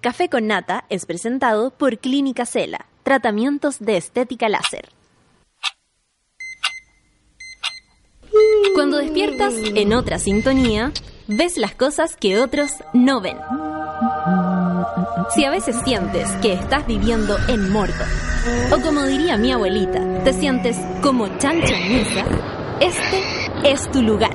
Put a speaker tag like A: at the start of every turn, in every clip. A: Café con Nata es presentado por Clínica Cela, tratamientos de estética láser. Cuando despiertas en otra sintonía, ves las cosas que otros no ven. Si a veces sientes que estás viviendo en Mordor, o como diría mi abuelita, te sientes como chancho en misa, este es tu lugar.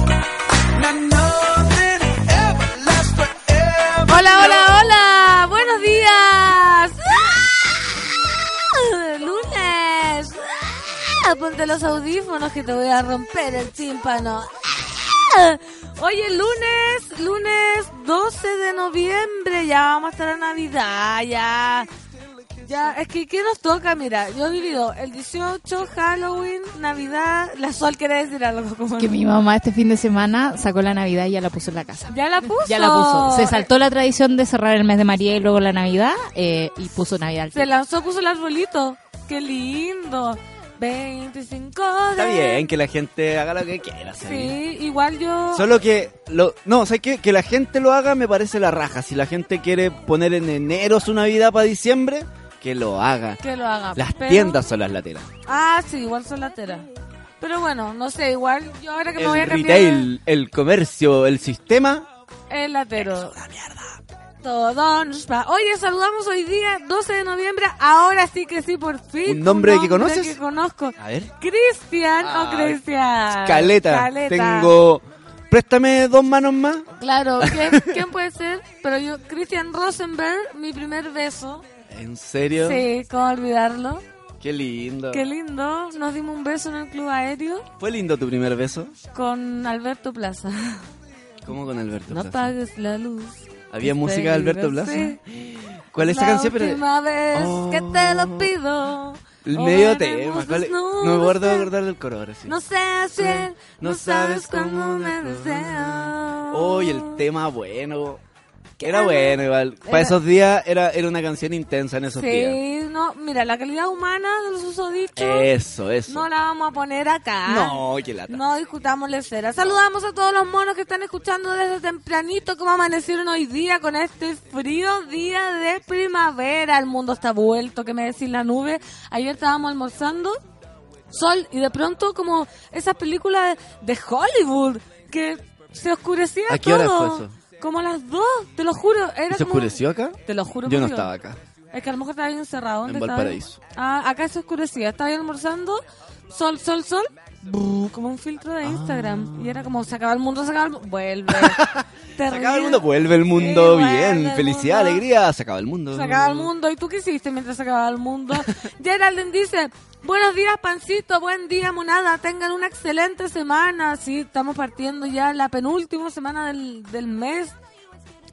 B: Hola, hola, hola. Buenos días. ¡Ah! Lunes. ¡Ah! Ponte los audífonos que te voy a romper el tímpano. ¡Ah! Oye, lunes, lunes 12 de noviembre. Ya vamos a estar a Navidad, ya. Ya, es que ¿qué nos toca? Mira, yo he vivido el 18, Halloween, Navidad. La Sol quiere decir algo como
C: Que mi mamá este fin de semana sacó la Navidad y ya la puso en la casa.
B: Ya la puso.
C: Ya la puso. Se saltó la tradición de cerrar el mes de María y luego la Navidad eh, y puso Navidad al
B: Se
C: fin.
B: lanzó, puso el arbolito. ¡Qué lindo! 25 de...
D: Está bien que la gente haga lo que quiera, ¿sabes?
B: Sí, igual yo...
D: Solo que, lo, no, ¿sabes qué? Que la gente lo haga me parece la raja. Si la gente quiere poner en enero su Navidad para diciembre, que lo haga.
B: Que lo haga.
D: Las
B: pero-
D: tiendas son las lateras.
B: Ah, sí, igual son lateras. Pero bueno, no sé, igual yo ahora que me voy a
D: El
B: cambiar...
D: retail, el comercio, el sistema.
B: El latero. Todo nos va. Oye, saludamos hoy día, 12 de noviembre. Ahora sí que sí, por fin.
D: ¿Un nombre que conoces?
B: que conozco.
D: A ver.
B: Cristian
D: Ah,
B: o Cristian.
D: Caleta. Tengo. Préstame dos manos más.
B: Claro, ¿quién, quién puede ser? Pero yo, Cristian Rosenberg, mi primer beso.
D: ¿En serio?
B: Sí, cómo olvidarlo.
D: Qué lindo.
B: Qué lindo. Nos dimos un beso en el club aéreo
D: ¿Fue lindo tu primer beso?
B: con Alberto Plaza.
D: ¿Cómo con Alberto
B: No
D: Plaza?
B: apagues la luz.
D: ¿Había
B: Te
D: música de Alberto
B: digo,
D: Plaza?
B: sí.
D: ¿Cuál es esa
B: la
D: canción? Pero-
B: última vez que te
D: Oh.
B: lo pido. Oh,
D: El
B: O
D: medio
B: veremos
D: tema, ¿cuál es?
B: desnudos
D: No me acuerdo de
B: en-
D: acordar del coro ahora sí.
B: No seas fiel, no sabes cómo me deseas.
D: Uy, el tema bueno.
B: ¿Qué
D: Era
B: era?
D: bueno igual. Para
B: Era-
D: esos días era, era una canción intensa en esos días.
B: Sí, no, mira, la calidad humana de los usodichos
D: Eh, Eso, eso.
B: no la vamos a poner acá.
D: No, qué lata.
B: No discutamos cera. Saludamos a todos los monos que están escuchando desde tempranito cómo amanecieron hoy día con este frío día de primavera. El mundo está vuelto, que me decís la nube. Ayer estábamos almorzando, sol, y de pronto como esa película de, de Hollywood que se oscurecía
D: ¿A qué hora
B: todo.
D: fue eso?
B: Como a las dos, te lo juro. Era
D: ¿Se
B: como-
D: oscureció acá?
B: Te lo juro.
D: Yo no
B: por Dios.
D: estaba acá.
B: Es que a lo mejor estaba bien encerrado. ¿Dónde
D: En
B: estaba?
D: Valparaíso.
B: Ah, acá se oscurecía. Estaba ahí almorzando. Sol, sol, sol. Brr, Como un filtro de Instagram. Y era como, se acaba el mundo, se acaba el mundo. Vuelve. Te
D: Se acaba el
B: ríes.
D: mundo, vuelve el mundo,
B: Sí, vuelve
D: bien,
B: el
D: felicidad,
B: mundo.
D: alegría, se acaba el mundo.
B: Se acaba el mundo. ¿Y tú qué hiciste mientras se acababa el mundo? Geraldine dice, buenos días, pancito, buen día, monada. Tengan una excelente semana. Sí, estamos partiendo ya la penúltima semana del, del mes.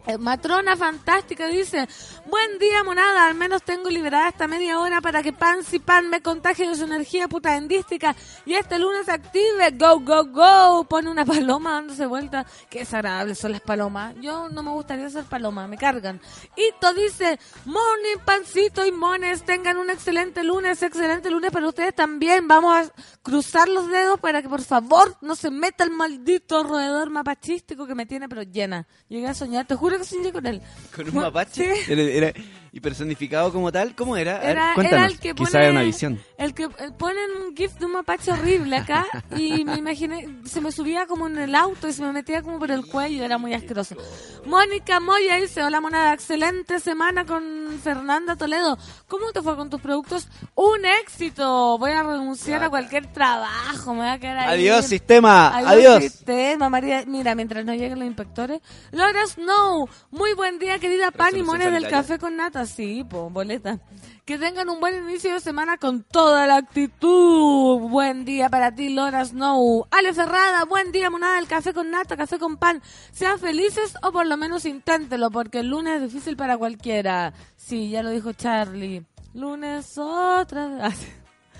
B: Eh, Matrona Fantástica dice, buen día monada, al menos tengo liberada esta media hora para que Pan si Pan me contagie de su energía putaendística y este lunes se active, go, go, go, pone una paloma dándose vuelta, qué desagradables son las palomas, yo no me gustaría ser paloma, me cargan. Ito dice, morning pancito y mones, tengan un excelente lunes, excelente lunes para ustedes también, vamos a cruzar los dedos para que por favor no se meta el maldito roedor mapachístico que me tiene pero llena, llegué a soñar, te juro que soñé con él.
D: Con un
B: Bueno,
D: mapache.
B: sí.
D: Era- era- y personificado como tal, ¿cómo era? A ver,
B: Era,
D: cuéntanos.
B: era el que
D: Quizá
B: pone,
D: era una visión.
B: El que eh, pone un gif de un mapache horrible acá y me imaginé, se me subía como en el auto y se me metía como por el cuello, era muy asqueroso. Mónica Moya dice, hola monada, excelente semana con Fernanda Toledo. ¿Cómo te fue con tus productos? Un éxito. Voy a renunciar a cualquier trabajo, me voy a quedar ahí.
D: Adiós, sistema.
B: Adiós.
D: Adiós.
B: sistema, María. Mira, mientras no lleguen los inspectores. Laura Snow, muy buen día, querida Pan y
D: Resolución
B: Mones del
D: sanitaria.
B: Café con Nata. Sí, po, boleta. Que tengan un buen inicio de semana con todo. toda la actitud. Buen día para ti, Lora Snow. Ale Ferrada, buen día, monada del café con nata, café con pan. Sean felices o por lo menos inténtelo, porque el lunes es difícil para cualquiera. Sí, ya lo dijo Charlie. Lunes otra.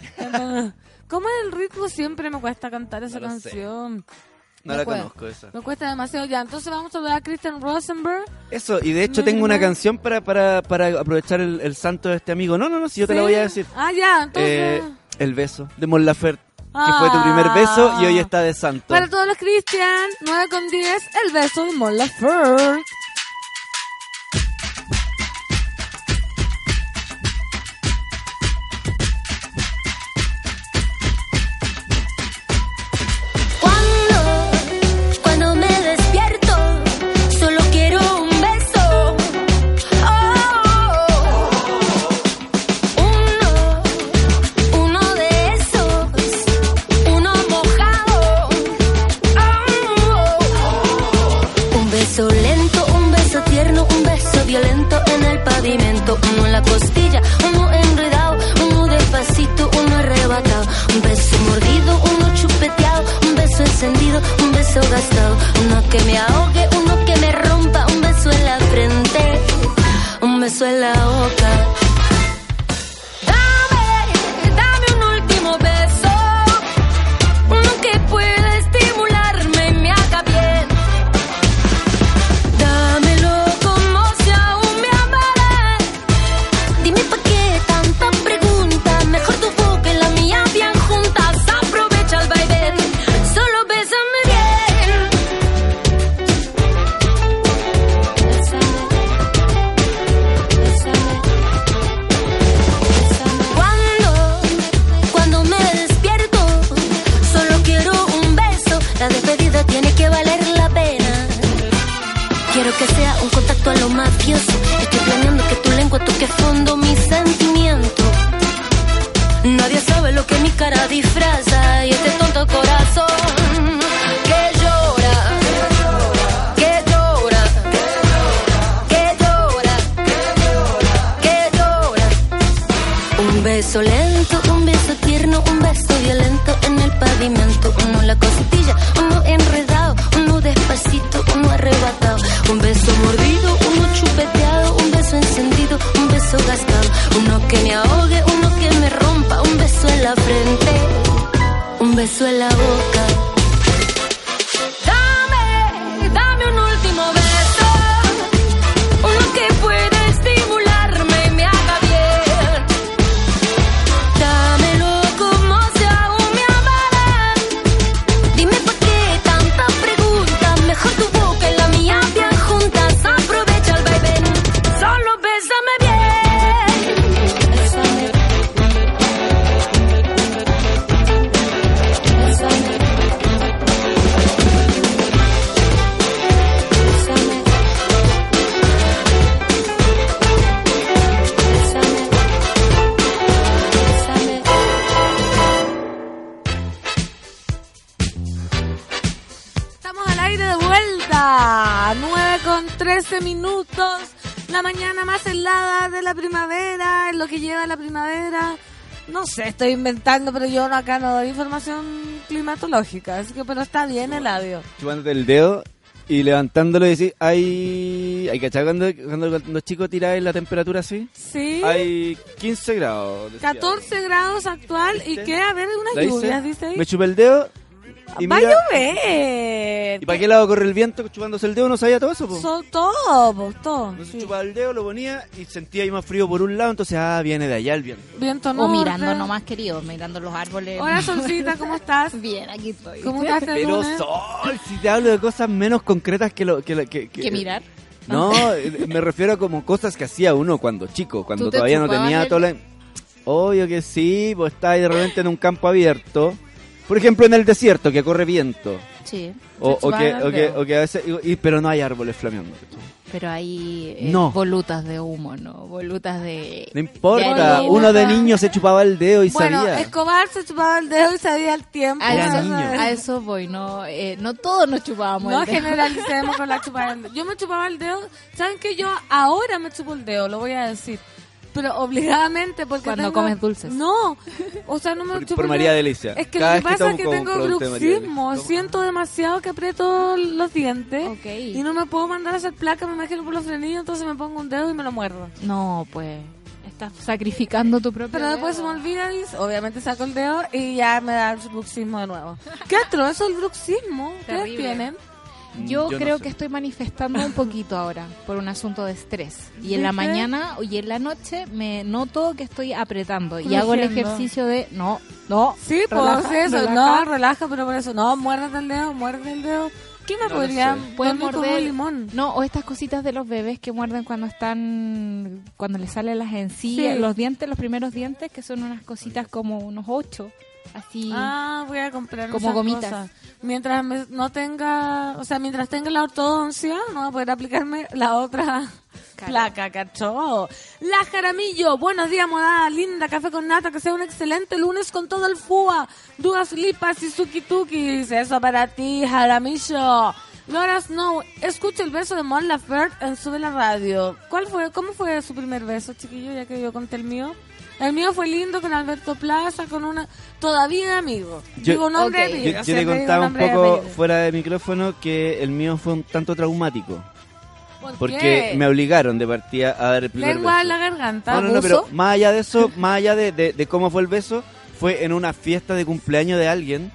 B: Ah, sí. ¿Cómo es el ritmo? Siempre me cuesta cantar esa
D: No lo sé.
B: canción.
D: No
B: Me
D: la
B: cuesta.
D: conozco esa.
B: Me cuesta demasiado ya. Entonces vamos a ver a Christian Rosenberg.
D: Eso, y de hecho
B: No,
D: tengo una
B: no.
D: canción para, para, para aprovechar el, el santo de este amigo. No, no, no, si yo te la
B: Sí.
D: voy a decir.
B: Ah, ya, entonces.
D: Eh, el beso de Mon Laferte, que fue tu primer beso y hoy está de santo.
B: Para todos los Christian, 9 con 10, el beso de Mon Laferte.
E: Cuando, cuando me despierto, solo quiero un beso. Oh, uno, uno de esos, uno mojado. Oh. un beso lento, un beso tierno, un beso violento en el pavimento, uno en la costilla, uno enredado, uno despacito, uno arrebatado, un beso mordido, uno chupeteado, un beso encendido, un beso gastado, uno que me ahogue, uno que me rompa, un beso en la frente, un beso en la boca. Dame, dame un último beso, uno que pueda estimularme y me haga bien. Dámelo como si aún me amaras. Dime pa' qué tanta pregunta, mejor tu boca y la mía bien juntas. Aprovecha el baile, solo bésame bien. Bésame, bésame. Cuando, cuando me despierto, solo quiero un beso. La despedida tiene que valer la pena. Quiero que sea un contacto a lo mafioso. Estoy planeando que tu lengua toque fondo mi sentimiento. Nadie sabe lo que mi cara disfraza y este tonto corazón que llora, que llora, que llora, que llora. Un beso lento, un beso tierno, un beso violento en el pavimento. Uno en la costilla, uno enredado, uno despacito, uno arrebatado. Un beso mordido, uno chupeteado, un beso encendido, un beso gastado. Uno que me ahogue, uno que me rompa, un beso en la frente, un beso en la boca. Dame, dame un último beso, uno que pueda estimularme y me haga bien. Dámelo como si aún me amaras. Dime por qué tanta pregunta. Mejor tu boca y la mía bien juntas. Aprovecha el baile. Solo bésame bien. Bésame. Bésame. Bésame. Bésame. Bésame.
B: Estamos al aire de vuelta. 9 con 13 minutos. La mañana más helada de la primavera, en lo que lleva la primavera. No sé, estoy inventando, pero yo no- acá no doy información climatológica. Así que, pero está bien el audio.
D: chupándote el dedo y levantándolo y decir, ay, hay que cuando, cuando, cuando los chicos tiráis la temperatura así,
B: Sí.
D: hay 15 grados. decía.
B: 14 grados actual y
D: ¿Viste?
B: que a ver unas
D: La hice,
B: lluvias, dice ahí.
D: Me chupé el dedo y
B: Va a
D: mira,
B: llover.
D: ¿y para qué lado corre el viento chupándose el dedo? No sabía todo eso, po.
B: So- todo, pues, todo.
D: Entonces
B: Sí.
D: chupaba el dedo, lo ponía y sentía ahí más frío por un lado, entonces, ah, viene de allá el viento.
B: Viento
C: O
B: norte.
C: mirando nomás, querido, mirando los árboles.
B: Hola, Solcita, ¿cómo estás?
C: Bien, aquí estoy.
B: ¿Cómo estás este
D: Pero
B: lunes?
D: sol, si te hablo de cosas menos concretas que lo que... lo- que, que-
C: que mirar.
D: No, eh, me refiero a como cosas que hacía uno cuando chico, cuando
C: ¿Tú te
D: todavía no
C: chupabas
D: tenía
C: el-
D: toda la... Obvio que sí, pues está ahí de repente en un campo abierto. Por ejemplo, en el desierto, que corre viento.
C: Sí.
D: O,
B: Se
D: o que,
B: chupaban
D: o,
B: el
D: que,
B: dedo.
D: o que a veces... y- pero no hay árboles flameando.
C: Pero hay eh,
D: No.
C: volutas de humo, ¿no? Volutas de...
D: No importa,
C: Ya, ya.
D: uno de niño se chupaba el dedo y
B: bueno,
D: sabía.
B: Escobar se chupaba el dedo y sabía el tiempo.
C: A
D: Era
C: eso,
B: Entonces,
D: niño.
C: a eso voy, no, eh, no todos nos chupábamos.
B: No
C: el dedo.
B: generalicemos con la chupada del dedo. Yo me chupaba el dedo. ¿Saben que Yo ahora me chupo el dedo, lo voy a decir. pero obligadamente porque
C: Cuando
B: tengo-
C: comes dulces.
B: No, o sea, no me
D: Por-
B: chupo
D: por
B: ni-
D: María Delicia.
B: Es que
D: Cada
B: lo
D: vez
B: que
D: que
B: pasa es
D: tomo
B: que
D: como
B: tengo
D: producto de María
B: bruxismo,
D: Delicia.
B: siento demasiado que aprieto los dientes
C: Ok.
B: y no me puedo mandar a hacer placa, me imagino por los frenillos, entonces me pongo un dedo y me lo muerdo.
C: No, pues. Estás sacrificando tu propio.
B: Pero después se me olvida y obviamente saco el dedo y ya me da el bruxismo de nuevo. ¿Qué atroz el bruxismo? ¿Ustedes
C: Terrible.
B: tienen?
C: Yo,
D: Mm, Yo no
C: creo
D: sé.
C: que estoy manifestando un poquito ahora por un asunto de estrés. Y en la
B: ¿Viste?
C: mañana y en la noche me noto que estoy apretando y
B: Crujiendo.
C: hago el ejercicio de no, no.
B: Sí,
C: relaja,
B: pues eso, no,
C: relaja.
B: relaja, pero por eso, no, muérdete el dedo, muérdete el dedo. ¿Qué me
D: No lo
B: podría
D: sé.
C: Pueden
B: dormir con
C: morder-
B: un limón?
C: No, o estas cositas de los bebés que muerden cuando están, cuando les salen las encías,
B: Sí.
C: los dientes, los primeros dientes, que son unas cositas como unos ocho, así.
B: Ah, voy a comprar
C: Como
B: esas
C: gomitas.
B: cosas. Mientras me- no tenga, o sea, mientras tenga la ortodoncia, no voy a poder aplicarme la otra
C: Claro.
B: placa, cacho. La Jaramillo, buenos días, modada linda, café con nata, que sea un excelente lunes con todo el FUA. Dudas lipas y suki tukis, eso para ti, Jaramillo. Laura Snow, escucha el beso de Mon Laferte en Sube la Radio. ¿Cuál fue, cómo fue su primer beso, chiquillo, ya que yo conté el mío? El mío fue lindo con Alberto Plaza, con una... Todavía amigo.
D: Yo-
B: digo nombre
C: Ok.
B: y
D: Yo,
B: apellido,
D: yo le
B: siempre digo
D: contaba un
B: nombre y
D: poco
B: apellido.
D: fuera de micrófono que el mío fue un tanto traumático.
B: ¿Por
D: Porque
B: qué?
D: me obligaron de partida a dar el primer
B: Lengua a
D: beso.
B: la garganta.
D: No, no, no,
B: abuso.
D: pero más allá de eso, más allá de, de- de cómo fue el beso, fue en una fiesta de cumpleaños de alguien.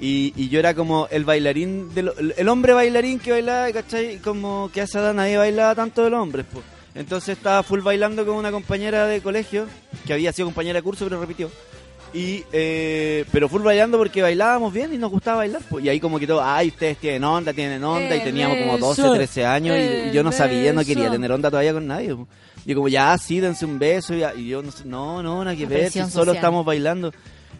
D: Y, y yo era como el bailarín, del- el hombre bailarín que bailaba, ¿cachai? Como que hace edad nadie bailaba tanto de los hombres, po. Entonces estaba full bailando con una compañera de colegio, que había sido compañera de curso, pero repitió. Y, eh, pero full bailando porque bailábamos bien y nos gustaba bailar. po. Y ahí como que todo, ay, ustedes tienen onda, tienen onda. Y
B: El
D: teníamos como 12,
B: beso.
D: 13 años y, y yo no
B: El
D: sabía, no
B: beso.
D: quería tener onda todavía con nadie. po. Yo como, ya, sí, dense un beso. ya. Y yo, no, sé, no, no, nada que
C: La
D: ver, si
C: presión
D: solo
C: social.
D: estamos bailando.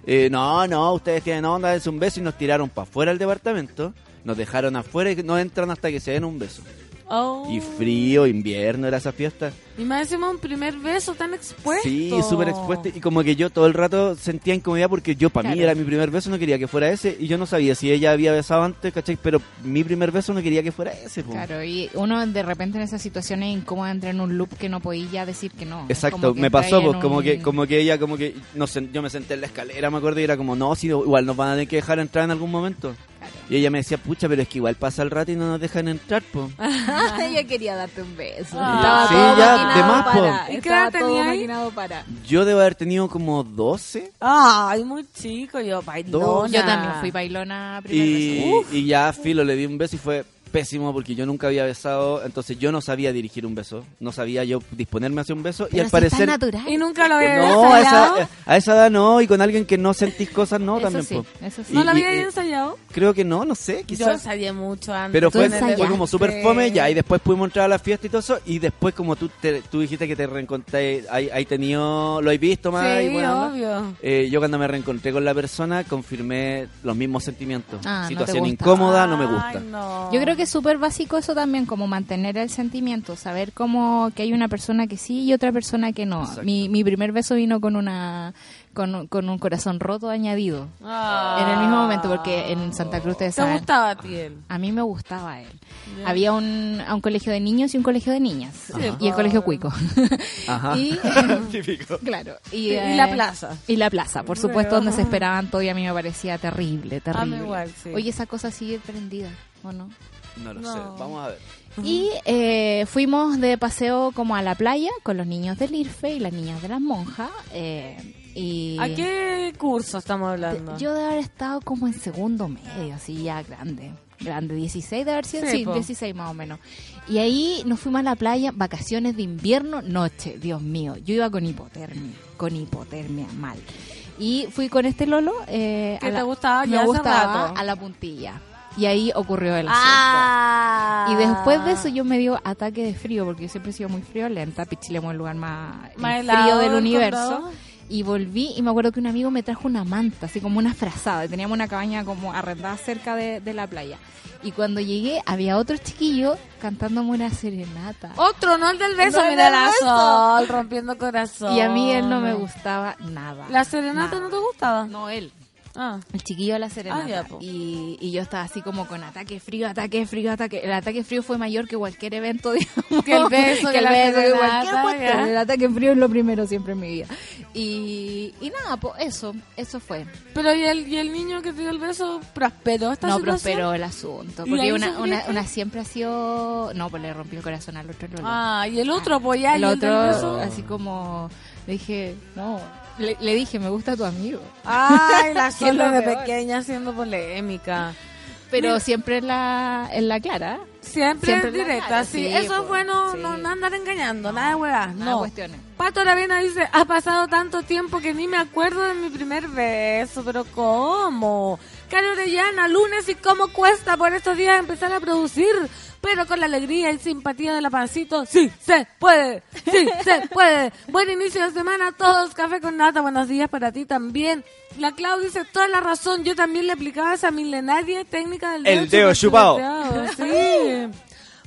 D: Eh, no, no, ustedes tienen onda, dense un beso. Y nos tiraron para afuera del departamento. Nos dejaron afuera y no entran hasta que se den un beso.
B: Oh.
D: Y frío, invierno era esa fiesta.
B: Y más encima un primer beso tan expuesto.
D: Sí, súper expuesto. Y como que yo todo el rato sentía incomodidad porque yo, para mí,
C: Claro.
D: era mi primer beso, no quería que fuera ese. Y yo no sabía si ella había besado antes, ¿cachai? Pero mi primer beso no quería que fuera ese, po.
C: Claro, y uno de repente en esas situaciones incómodas entra en un loop que no podía ya decir que no. Es
D: Exacto,
C: como que
D: me
C: entra
D: pasó,
C: ahí en
D: pues, como
C: un-
D: que, como que ella, como que no sé, yo me senté en la escalera, me acuerdo, y era como, no, si igual nos van a tener que dejar entrar en algún momento.
C: Claro.
D: Y ella me decía, pucha, pero es que igual pasa el rato y no nos dejan entrar, pues.
C: Ah. yo queería darte un beso.
B: Ah.
C: Estaba
B: Sí,
C: todo
B: ya, de
C: maquinado
D: más, po.
C: para.
B: ¿Y qué
C: estaba
B: edad
C: todo
B: tenía ahí?
C: maquinado para.
D: Yo debo haber tenido como 12
B: Ay, muy chico, yo bailona.
C: Yo también fui bailona primero.
D: y, y ya Filo le di un beso y fue pésimo porque yo nunca había besado, entonces yo no sabía dirigir un beso, no sabía yo disponerme hacia un beso y al parecer...
C: natural.
B: Y nunca lo había
D: No, a
B: ensayado.
D: esa, a esa edad no, y con alguien que no sentís cosas no
C: eso
D: también.
C: sí,
D: po.
C: eso sí.
B: No lo
D: y-
B: había
D: y-
B: ensayado.
D: Creo que no, no sé,
B: Yo
D: quizás.
B: ensayé mucho antes.
D: Pero
C: Tú
D: fue,
C: ensayaste.
D: fue como súper fome ya, y después pudimos entrar a la fiesta y todo eso, y después como tú, te- tú dijiste que te reencontré, ahí, ahí tenido, lo he visto más, y
B: Sí,
D: buena onda.
B: obvio.
D: Eh, yo cuando me reencontré con la persona confirmé los mismos sentimientos.
C: Ah, no te
D: Situación
C: gusta.
D: incómoda, no me gusta.
B: Ay, no.
C: Yo creo que es súper básico eso también, como mantener el sentimiento, saber cómo que hay una persona que sí y otra persona que no.
D: Exacto.
C: Mi, mi primer beso vino con una con, un- con un corazón roto añadido
B: Ah.
C: en el mismo momento, porque en Santa Cruz ustedes
B: ¿Te
C: saben,
B: gustaba a ti él?
C: a mí me gustaba él. Había un, a un colegio de niños y un colegio de niñas y el
B: pues.
C: colegio cuico.
D: Ajá.
C: Y, eh,
D: Típico.
C: claro.
B: Y,
C: Y,
B: la
C: eh,
B: plaza.
C: y la plaza, por supuesto, donde se esperaban todo y a mí me parecía terrible, terrible.
B: Ah, igual, sí.
C: Oye, esa cosa sigue prendida, ¿o no?
D: No lo
B: No.
D: sé, vamos a ver.
C: Y eh, fuimos de paseo como a la playa con los niños del IRFE y las niñas de las monjas. eh, y
B: ¿A qué curso estamos hablando?
C: Yo de haber estado como en segundo medio, así ya grande. Grande, 16 de haber sido,
B: Sí,
C: sí,
B: po.
C: 16 más o menos. Y ahí nos fuimos a la playa, vacaciones de invierno, noche, Dios mío. Yo iba con hipotermia, con hipotermia mal. Y fui con este Lolo eh,
B: ¿Qué
C: a
B: te
C: la-
B: gustaba
C: me
B: ya hace
C: gustaba
B: rato?
C: a la puntilla. Y ahí ocurrió el asunto.
B: Ah.
C: Y después de eso yo me dio ataque de frío, porque yo siempre he sido muy friolenta. Pichilemo es el lugar más, el
B: Más
C: frío
B: helado
C: del
B: del
C: universo.
B: condado.
C: Y volví y me acuerdo que un amigo me trajo una manta, así como una frazada. y Teníamos una cabaña como arrendada cerca de, de la playa. Y cuando llegué había otro chiquillo cantándome una serenata.
B: Otro, no el del beso,
C: No el
B: mira
C: del
B: la
C: beso.
B: sol, rompiendo corazón.
C: Y a mí él no me gustaba nada.
B: ¿La serenata no te gustaba?
C: No, él.
B: Ah.
C: El chiquillo a la serenata.
B: Ah, ya, po.
C: y, y yo estaba así como con ataque frío, ataque frío, ataque. El ataque frío fue mayor que cualquier evento, digamos.
B: Que el beso, que
C: el
B: la
C: beso, que
B: serenata,
C: cualquier cuestión.
B: ya.
C: El ataque frío es lo primero siempre en mi vida. Y, y nada, pues eso, eso fue.
B: Pero ¿y el, y el niño que te dio el beso prosperó esta
C: no
B: situación?
C: prosperó el asunto.
B: ¿Y
C: Porque
B: ahí
C: una, una,
B: sufriste?
C: una siempre ha sido. No, pues le rompió el corazón al otro. Lolo.
B: Ah, y el otro, pues ya,
C: el
B: y del
C: otro,
B: beso?
C: así como. Le dije, no. Le, le dije, me gusta tu amigo.
B: Ay, la
C: Que es lo
B: gente de
C: peor.
B: pequeña haciendo polémica.
C: Pero siempre en la, en la clara.
B: Siempre,
C: Siempre la
B: directa,
C: cara,
B: sí.
C: sí,
B: Eso es
C: po,
B: bueno,
C: sí.
B: no, no andar engañando, nada de weas,
C: Nada de
B: no.
C: cuestiones.
B: Pato Aravena dice, ha pasado tanto tiempo que ni me acuerdo de mi primer beso, pero ¿cómo? Caro Orellana, lunes y cómo cuesta por estos días empezar a producir, pero con la alegría y simpatía de la pancito, sí, se puede, sí, se puede. Buen inicio de semana a todos, café con nata, buenos días para ti también. La Clau dice, toda la razón, yo también le aplicaba esa milenaria técnica del
D: El dedo chupado.
B: Sí.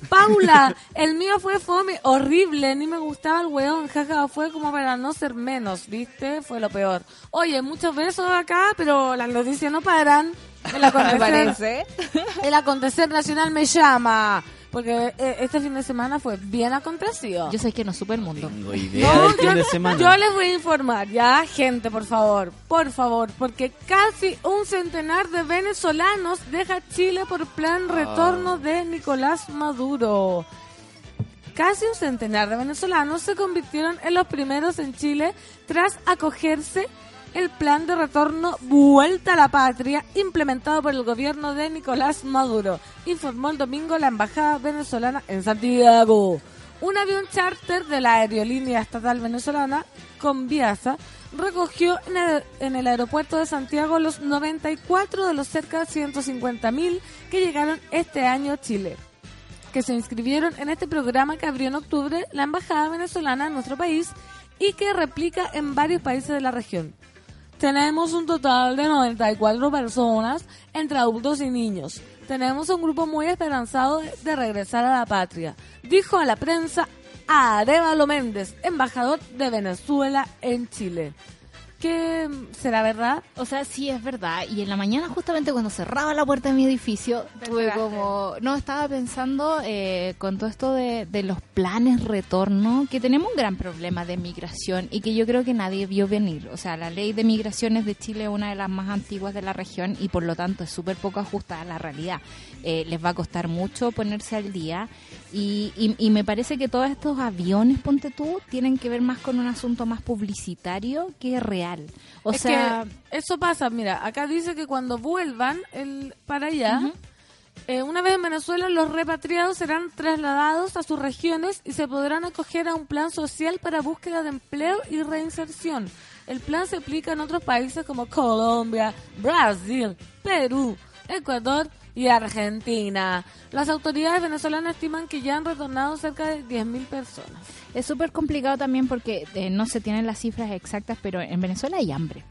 B: Paula, el mío fue fome, horrible, ni me gustaba el weón, jaja, fue como para no ser menos, ¿viste? Fue lo peor. Oye, muchos besos acá, pero las noticias no paran. El
C: Me
B: acontecer,
C: parece.
B: el acontecer nacional me llama, porque eh, este fin de semana fue bien acontecido.
C: Yo sé que no supe el mundo.
D: Tengo idea del fin de semana.
B: Yo les voy a informar, ya, gente, por favor, por favor, porque casi un centenar de venezolanos deja Chile por plan retorno de Nicolás Maduro. Casi un centenar de venezolanos se convirtieron en los primeros en Chile tras acogerse el plan de retorno Vuelta a la Patria implementado por el gobierno de Nicolás Maduro, informó el domingo la embajada venezolana en Santiago. Un avión charter de la aerolínea estatal venezolana, Conviasa, recogió en el, en el aeropuerto de Santiago los 94 de los cerca de 150.000 que llegaron este año a Chile que se inscribieron en este programa que abrió en octubre la Embajada Venezolana en nuestro país y que replica en varios países de la región. Tenemos un total de 94 personas entre adultos y niños. Tenemos un grupo muy esperanzado de regresar a la patria, dijo a la prensa Arevalo Méndez, embajador de Venezuela en Chile. ¿Qué será verdad?
C: O sea, sí es verdad. Y en la mañana, justamente cuando cerraba la puerta de mi edificio, tuve como. No, estaba pensando eh, con todo esto de, de los planes retorno, que tenemos un gran problema de migración y que yo creo que nadie vio venir. O sea, la ley de migraciones de Chile es una de las más antiguas de la región y por lo tanto es súper poco ajustada a la realidad. Eh, les va a costar mucho ponerse al día. Y, y, y me parece que todos estos aviones, ponte tú, tienen que ver más con un asunto más publicitario que real. O
B: es
C: sea.
B: que eso pasa, mira, acá dice que cuando vuelvan el, para allá, eh, una vez en Venezuela, los repatriados serán trasladados a sus regiones y se podrán acoger a un plan social para búsqueda de empleo y reinserción. El plan se aplica en otros países como Colombia, Brasil, Perú, Ecuador y Argentina. Las autoridades venezolanas estiman que ya han retornado cerca de 10.000 personas.
C: Es súper complicado también porque eh, no se tienen las cifras exactas, pero en Venezuela hay hambre.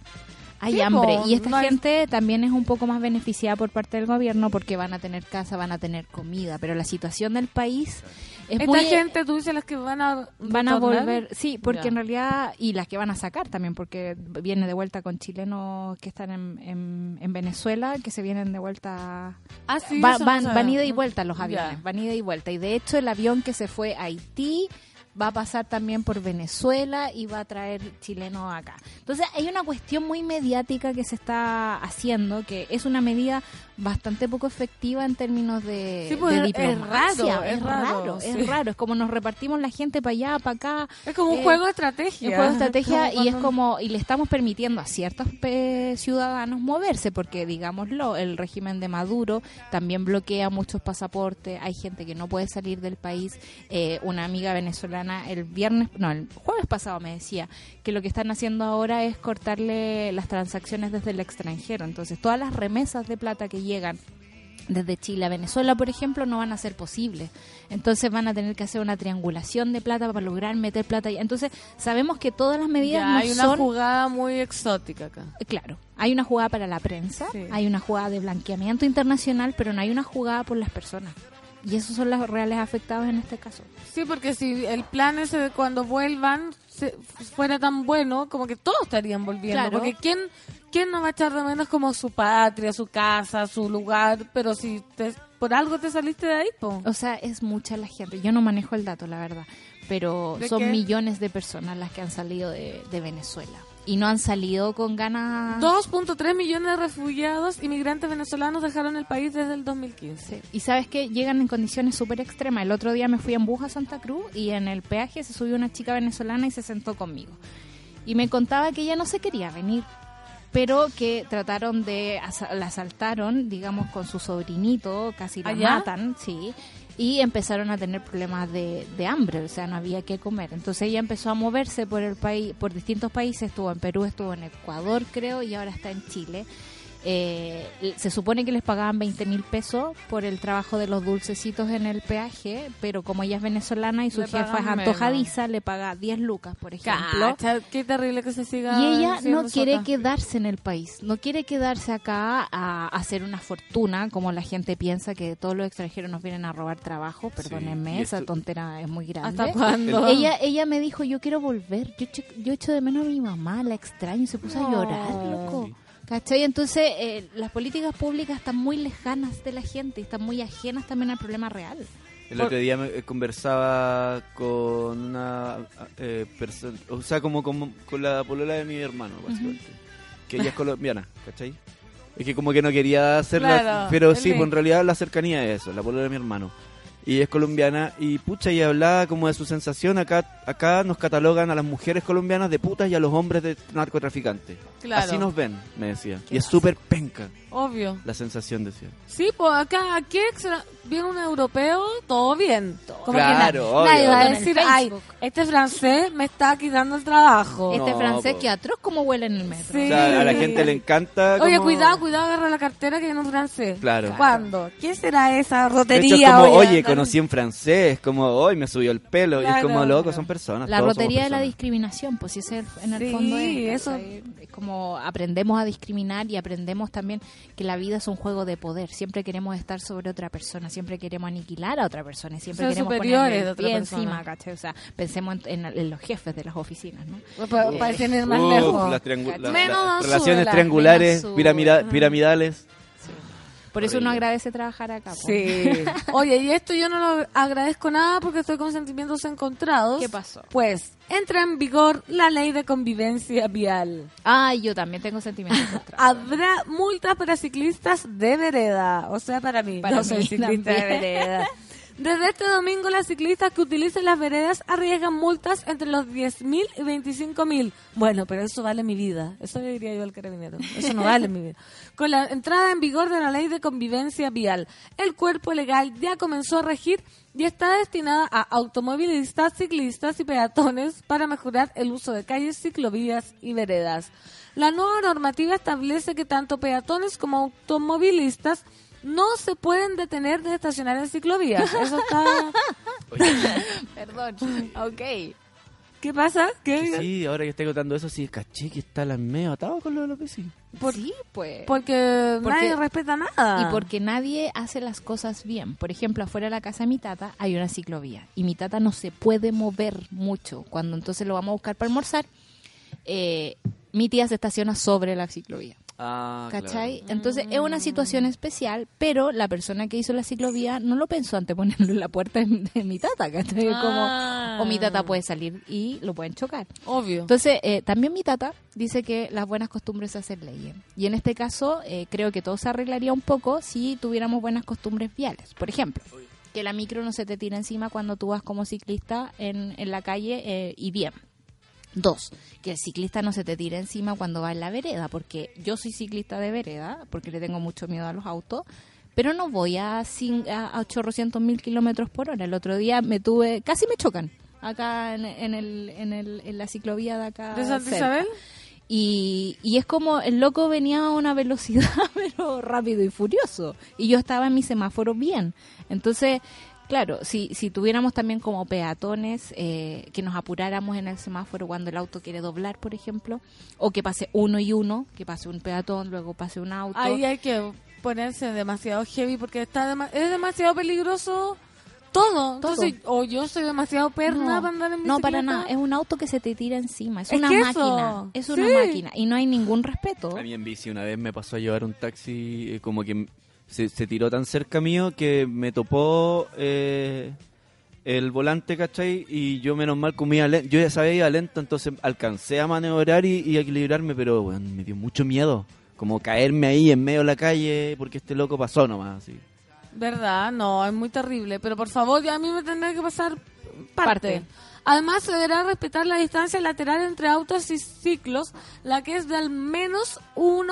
C: Hay
B: Sí,
C: hambre.
B: po,
C: y esta
B: no hay-
C: gente también es un poco más beneficiada por parte del gobierno porque van a tener casa, van a tener comida, pero la situación del país es
B: Esta
C: muy...
B: gente, tú dices las que van a...
C: Van a
B: retornar?
C: volver, sí, porque
B: Ya.
C: en realidad, y las que van a sacar también, porque viene de vuelta con chilenos que están en, en- en Venezuela, que se vienen de vuelta
B: Ah, sí,
C: Va-
B: eso no
C: van,
B: sabía.
C: van ida y vuelta los
B: Ya.
C: aviones, van ida y vuelta. Y de hecho el avión que se fue a Haití va a pasar también por Venezuela y va a traer chilenos acá. Entonces hay una cuestión muy mediática que se está haciendo, que es una medida bastante poco efectiva en términos de,
B: Sí, pues,
C: eh, de
B: es- es
C: diplomacia.
B: raro, es raro, sí.
C: es raro. Es como nos repartimos la gente para allá, para acá.
B: Es como un
C: Eh,
B: juego de estrategia.
C: Es juego de estrategia
B: Como
C: y es
B: cuando-
C: como y le estamos permitiendo a ciertos pe, ciudadanos moverse porque digámoslo el régimen de Maduro también bloquea muchos pasaportes hay gente que no puede salir del país Eh, una amiga venezolana el viernes no el jueves pasado me decía que lo que están haciendo ahora es cortarle las transacciones desde el extranjero entonces todas las remesas de plata que llegan desde Chile a Venezuela, por ejemplo, no van a ser posibles. Entonces van a tener que hacer una triangulación de plata para lograr meter plata. allá. Entonces sabemos que todas las medidas
B: Ya,
C: no
B: hay una
C: son...
B: jugada muy exótica acá.
C: Claro, hay una jugada para la prensa,
B: Sí.
C: hay una jugada de blanqueamiento internacional, pero no hay una jugada por las personas. Y esos son los reales afectados en este caso.
B: Sí, porque si el plan ese de cuando vuelvan se- fuera tan bueno, como que todos estarían volviendo.
C: Claro.
B: Porque ¿quién, ¿quién no va a echar de menos como su patria, su casa, su lugar? Pero si te- por algo te saliste de ahí, po.
C: O sea, es mucha la gente. Yo no manejo el dato, la verdad. Pero
B: ¿De
C: son
B: qué?
C: millones de personas las que han salido de, de Venezuela. Y no han salido con
B: Ah.
C: ganas.
B: 2.3 millones de refugiados inmigrantes venezolanos dejaron el país desde el 2015.
C: Y sabes que llegan en condiciones súper extremas. El otro día me fui en bus a Santa Cruz y en el peaje se subió una chica venezolana y se sentó conmigo. Y me contaba que ella no se quería venir, pero que trataron de. asa- la asaltaron, digamos, con su sobrinito, casi la
B: ¿Allá?
C: matan, sí. Y empezaron a tener problemas de, de hambre, o sea, no había qué comer. Entonces ella empezó a moverse por el país, por distintos países. Estuvo en Perú, estuvo en Ecuador, creo, y ahora está en Chile. Eh, se supone que les pagaban 20 mil pesos por el trabajo de los dulcecitos en el peaje, pero como ella es venezolana y su
B: Le
C: jefa es
B: pagan
C: antojadiza, le paga 10 lucas, por ejemplo.
B: Cacha, qué terrible que se siga.
C: Y ella
B: siendo
C: no quiere
B: sota.
C: quedarse en el país, no quiere quedarse acá a hacer una fortuna, como la gente piensa que todos los extranjeros nos vienen a robar trabajo, perdónenme,
D: y
C: esa
D: esto-
C: tontera es muy grande.
B: ¿Hasta cuándo?
C: Ella, ella me dijo, yo quiero volver, yo, che- yo echo de menos a mi mamá, la extraño, y se puso
B: No.
C: a llorar, loco. ¿Cachai? Entonces, eh, las políticas públicas están muy lejanas de la gente y están muy ajenas también al problema real.
D: El
B: Por-
D: otro día me- eh, conversaba con una eh, persona, o sea, como con, con la polola de mi hermano, básicamente. Que ella es colombiana, ¿cachai? Es que como que no quería hacerla,
B: Claro,
D: pero
B: el
D: sí, pues
B: link.
D: en realidad la cercanía es eso, la polola de mi hermano. Y es colombiana y pucha, y hablaba como de su sensación, acá acá nos catalogan a las mujeres colombianas de putas y a los hombres de narcotraficantes.
B: Claro.
D: Así nos ven, me decía.
C: Qué
D: Y es
C: básico.
D: súper penca
B: Obvio.
D: la sensación, decía.
B: Sí, pues acá, aquí extra- viene un europeo, todo bien. Como
D: Claro,
B: que na-
D: obvio.
B: nadie va a
C: En el
B: decir,
C: Facebook.
B: ay, este francés me está quitando el trabajo.
C: este
D: No,
C: francés
D: po.
C: que atroz como huele en el metro.
B: Sí.
D: O sea, a la gente le encanta.
B: Oye,
D: como-
B: cuidado, cuidado, agarra la cartera que viene un francés.
D: Claro.
B: ¿Cuándo? ¿Qué será esa
D: De hecho, es
B: rotería?
D: como,
B: hoy?
D: oye, conocí en francés, como, hoy me subió el pelo, y es
B: Claro,
D: como, loco,
B: claro.
D: son personas.
C: La
D: todos somos
C: rotería de la
D: personas.
C: discriminación, pues si ese es el- en el
B: Sí,
C: fondo es,
B: eso.
C: ¿cachai? Es como aprendemos a discriminar y aprendemos también que la vida es un juego de poder. Siempre queremos estar sobre otra persona, siempre queremos aniquilar a otra persona, y siempre
B: Ser
C: queremos
B: superiores
C: ponerle el
B: de otra
C: pie
B: persona.
C: encima, ¿cachai? O sea, pensemos en, en- en los jefes de las oficinas, ¿no? Eh,
B: Pa- Para ir más
D: Uf,
B: lejos.
D: las triangu-
C: Cacha.
D: las-
B: Menos
D: las
B: Don
D: relaciones
B: Sula,
D: triangulares,
C: menos
D: piramida- piramidales.
C: Por eso uno
D: Horrible.
C: agradece trabajar acá. po.
B: Sí. Oye, y esto yo no lo agradezco nada porque estoy con sentimientos encontrados.
C: ¿Qué pasó?
B: Pues entra en vigor la ley de convivencia vial.
C: Ay, yo también tengo sentimientos encontrados.
B: Habrá multas para ciclistas de vereda. O sea, para mí.
C: Para
B: no soy
C: mí
B: ciclista de
C: también.
B: vereda. Desde este domingo, las ciclistas que utilicen las veredas arriesgan multas entre los 10.000 y 25.000. Bueno, pero eso vale mi vida. Eso le diría yo al carabinero. Eso no vale mi vida. Con la entrada en vigor de la ley de convivencia vial, el cuerpo legal ya comenzó a regir y está destinada a automovilistas, ciclistas y peatones para mejorar el uso de calles, ciclovías y veredas. La nueva normativa establece que tanto peatones como automovilistas no se pueden detener de estacionar en ciclovías. Eso está...
C: Perdón. Ok.
B: ¿Qué pasa?
D: Que
B: ¿Qué?
D: Sí, ahora que estoy contando eso, sí, caché que está la medio atado con lo de los bici.
B: Por-
C: sí, pues.
B: Porque,
C: Porque-
B: nadie respeta nada.
C: Y porque nadie hace las cosas bien. Por ejemplo, afuera de la casa de mi tata hay una ciclovía y mi tata no se puede mover mucho. Cuando entonces lo vamos a buscar para almorzar, eh, mi tía se estaciona sobre la ciclovía.
D: Ah,
C: ¿Cachai?
B: Mm.
C: Entonces es una situación especial, pero la persona que hizo la ciclovía no lo pensó antes de ponerlo en la puerta de, de mi tata, ¿cachai?
B: Ah.
C: Como, o mi tata puede salir y lo pueden chocar.
B: Obvio.
C: Entonces, eh, también mi tata dice que las buenas costumbres se hacen leyes. Y en este caso, eh, creo que todo se arreglaría un poco si tuviéramos buenas costumbres viales. Por ejemplo, que la micro no se te tira encima cuando tú vas como ciclista en, en la calle eh, y bien. Dos, que el ciclista no se te tire encima cuando va en la vereda, porque yo soy ciclista de vereda, porque le tengo mucho miedo a los autos, pero no voy a, cin- a, a 800 mil kilómetros por hora. El otro día me tuve, casi me chocan acá en, en el, en, el, en la ciclovía de acá.
B: ¿De Santa
C: cerca.
B: Isabel?
C: Y, y es como el loco venía a una velocidad, pero rápido y furioso. Y yo estaba en mi semáforo bien. Entonces, claro, si, si tuviéramos también como peatones eh, que nos apuráramos en el semáforo cuando el auto quiere doblar, por ejemplo, o que pase uno y uno, que pase un peatón, luego pase un auto.
B: Ahí hay que ponerse demasiado heavy porque está dema- es demasiado peligroso Todo.
C: Todo.
B: Entonces, o yo soy demasiado perna para andar en bicicleta.
C: no, para nada. Es un auto que se te tira encima. Es,
B: Es
C: una
B: que eso.
C: máquina. Es una
B: Sí.
C: máquina. Y no hay ningún respeto.
D: A mí en bici una vez me pasó a llevar un taxi, eh, como que m- se, se tiró tan cerca mío que me topó eh, el volante, ¿cachai? Y yo menos mal comía lento, yo ya sabía que iba lento, entonces alcancé a maniobrar y, y a equilibrarme, pero bueno, me dio mucho miedo. Como caerme ahí en medio de la calle, porque este loco pasó nomás, así.
B: ¿Verdad? No, es muy terrible. Pero por favor, ya a mí me tendrá que pasar parte.
C: Parte.
B: Además, se deberá respetar la distancia lateral entre autos y ciclos, la que es de al menos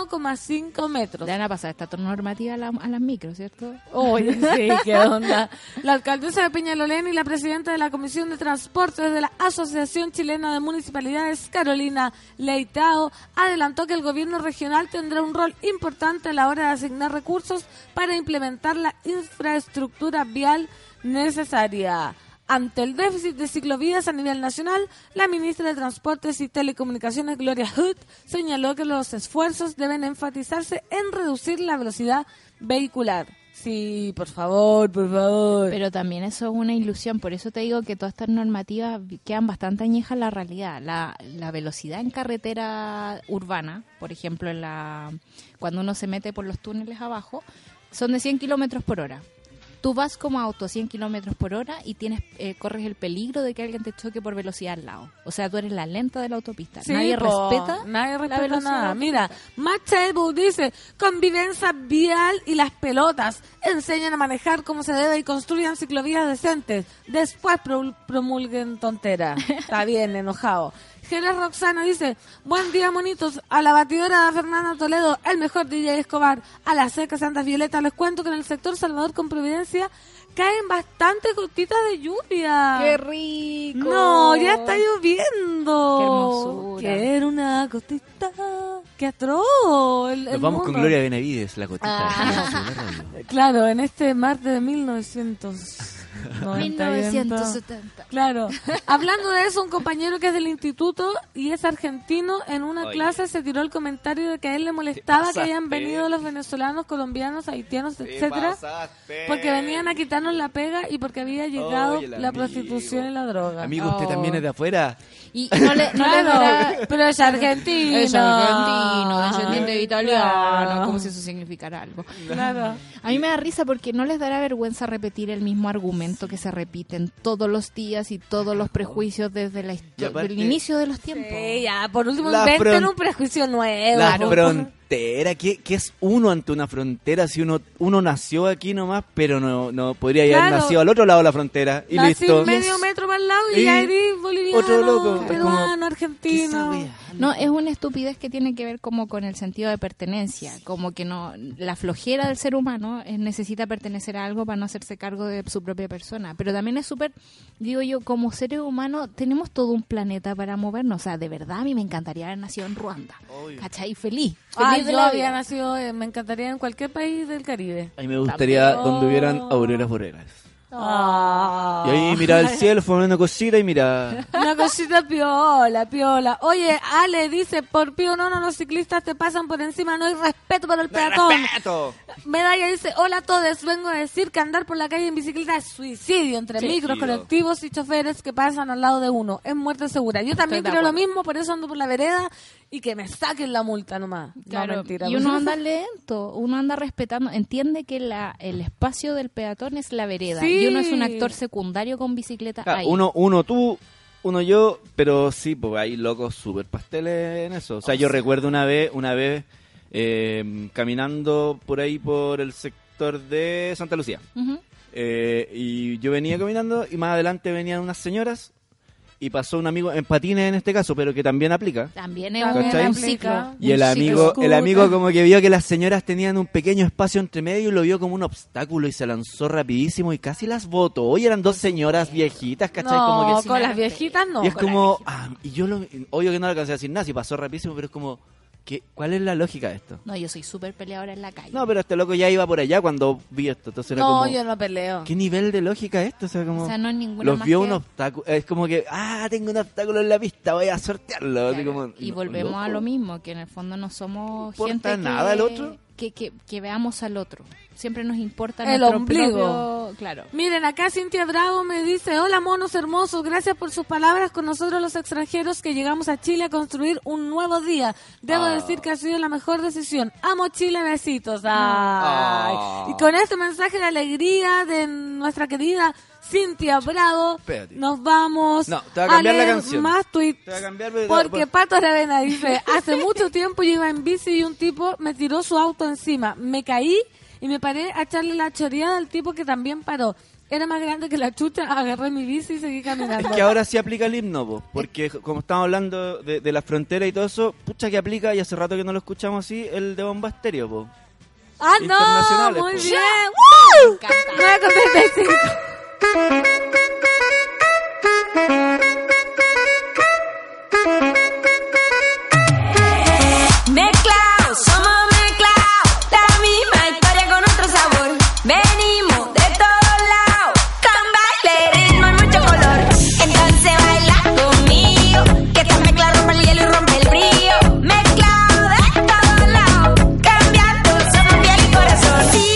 B: 1,5 metros.
C: Le van a pasar esta normativa a, la- a las micros, ¿cierto?
B: Oye, sí, qué onda. La alcaldesa de Peñalolén y la presidenta de la Comisión de Transportes de la Asociación Chilena de Municipalidades, Carolina Leitao, adelantó que el gobierno regional tendrá un rol importante a la hora de asignar recursos para implementar la infraestructura vial necesaria. Ante el déficit de ciclovías a nivel nacional, la ministra de Transportes y Telecomunicaciones, Gloria Hood, señaló que los esfuerzos deben enfatizarse en reducir la velocidad vehicular. Sí, por favor, por favor.
C: Pero también eso es una ilusión, por eso te digo que todas estas normativas vi- quedan bastante añejas a la realidad. La, la velocidad en carretera urbana, por ejemplo, en la, cuando uno se mete por los túneles abajo, son de 100 kilómetros por hora. Tú vas como auto a 100 kilómetros por hora y tienes eh, corres el peligro de que alguien te choque por velocidad al lado. O sea, tú eres la lenta de la autopista.
B: Sí,
C: nadie,
B: po,
C: respeta
B: nadie
C: la
B: respeta
C: velocidad.
B: nada. Mira, Machebu dice, convivencia vial y las pelotas. Enseñan a manejar como se debe y construyan ciclovías decentes. Después pro- promulguen tontera. Está bien, enojado. Jerez Roxana dice, buen día, monitos. A la batidora de Fernanda Toledo, el mejor DJ Escobar. A la seca Santa Violeta, les cuento que en el sector Salvador con Providencia caen bastantes gotitas de lluvia.
C: ¡Qué rico!
B: No, ya está lloviendo.
C: Qué hermosura.
B: Quiero una gotita. Qué atroz. El-
D: Nos
B: el
D: vamos con
B: mundo. Ah.
D: Gloria Benavides, la cotita. de la radio.
B: Claro, en este martes de 1900.
C: 1970.
B: Claro. Hablando de eso, un compañero que es del instituto y es argentino, en una
D: Oye.
B: clase se tiró el comentario de que a él le molestaba que hayan
D: pasaste.
B: venido los venezolanos, colombianos, haitianos, etcétera, porque venían a quitarnos la pega y porque había llegado
D: Oye, el
B: la
D: amigo.
B: prostitución y la droga.
D: Amigo, ¿usted también es de afuera?
C: Y no le, no le
B: Claro,
C: verá-
B: pero es argentino. Ah,
C: Es argentino, descendiente de italiano,
B: Claro.
C: como si eso significara algo.
B: Claro.
C: A mí me da risa porque no les dará vergüenza repetir el mismo argumento que se repiten todos los días y todos los prejuicios desde la
D: Y
C: histo-
D: aparte-
C: del inicio de los tiempos.
B: Sí, ya, por último,
D: La
B: inventen
D: fron-
B: un prejuicio nuevo.
D: La
B: por-
D: frontera, ¿qué, qué es uno ante una frontera? Si uno uno nació aquí nomás, pero no, no podría
B: Claro.
D: haber nacido al otro lado de la frontera y
B: Nací
D: listo.
B: medio metro para el lado y,
D: Y
B: ya eres boliviano,
D: otro loco.
B: peruano,
D: Como-
B: argentino.
C: No, es una estupidez que tiene que ver como con el sentido de pertenencia, como que no la flojera del ser humano eh, necesita pertenecer a algo para no hacerse cargo de su propia persona, pero también es súper digo yo como seres humanos tenemos todo un planeta para movernos, o sea, de verdad a mí me encantaría haber nacido en Ruanda. ¿Cachai? Feliz, feliz
B: Ah,
C: de
B: yo
C: la
B: había
C: vida.
B: nacido, eh, me encantaría en cualquier país del Caribe.
D: A mí me gustaría
B: También.
D: cuando hubieran auroras boreras.
B: Ah.
D: Y ahí mirar el cielo, fumando cosita y mirar.
B: Una cosita piola, piola. Oye, Ale dice, por pío no, no, los ciclistas te pasan por encima, no hay respeto para el peatón. Medalla dice, hola a todos, vengo a decir que andar por la calle en bicicleta es suicidio entre micros, colectivos y choferes que pasan al lado de uno. Es muerte segura. Yo también
C: de
B: creo lo
C: acuerdo.
B: mismo, por eso ando por la vereda y que me saquen la multa nomás. no,
C: Claro,
B: mentira. pues.
C: y uno anda lento, uno anda respetando, entiende que la, el espacio del peatón es la vereda
B: Sí.
C: y uno es un actor secundario con bicicleta
D: Claro,
C: ahí.
D: uno, uno tú, uno yo, pero sí, pues hay locos súper pasteles en eso. O sea,
B: Oh,
D: yo recuerdo una vez, una vez eh, caminando por ahí por el sector de Santa Lucía.
C: Ujú.
D: Eh, y yo venía caminando y más adelante venían unas señoras y pasó un amigo en patines en este caso, pero que también aplica.
C: También es
B: También
D: ¿Cachai?
C: un
B: aplica.
C: ciclo.
D: Y el
C: un ciclo.
D: amigo,
B: Scooter.
D: el amigo como que vio que las señoras tenían un pequeño espacio entre medio y lo vio como un obstáculo y se lanzó rapidísimo y casi las votó. Hoy eran dos señoras viejitas, ¿cachai? como
B: No,
D: que
B: con las viejitas no.
D: y es como, ah, y yo lo, obvio que no lo alcancé a decir nada, si pasó rapidísimo, pero es como, ¿qué, ¿cuál es la lógica de esto?
C: No, yo soy súper peleadora en la calle.
D: No, pero este loco ya iba por allá cuando vi esto, entonces era
B: No,
D: como,
B: yo no peleo.
D: ¿qué nivel de lógica es esto? O sea, como,
C: o sea, no es ninguna
D: los
C: más
D: vio
C: que-
D: un obstáculo, es como que, ah, tengo un obstáculo en la pista, voy a sortearlo. así
C: Claro,
D: como,
C: y
D: no,
C: volvemos a
D: loco.
C: lo mismo, que en el fondo no somos
D: importa
C: gente que-
D: nada el otro.
C: que, que, que veamos al otro. Siempre nos importa
B: El
C: nuestro
B: ombligo.
C: propio- claro.
B: Miren, acá Cintia Drago me dice, hola monos hermosos, gracias por sus palabras con nosotros los extranjeros que llegamos a Chile a construir un nuevo día.
C: Ah.
B: Debo decir que ha sido la mejor decisión. Amo Chile, besitos. Ay.
D: Ah.
B: Y con este mensaje de alegría de nuestra querida Cintia Bravo,
D: Espérate.
B: nos vamos
D: No, te voy a cambiar
B: leer
D: la canción.
B: más tweets.
D: Te voy a cambiar, pues. pero-
B: porque
D: pero-
B: Pato Aravena dice, hace mucho tiempo yo iba en bici y un tipo me tiró su auto encima. Me caí y me paré a echarle la choreada al tipo que también paró. Era más grande que la chucha, agarré mi bici y seguí caminando.
D: Es que ahora sí aplica el himno, po, porque como estamos hablando de, de la frontera y todo eso, pucha que aplica, y hace rato que no lo escuchamos así, el de Bomba Estéreo, po.
B: ¡Ah,
D: internacionales,
B: no! Muy
D: po.
B: bien. ¡Woo!
C: encanta.
B: 9.35.
F: Mezcla, somos mezcla, la misma historia con otro sabor. Venimos de todos lados, con baile, ritmo y mucho color. Entonces baila conmigo, que esta mezcla rompe el hielo y rompe el brillo. Mezclado de todos lados, cambiando, somos piel y corazón. Sí,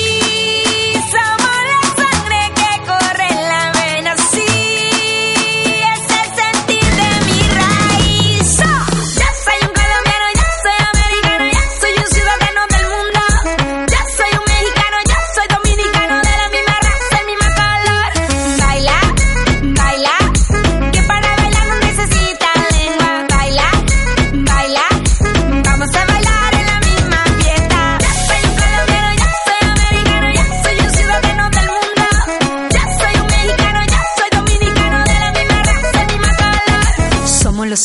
F: somos la sangre que corre en la vena, sí. Es el sentir de mi raíz. Yo soy un colombiano, yo soy americano, yo soy un ciudadano del mundo. Yo soy un mexicano, yo soy dominicano de la misma raza, el mismo color. Baila, baila, que para bailar no necesita lengua. Baila, baila, vamos a bailar en la misma fiesta. Yo soy un colombiano, yo soy americano, yo soy un ciudadano del mundo. Yo soy un mexicano, yo soy dominicano de la misma raza, el mismo color. Somos los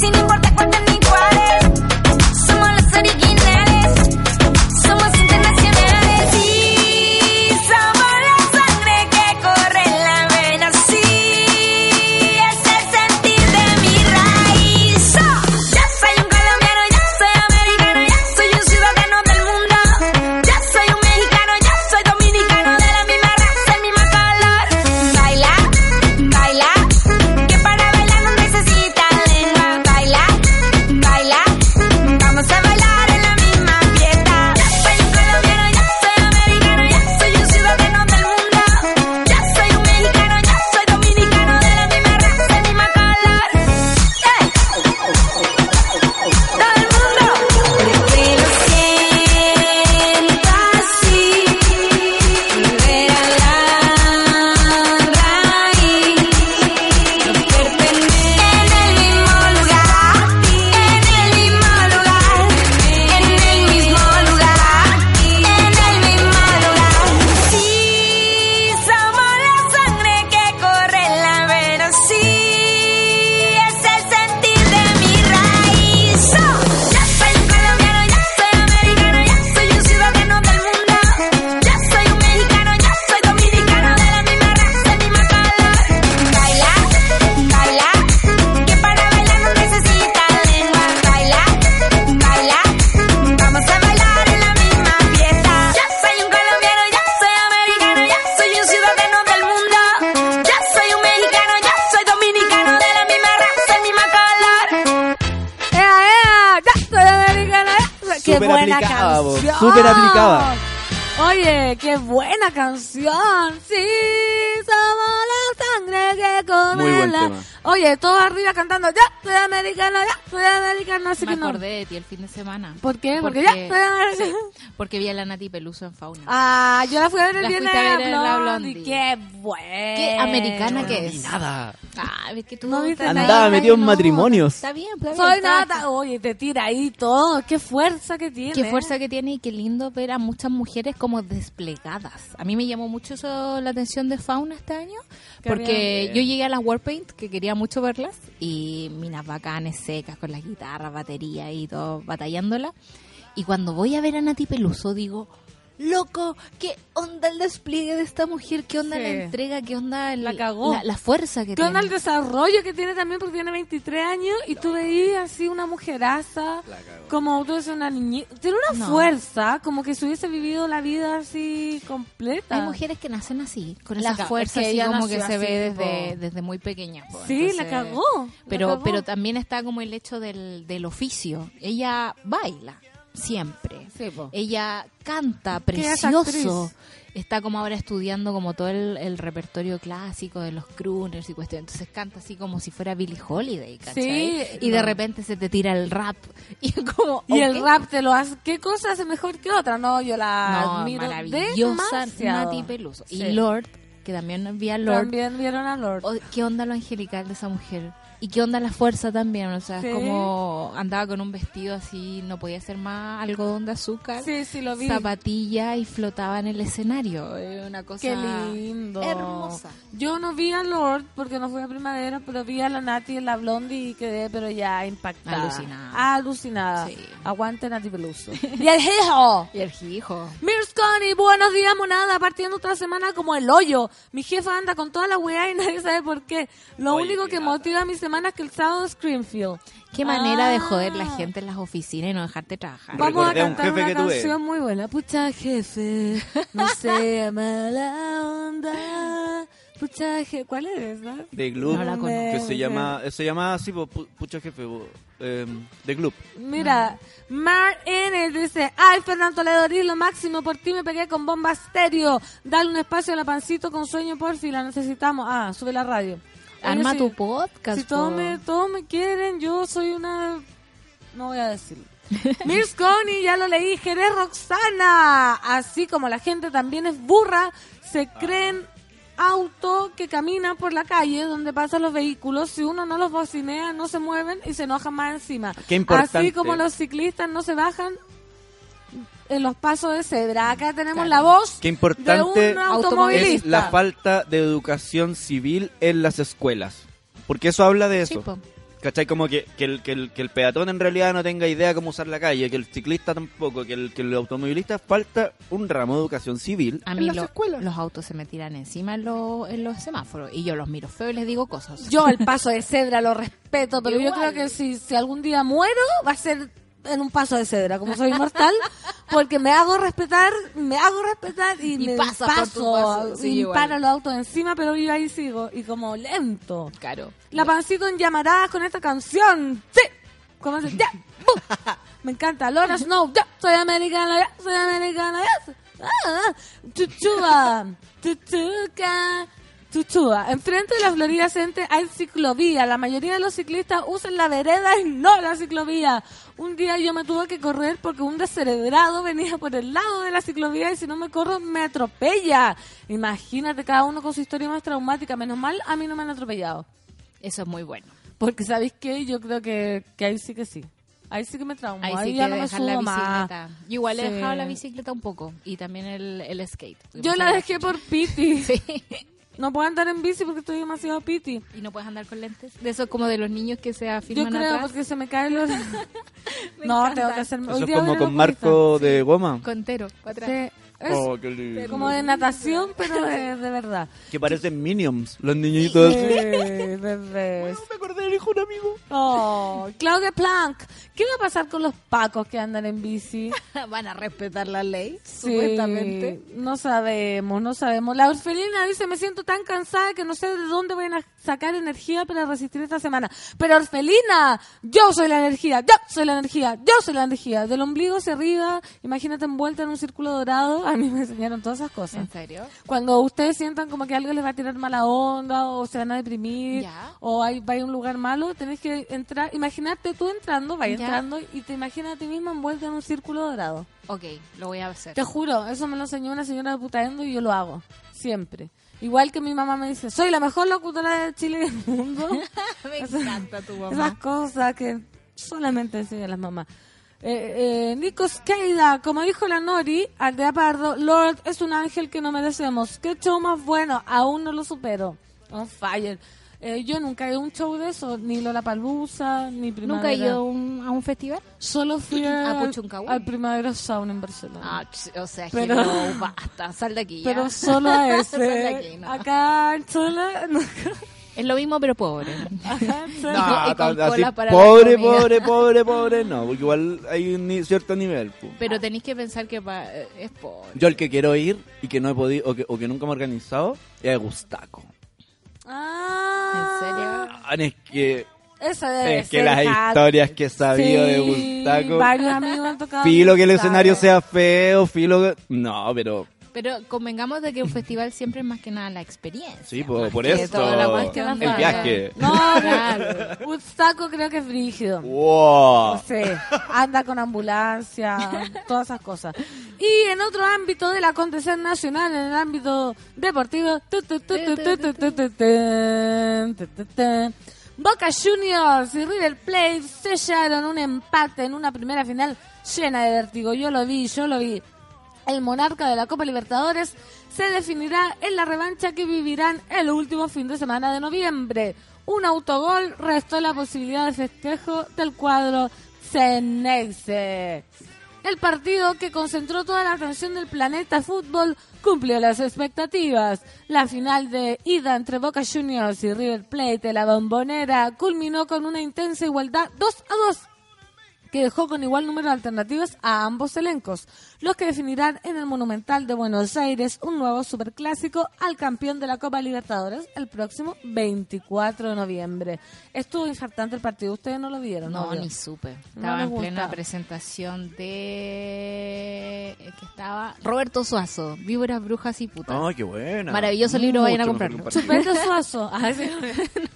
F: sin importar cuántas ni cuáles. Somos los originales, somos internacionales. Sí, somos la sangre que corre en la vena. Sí, es el sentir de mi raíz. Oh, yo soy un colombiano, yo soy americano, yo soy un ciudadano del mundo. Yo soy un mexicano, yo soy dominicano de la misma raza, el mismo color. Baila, baila, que para bailar no necesita lengua. Baila, baila, vamos a bailar en la misma fiesta. Yo soy un colombiano, yo soy americano, yo soy un ciudadano del mundo. Yo soy un mexicano, yo soy dominicano de la misma raza, el mismo color. Yeah. Todo el mundo. Y lo siento así, libera la raíz. Nos pertenece en el mismo lugar, en el mismo lugar, en el mismo lugar, en el mismo lugar. Sí, somos la sangre que corre en la vena, sí es el sentir de mi raíz. Oh, Yo soy un colombiano, yo soy americano, yo soy un ciudadano del mundo. Yo soy un mexicano, yo soy dominicano de la misma raza, el mismo color. Baila, baila, que para bailar no necesita lengua. Baila, baila, vamos a bailar en la misma fiesta. Yo soy un colombiano, yo soy americano, yo soy un ciudadano del mundo. Yo soy un mexicano, yo soy dominicano de la misma raza, el mismo color.
B: ¡Ea, ea! ¡Ya soy americana! ya soy- ¡Qué
D: Súper
B: buena
D: aplicada, vos,
B: canción!
D: súper aplicada.
B: Oye, qué buena canción. Sí, somos la sangre que corre
D: Muy buen
B: la-
D: tema.
B: Oye, todos arriba cantando, ya soy americana, ya soy americana, así
C: Me
B: que no.
C: acordé de ti el fin de semana.
B: ¿Por qué? Porque,
C: Porque-
B: ya soy americana.
C: Porque vi a la Nati Peluso en fauna.
B: Ah, yo la fui a ver el
C: La
B: viernes
C: fuiste a
B: de
C: ver en la Blondie.
B: Qué buena.
C: ¿Qué americana que es? Ah, es que tú
B: No viste
C: estás
B: nada.
D: Andaba
C: ahí,
D: metido en
C: no,
D: matrimonios.
C: Está bien, está bien,
B: Soy
C: está-
B: nada. Oye, te tira ahí todo. Qué fuerza que tiene.
C: Qué fuerza que tiene y qué lindo ver a muchas mujeres como desplegadas. A mí me llamó mucho eso la atención de Fauna este año,
B: Qué
C: porque yo llegué a las Warpaint, que quería mucho verlas, y minas bacanes, secas, con las guitarras, batería y todo, batallándola. Y cuando voy a ver a Nati Peluso, digo, loco, qué onda el despliegue de esta mujer, qué onda la
B: Sí.
C: entrega, qué onda el-
B: La cagó.
C: La, la fuerza que
B: ¿Qué onda el
C: tiene.
B: desarrollo que tiene también? Porque tiene 23 años y tú veías así una mujeraza, como tú eres una niña. Tiene una
C: No.
B: fuerza, como que se hubiese vivido la vida así completa.
C: Hay mujeres que nacen así, con
B: La
C: esa
B: ca-
C: fuerza
B: es que
C: así
B: ella
C: como que
B: nació
C: se
B: así,
C: ve
B: tipo-
C: desde, desde muy pequeña. po.
B: Sí, la
C: Entonces,
B: cagó. la
C: Pero,
B: cagó.
C: pero también está como el hecho del, del oficio. Ella baila siempre.
B: Sí, po.
C: Ella canta
B: ella es
C: precioso. Está como ahora estudiando como todo el, el repertorio clásico de los crooners y cuestiones. Entonces canta así como si fuera Billie Holiday, ¿cachai?
B: Sí,
C: y de
B: no.
C: repente se te tira el rap. Y como...
B: Y el
C: ok.
B: rap te lo hace. ¿Qué cosa hace mejor que otra? No, yo la
C: No,
B: admiro
C: maravillosa
B: demasiado.
C: Nati Peluso.
B: Sí.
C: Y Lord, que también vi a Lord.
B: También vieron a Lord.
C: O- ¿Qué onda lo angelical de esa mujer? ¿Y qué onda la fuerza también? O sea,
B: Sí.
C: es como andaba con un vestido así, no podía ser más algodón de azúcar,
B: Sí, sí, lo vi.
C: zapatilla y flotaba en el escenario. Eh, Una cosa
B: Qué lindo.
C: hermosa.
B: Yo no vi a Lord porque no fui a Primavera, pero vi a la Nati en la Blondie y quedé, pero ya impactada.
C: Alucinada.
B: Alucinada.
C: Sí.
B: Aguante Nati Peluso. ¡Y el hijo!
C: Y el hijo.
B: Mirsconi, buenos días, monada. Partiendo otra semana como el hoyo. Mi jefa anda con toda la weá y nadie sabe por qué. Lo
D: Oye,
B: único que
D: pirata.
B: motiva mi semana es que el sábado es Creamfield.
C: Qué manera de joder
B: Ah.
C: la gente en las oficinas y no dejarte trabajar.
D: Va-
B: Vamos a
D: Recordé a un
B: cantar
D: jefe
B: una
D: que tuve.
B: canción muy buena. Pucha jefe, no sea mala onda. Pucha jefe, ¿cuál es esa?
D: De Gloop,
C: No la conozco.
D: que se llama, eh, se llama así, po, pu- pucha jefe, po, em, de Gloop.
B: Mira, Mar N dice, ay Fernando Toledo, eres lo máximo, por ti me pegué con bomba estéreo. Dale un espacio a la pancito con sueño porfi, la necesitamos. Ah, sube la radio. Oye,
C: Arma
B: si-
C: tu podcast.
B: Si todos
C: po.
B: me, todos me quieren, yo soy una... No voy a decirlo. Mirs Connie, ya lo leí, Jerez Roxana. Así como la gente también es burra, se
D: Ah.
B: creen auto que caminan por la calle donde pasan los vehículos. Si uno no los bocinea, no se mueven y se enojan más encima.
D: Qué importante.
B: Así como los ciclistas no se bajan en los pasos de cebra. Acá tenemos la voz
D: Qué
B: de
D: importante
B: un
D: es
B: automovilista.
D: Es la falta de educación civil en las escuelas. Porque eso habla de
C: Sí,
D: eso.
C: po.
D: ¿Cachai? Como que, que el, que, el, que el peatón en realidad no tenga idea cómo usar la calle, que el ciclista tampoco, que el, que el automovilista falta un ramo de educación civil.
C: A mí lo- los autos se me tiran encima en, lo- en los semáforos y yo los miro feo y les digo cosas.
B: Yo el paso de cedra lo respeto, pero yo
C: Igual.
B: creo que si, si algún día muero va a ser en un paso de cedra, como soy inmortal, porque me hago respetar, me hago respetar y,
C: Y
B: me
C: pasas por
B: paso
C: tu paso, sí,
B: y
C: igual.
B: para los autos encima, pero yo ahí sigo y como lento.
C: Caro.
B: La pancito en llamaradas con esta canción. Sí. ¿Cómo se? Ya. ¡Bum! Me encanta. Laura Snow. Ya. Soy americana. Ya. Soy americana. Ya. Ah, ah. Chuchuba. Chuchuca. Chuchuba. Enfrente de la Florida Center hay ciclovía. La mayoría de los ciclistas usan la vereda y no la ciclovía. Un día yo me tuve que correr porque un descerebrado venía por el lado de la ciclovía y si no me corro me atropella. Imagínate cada uno con su historia más traumática. Menos mal a mí no me han atropellado.
C: Eso es muy bueno.
B: Porque sabéis qué, yo creo que, que ahí sí que sí. Ahí sí que me traumó.
C: Ahí
B: Ahí,
C: sí que
B: ya no me
C: dejar
B: subo
C: la
B: más.
C: bicicleta. Yo igual he
B: Sí.
C: dejado la bicicleta un poco y también el, el skate. porque
B: Yo
C: me
B: la
C: sale-
B: dejé por piti.
C: Sí.
B: No puedo andar en bici porque estoy demasiado piti.
C: Y no puedes andar con lentes. De esos como de los niños que se
B: Yo
C: afirman
B: creo
C: atrás.
B: porque se me caen los... no, tengo que hacerme...
D: Eso
B: hoy
D: es
B: día
D: como
B: voy a
D: con
B: ir al oculista.
D: marco de goma.
C: Contero, para atrás.
B: Sí, es
D: Oh, qué lindo.
B: como de natación, pero de, de verdad.
D: Que parecen minions, los niñitos. así.
B: Eh, bebés.
D: Me acordé del hijo de un amigo.
B: Oh, Claudia Planck, ¿qué va a pasar con los pacos que andan en bici?
C: Van a respetar la ley,
B: Sí,
C: supuestamente.
B: No sabemos, no sabemos. La Orfelina dice, me siento tan cansada que no sé de dónde voy a sacar energía para resistir esta semana. Pero Orfelina, yo soy la energía, yo soy la energía, yo soy la energía. Del ombligo hacia arriba, imagínate envuelta en un círculo dorado. A mí me enseñaron todas esas cosas.
C: ¿En serio?
B: Cuando ustedes sientan como que algo les va a tirar mala onda o se van a deprimir
C: Ya.
B: o hay, va a ir a un lugar malo, tenés que entrar, imaginarte tú entrando, va
C: Ya.
B: entrando y te imaginas a ti misma envuelta en un círculo dorado.
C: Ok, lo voy a hacer.
B: Te juro, eso me lo enseñó una señora de Putaendo y yo lo hago, siempre. Igual que mi mamá me dice, soy la mejor locutora de Chile del mundo.
C: Me encanta tu
B: Esas cosas que solamente enseñan las mamás. Eh, eh, Nico Skeida, como dijo la Nori, Aldea Pardo, Lord es un ángel que no merecemos. Qué show más bueno, aún no lo supero. On fire. Eh, yo nunca he ido a un show de eso, ni Lola Palusa, ni Primavera.
C: ¿Nunca he ido a un, a un festival?
B: Solo fui
C: A
B: al-
C: Puchuncahuil.
B: al Primavera Sound en Barcelona.
C: Ah, ch- o sea,
B: Pero-
C: hello, basta, sal de aquí ya.
B: pero solo a
C: Sal de aquí,
B: ese.
C: no.
B: Acá en Chile, no.
C: Es lo mismo, pero pobre.
B: Acá en Chile.
D: No,
C: Y con
D: tan- así,
C: cola para la
D: pobre,
C: comida.
D: pobre, pobre, pobre, no, porque igual hay un ni- cierto nivel. po.
C: Pero tenéis que pensar que pa- eh, es pobre.
D: Yo el que quiero ir y que no he podido, o que, o que nunca me he organizado, es a Gustaco.
B: Ah.
C: ¿En serio?
D: Ah, Es que,
B: Eso debe
D: es que
B: ser
D: las
B: hack.
D: historias que he sabido de
B: Sí,
D: Gustaco...
B: Varios amigos han tocado.
D: Filo que el
B: Gustaco.
D: escenario sea feo, filo que... No, pero...
C: Pero convengamos de que un festival siempre es más que nada la experiencia.
D: Sí, po,
C: más
D: por
C: que
D: eso.
C: toda la cuestión
D: El
C: de-
D: viaje.
B: No,
C: Claro.
B: pero Gustaco creo que es brígido.
D: ¡Wow!
B: No sé, anda con ambulancia, todas esas cosas. Y en otro ámbito del acontecer nacional, en el ámbito deportivo, tu, tu, tu, tu, tu, tu, tu, tu, tu, tu, tu, tu. Boca Juniors y River Plate sellaron un empate en una primera final llena de vértigo. Yo lo vi, yo lo vi. El monarca de la Copa Libertadores se definirá en la revancha que vivirán el último fin de semana de noviembre. Un autogol restó la posibilidad de festejo del cuadro Ceneice. El partido que concentró toda la atención del planeta fútbol cumplió las expectativas. La final de ida entre Boca Juniors y River Plate, en la bombonera, culminó con una intensa igualdad 2 a 2 que dejó con igual número de alternativas a ambos elencos, los que definirán en el Monumental de Buenos Aires un nuevo superclásico al campeón de la Copa Libertadores el próximo 24 de noviembre. Estuvo infartante el partido, ustedes no lo vieron.
C: No,
B: obvio.
C: ni supe.
B: No
C: Estaba
B: me
C: en plena
B: gusta.
C: presentación de... eh, que estaba Roberto Suazo, Víboras, Brujas y Putas.
D: qué buena!
C: Maravilloso libro, vayan a
D: Mucho mejor que un
C: comprarlo.
D: partido.
B: Beto Suazo. Ah, sí.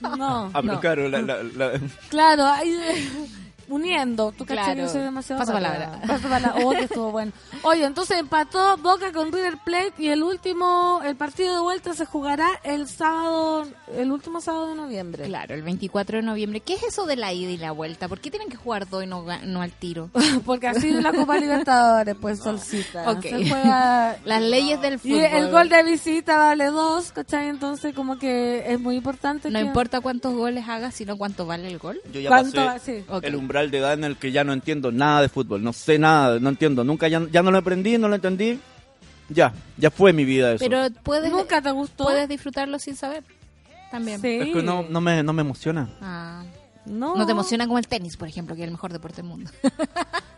B: No,
D: Ah, pero
B: no.
D: claro, la- la- la-
B: Claro, ahí, eh, uniendo. Tú cachai,
C: Claro.
B: yo soy demasiado.
C: Paso
B: rápida.
C: palabra.
B: Paso palabra. Oh, que estuvo bueno. Oye, entonces empató Boca con River Plate y el último, el partido de vuelta se jugará el sábado, el último sábado de noviembre.
C: Claro, el 24 de noviembre. ¿Qué es eso de la ida y la vuelta? ¿Por qué tienen que jugar dos y no, ga- no al tiro?
B: Porque así es la Copa Libertadores, pues solcita.
C: Ok.
B: Se juega.
C: Las leyes del
B: Y
C: fútbol.
B: el gol de visita vale dos, ¿cachai? Entonces, como que es muy importante.
C: No
B: que-
C: importa cuántos goles hagas, sino cuánto vale el gol.
D: Yo ya
B: ¿Cuánto
D: pasé
B: va- sí.
C: Ok.
D: el umbral de edad en el que ya no entiendo nada de fútbol. No sé nada, no entiendo. Nunca ya, ya no lo aprendí, no lo entendí. Ya, ya fue mi vida eso.
C: Pero puedes,
B: Nunca te gustó.
C: puedes disfrutarlo sin saber. También.
B: Sí.
D: es que no, no me, no me emociona.
C: Ah.
B: No.
C: No te emociona como el tenis, por ejemplo, que es el mejor deporte del mundo.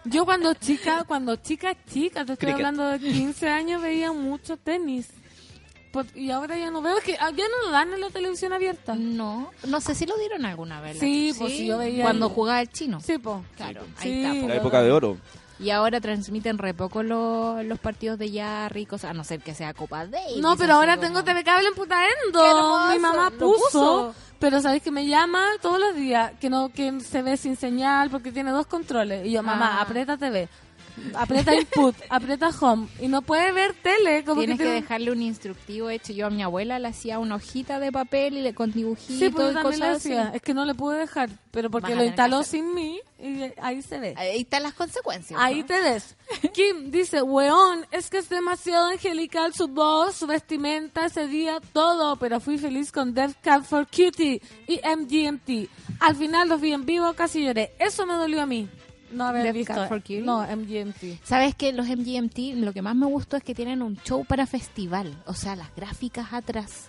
B: Yo cuando chica, cuando chica, chica, te estoy
D: Cricket.
B: hablando de 15 años, veía mucho tenis. Por- y ahora ya no veo, es que ah, ya no lo dan en la televisión abierta.
C: No, no sé si lo dieron alguna vez.
B: Sí, pues, sí, yo veía
C: Cuando
B: el-
C: jugaba el chino.
B: Sí, po.
C: Claro,
B: Sí,
C: ahí está. pues. po.
D: La época de oro.
C: Y ahora transmiten re poco lo- los partidos de ya ricos, a no ser que sea Copa Davis.
B: No, pero
C: así
B: ahora
C: como-
B: tengo TV Cable en
C: Qué
B: Putaendo.
C: hermoso,
B: Mi mamá
C: lo
B: puso,
C: puso.
B: Pero sabes que me llama todos los días, que no que se ve sin señal porque tiene dos controles. Y yo, mamá,
C: Ah.
B: aprieta TV. Aprieta input, aprieta home. Y no puede ver tele. Como
C: Tienes que
B: tiene-
C: dejarle un instructivo hecho. Yo a mi abuela le hacía una hojita de papel y le- con dibujitos
B: Sí, pues yo también
C: y
B: lo
C: cosas
B: hacía.
C: así.
B: Es que no le pude dejar, pero
C: Vas
B: porque
C: a
B: lo
C: tener que
B: instaló
C: hacer.
B: sin mí y ahí se ve.
C: Ahí están las consecuencias.
B: Ahí
C: ¿no?
B: te ves. Kim dice, weón, es que es demasiado angelical su voz, su vestimenta, ese día, todo, pero fui feliz con Death Cab for Cutie y MGMT. Al final los vi en vivo, casi lloré. Eso me dolió a mí. No haber
C: Death
B: visto.
C: Cab for Cutie.
B: No, MGMT.
C: Sabes que los MGMT lo que más me gustó es que tienen un show para festival, o sea, las gráficas atrás,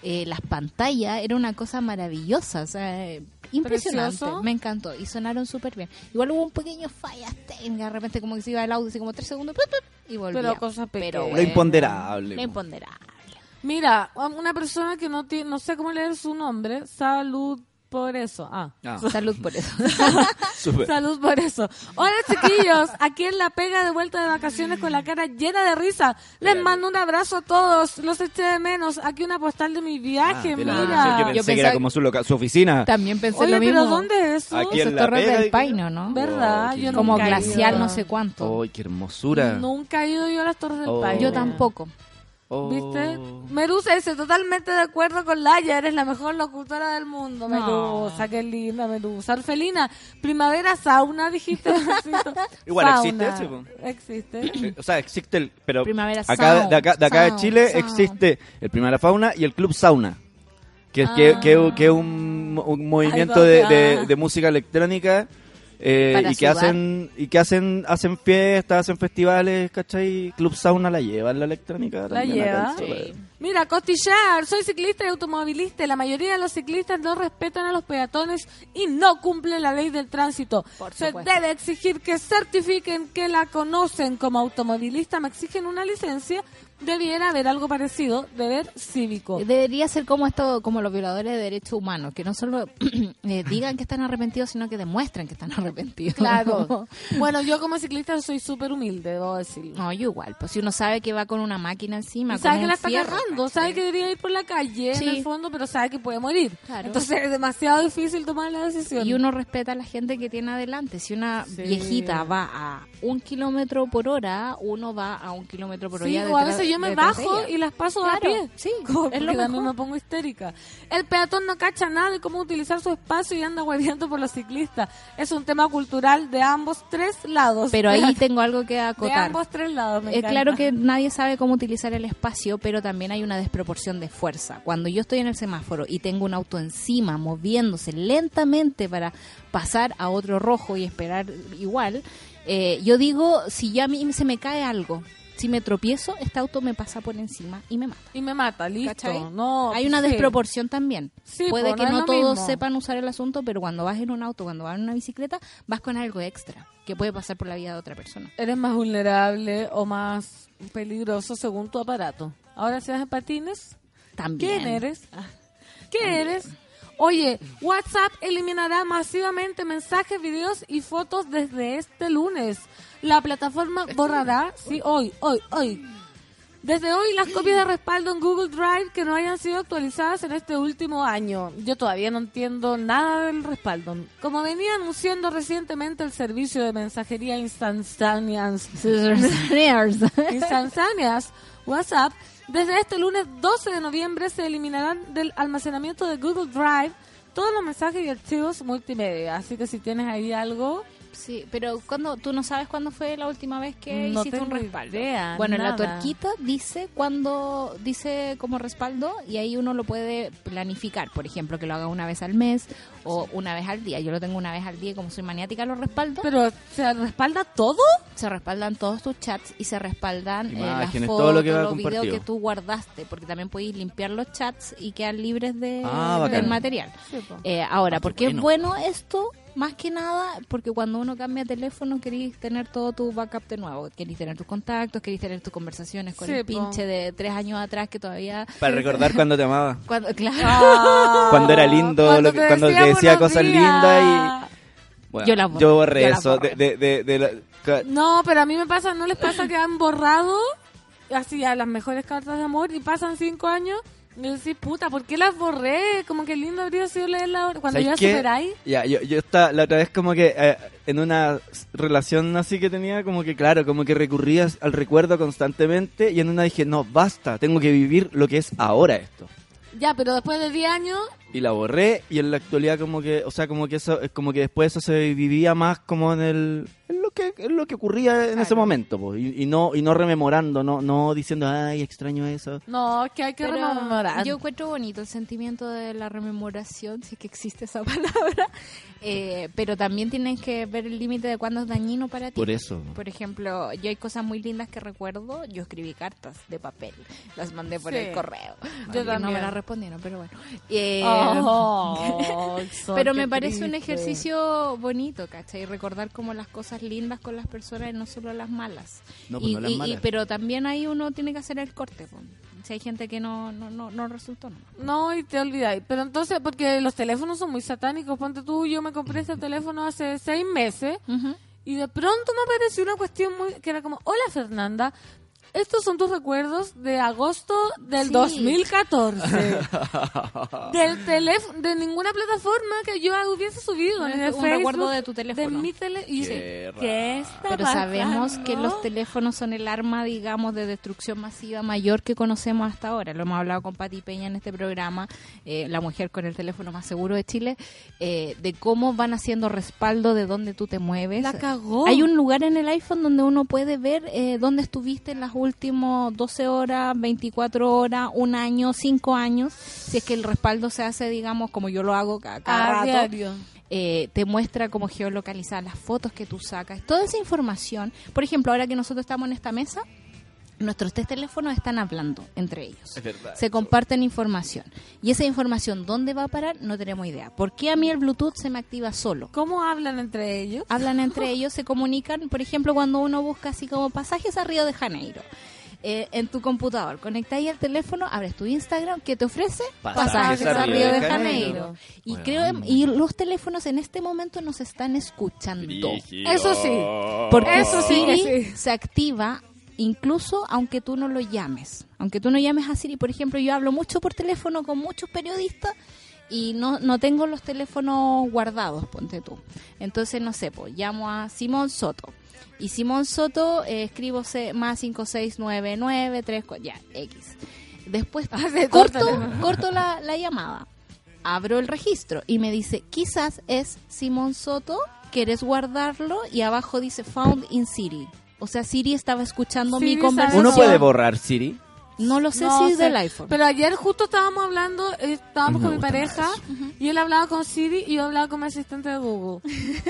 C: eh, las pantallas, era una cosa maravillosa, o sea, eh, impresionante,
B: Precioso.
C: me encantó y sonaron súper bien. Igual hubo un pequeño falla técnica, de repente como que se iba el audio, así como tres segundos ¡pip, pip! y volvía.
B: Pero cosas pequeñas.
D: Lo
C: Lo
D: imponderable. pues. po.
C: imponderable.
B: Mira, una persona que no tiene, no sé cómo leer su nombre, salud por eso. Ah.
D: Ah,
C: Salud por eso.
D: súper.
B: Salud por eso. Hola chiquillos, aquí en La Pega de vuelta de vacaciones con la cara llena de risa. Les mando un abrazo a todos, los eché de menos. Aquí una postal de mi viaje,
D: Ah, de la-
B: mira.
D: Yo pensé
C: Yo
D: que era
C: pensaba-
D: como su, loca- su oficina.
C: También pensé
B: Oye,
C: lo mismo.
B: pero ¿dónde es eso?
D: Aquí
C: Eso
D: en
C: es
D: la
C: Torres
D: pega
C: del
D: y-
C: Paino, ¿no?
B: ¿Verdad?
D: Oh,
B: Yo
D: qué
C: Como
B: nunca he ido.
C: glacial, no sé cuánto.
D: ¡Ay, qué hermosura!
B: Nunca he ido yo a las Torres del
D: Oh.
B: País.
C: Yo tampoco.
D: Oh.
B: ¿Viste? Merusa dice, totalmente de acuerdo con Laya, eres la mejor locutora del mundo.
C: No.
B: Merusa, qué linda Merusa. Orfelina, primavera sauna, dijiste. Marcito.
D: Igual existe
B: Sauna.
D: ese, po.
B: Existe.
D: Eh, O sea, existe el. Pero
C: Primavera
D: acá,
C: Sound,
D: de acá, de acá de
C: Sound,
D: Chile
C: Sound.
D: existe el Primavera Fauna y el Club Sauna. que es
C: Ah.
D: que, que- que es un, un movimiento
B: Algo
D: de,
B: acá.
D: de- de música electrónica eh,
C: Para
D: y que
C: sudar.
D: hacen y que hacen hacen fiestas, hacen festivales, ¿cachai? Club Sauna la lleva la electrónica.
B: La
D: también acá
B: lleva.
D: en Chile.
B: Mira, costillar, soy ciclista y automovilista. y La mayoría de los ciclistas no respetan a los peatones y no cumplen la ley del tránsito.
C: Por
B: Se
C: supuesto.
B: debe exigir que certifiquen que la conocen como automovilista. Me exigen una licencia. Debiera haber algo parecido, deber cívico.
C: Eh, Debería ser como esto, como los violadores de derechos humanos, que no solo eh, digan que están arrepentidos, sino que demuestren que están arrepentidos.
B: Claro. bueno, yo como ciclista soy súper humilde, debo decirlo.
C: No, yo igual, pues si uno sabe que va con una máquina encima,
B: Sabe
C: con
B: que
C: un
B: la está
C: fierro,
B: cargando,
C: ¿cachai?
B: sabe que debería ir por la calle
C: Sí.
B: en el fondo, pero sabe que puede morir.
C: Claro.
B: Entonces es demasiado difícil tomar la decisión.
C: Y uno respeta a la gente que tiene adelante. Si una
B: Sí.
C: viejita va a un kilómetro por hora, uno va a un kilómetro por hora.
B: Sí, o a
C: detrás-
B: veces yo me
C: detrás de
B: bajo
C: ella.
B: y las paso a
C: Claro,
B: pie.
C: sí,
B: Como
C: es
B: porque
C: lo
B: también
C: mejor.
B: me pongo histérica. El peatón no cacha nada de cómo utilizar su espacio y anda hueviando por los ciclistas. Es un tema cultural de ambos tres lados.
C: Pero
B: De-
C: ahí tengo algo que
B: de
C: acotar.
B: ambos tres lados. me
C: Eh,
B: encanta.
C: claro que nadie sabe cómo utilizar el espacio, pero también hay una desproporción de fuerza. Cuando yo estoy en el semáforo y tengo un auto encima moviéndose lentamente para pasar a otro rojo y esperar igual, eh, yo digo, si ya a mí se me cae algo, si me tropiezo, este auto me pasa por encima y me mata.
B: Y me mata, listo.
C: ¿Cachai?
B: No,
C: Hay una
B: Oh, sí.
C: desproporción también.
B: Sí,
C: Puede
B: po,
C: que
B: no
C: no,
B: es lo
C: todos
B: mismo.
C: sepan usar el asunto, pero cuando vas en un auto, cuando vas en una bicicleta, vas con algo extra que puede pasar por la vida de otra persona.
B: Eres más vulnerable o más peligroso según tu aparato. Ahora si vas en patines,
C: También.
B: ¿Quién eres? ¿Quién eres? Oye, WhatsApp eliminará masivamente mensajes, videos y fotos desde este lunes. La plataforma borrará, sí, hoy, hoy, hoy. Desde hoy las copias de respaldo en Google Drive que no hayan sido actualizadas en este último año. Yo todavía no entiendo nada del respaldo. Como venía anunciando recientemente el servicio de mensajería instantánea, instantáneas WhatsApp, desde este lunes 12 de noviembre se eliminarán del almacenamiento de Google Drive todos los mensajes y archivos multimedia. Así que si tienes ahí algo,
C: Sí, pero cuando tú no sabes cuándo fue la última vez que
B: No
C: hiciste un
B: tengo
C: respaldo.
B: idea,
C: bueno,
B: nada.
C: la tuerquita dice cuando dice como respaldo y ahí uno lo puede planificar, por ejemplo, que lo haga una vez al mes o una vez al día. Yo lo tengo una vez al día y como soy maniática lo respaldo.
B: pero ¿se respalda todo?
C: se respaldan todos tus chats y se respaldan eh, las
D: Imágenes,
C: fotos,
D: todo lo que va
C: los videos
D: compartido.
C: que tú guardaste, porque también podéis limpiar los chats y quedar libres de,
D: Ah, bacán.
C: del material. Eh, ahora,
D: Ah, qué
C: ¿por qué
D: bueno.
C: es bueno esto? Más que nada, porque cuando uno cambia teléfono querís tener todo tu backup de nuevo. Querís tener tus contactos, querís tener tus conversaciones con
B: Sí,
C: el
B: po.
C: pinche de tres años atrás que todavía...
D: Para recordar cuando te amaba.
C: Cuando, claro,
B: Ah.
C: Oh,
D: Cuando era lindo, lo que- cuando te decía
B: buenos
D: cosas
B: días.
D: lindas Bueno,
C: Yo la borré,
D: Yo borré
C: yo la
D: eso.
C: borré.
D: De, de, de- de la- ca-
B: No, pero a mí me pasa, ¿no les pasa que han borrado así a las mejores cartas de amor y pasan cinco años? Y decís, puta, ¿por qué las borré? Como que lindo habría sido leerla ahora. cuando
D: ¿Sabes
B: ya
D: qué?
B: superáis.
D: Ya, yo, yo esta- la otra vez como que eh, en una s- relación así que tenía, como que claro, como que recurrías al recuerdo constantemente y en una dije, no, basta, tengo que vivir lo que es ahora esto.
B: Ya, pero después de 10 años,
D: Y la borré y en la actualidad como que, o sea, como que eso, es como que después eso se vivía más como en el, en lo que, en lo que ocurría en ese
C: Claro.
D: momento, po, y, y no, y no rememorando, no, no diciendo, ay, extraño eso.
B: no, es que hay que
C: Pero
B: rememorar.
C: Yo encuentro bonito el sentimiento de la rememoración, si es que existe esa palabra, Eh, pero también tienes que ver el límite de cuándo es dañino para ti.
D: Por eso.
C: Por ejemplo, yo hay cosas muy lindas que recuerdo. Yo escribí cartas de papel, las mandé por
B: Sí.
C: el correo.
B: Yo
C: Y No me
B: también.
C: las respondieron, pero bueno. Eh,
B: Oh, Sol,
C: pero
B: qué
C: me parece un
B: triste.
C: ejercicio bonito, ¿cachai? Recordar como las cosas lindas con las personas y no solo las malas.
D: No, pues
C: Y-
D: no las
C: y- y-
D: malas.
C: pero también ahí uno tiene que hacer el corte. po. Si hay gente que no, no, no, no resultó, no.
B: No, y te olvidáis. Pero entonces, porque los teléfonos son muy satánicos. Ponte tú, yo me compré este teléfono hace seis meses y de pronto me apareció una cuestión muy que era como, hola Fernanda, estos son tus recuerdos de agosto del
C: Sí.
B: 2014. del teléfono, de ninguna plataforma que yo hubiese subido.
C: No,
B: ni
C: es
B: de
C: este, un
B: Facebook,
C: recuerdo de tu teléfono.
B: De mi teléfono. Y yo,
D: Qué
B: ¿qué está
C: Pero sabemos
B: pasando?
C: que los teléfonos son el arma, digamos, de destrucción masiva mayor que conocemos hasta ahora. Lo hemos hablado con Pati Peña en este programa, eh, la mujer con el teléfono más seguro de Chile, eh, de cómo van haciendo respaldo de dónde tú te mueves.
B: La cagó.
C: Hay un lugar en el iPhone donde uno puede ver eh, dónde estuviste en las últimos 12 horas, 24 horas, un año, cinco años, si es que el respaldo se hace, digamos, como yo lo hago ca- cada,
B: A
C: rato,
B: diario.
C: eh, te muestra cómo geolocalizar las fotos que tú sacas, toda esa información. Por ejemplo, ahora que nosotros estamos en esta mesa, nuestros tres teléfonos están hablando entre ellos.
D: Es verdad.
C: Se comparten información. Y esa información, ¿dónde va a parar? No tenemos idea. ¿Por qué a mí el Bluetooth se me activa solo?
B: ¿Cómo hablan entre ellos?
C: Hablan entre ellos, se comunican. Por ejemplo, cuando uno busca así como pasajes a Río de Janeiro. eh, en tu computador, conectáis el teléfono, abres tu Instagram, que te ofrece pasajes, a Río de Janeiro. Y
D: Bueno.
C: creo y los teléfonos en este momento nos están escuchando.
B: Eso sí.
C: Porque
B: Eso sí que
C: Siri
B: sí.
C: se activa incluso aunque tú no lo llames. Aunque tú no llames a Siri, por ejemplo, yo hablo mucho por teléfono con muchos periodistas y no, no tengo los teléfonos guardados, ponte tú. Entonces, no sé, pues llamo a Simón Soto. Y Simón Soto eh, escribo se- más 5699, 3, ya, X. Después
B: Ah,
C: corto, corto la, la llamada, abro el registro y me dice, quizás es Simón Soto, quieres guardarlo y abajo dice Found in Siri. O sea, Siri estaba escuchando
B: Siri
C: mi
B: sabe
C: conversación.
D: Uno
B: Atención.
D: puede borrar Siri.
C: No lo sé
B: No
C: si es
B: sé,
C: del iPhone.
B: Pero ayer justo estábamos hablando, eh, estábamos
D: Me
B: con mi
D: gusta
B: pareja y él hablaba con Siri y yo hablaba con mi asistente de Google.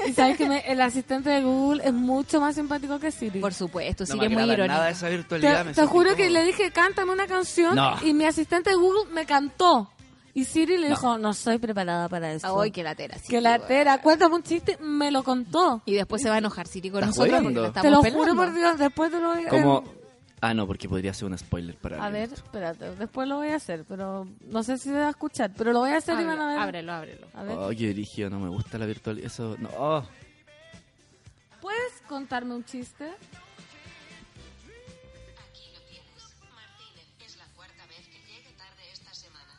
B: y sabes que me- el asistente de Google es mucho más simpático que Siri.
C: Por supuesto,
D: No
C: Siri es muy
D: agrada
C: irónico.
D: nada esa virtualidad.
B: te,
D: me
B: te
D: siento
B: juro que
D: incómodo.
B: le dije, cántame una canción
D: No.
B: y mi asistente de Google me cantó. Y Siri le dijo, no soy preparada para eso.
C: Ay, qué latera. Siri,
B: que la tera, cuéntame un chiste, me lo contó.
C: Y después se va a enojar Siri con
D: ¿Estás
C: nosotros porque
D: jodiendo?
C: la
B: Te
C: estamos
B: lo juro
C: pelando.
B: por Dios, después te lo voy a... eh,
D: Como... Ah, no, porque podría ser un spoiler para
B: A
D: alguien.
B: ver, espérate, después lo voy a hacer, pero no sé si se va a escuchar, pero lo voy a hacer y van a ver.
C: Ábrelo, ábrelo, ábrelo.
B: A ver.
D: Oye, Rigio, no me gusta la virtualidad. Eso, no. oh.
B: ¿Puedes contarme un chiste?
G: Aquí lo tienes. Martínez es la cuarta vez que llegue tarde esta semana.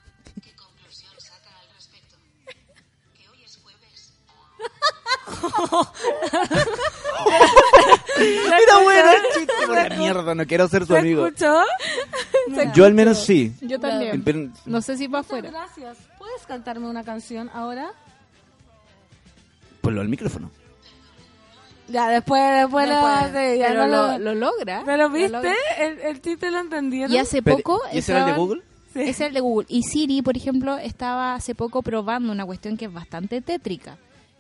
G: ¿Qué conclusión saca al respecto? Que hoy es jueves.
D: Era bueno el chiste. Una mierda, no quiero ser su
B: ¿Lo
D: amigo.
B: escuchó?
D: Yo al menos sí.
C: Yo
B: también.
D: Pero-
C: No sé si va
B: Muchas
C: afuera.
B: gracias. ¿Puedes cantarme una canción ahora?
D: Ponlo al micrófono.
B: Ya, después, después, la- sí, ya
C: pero
B: no
C: lo,
B: lo,
C: lo logra.
B: Pero
C: Lo
B: viste,
C: logra.
B: el, el chiste lo entendieron.
C: Y hace
D: Pero-
C: poco...
D: ¿Y ese era el de
C: estaban-
D: Google?
B: Sí.
C: Es el de Google. Y Siri, por ejemplo, estaba hace poco probando una cuestión que es bastante tétrica,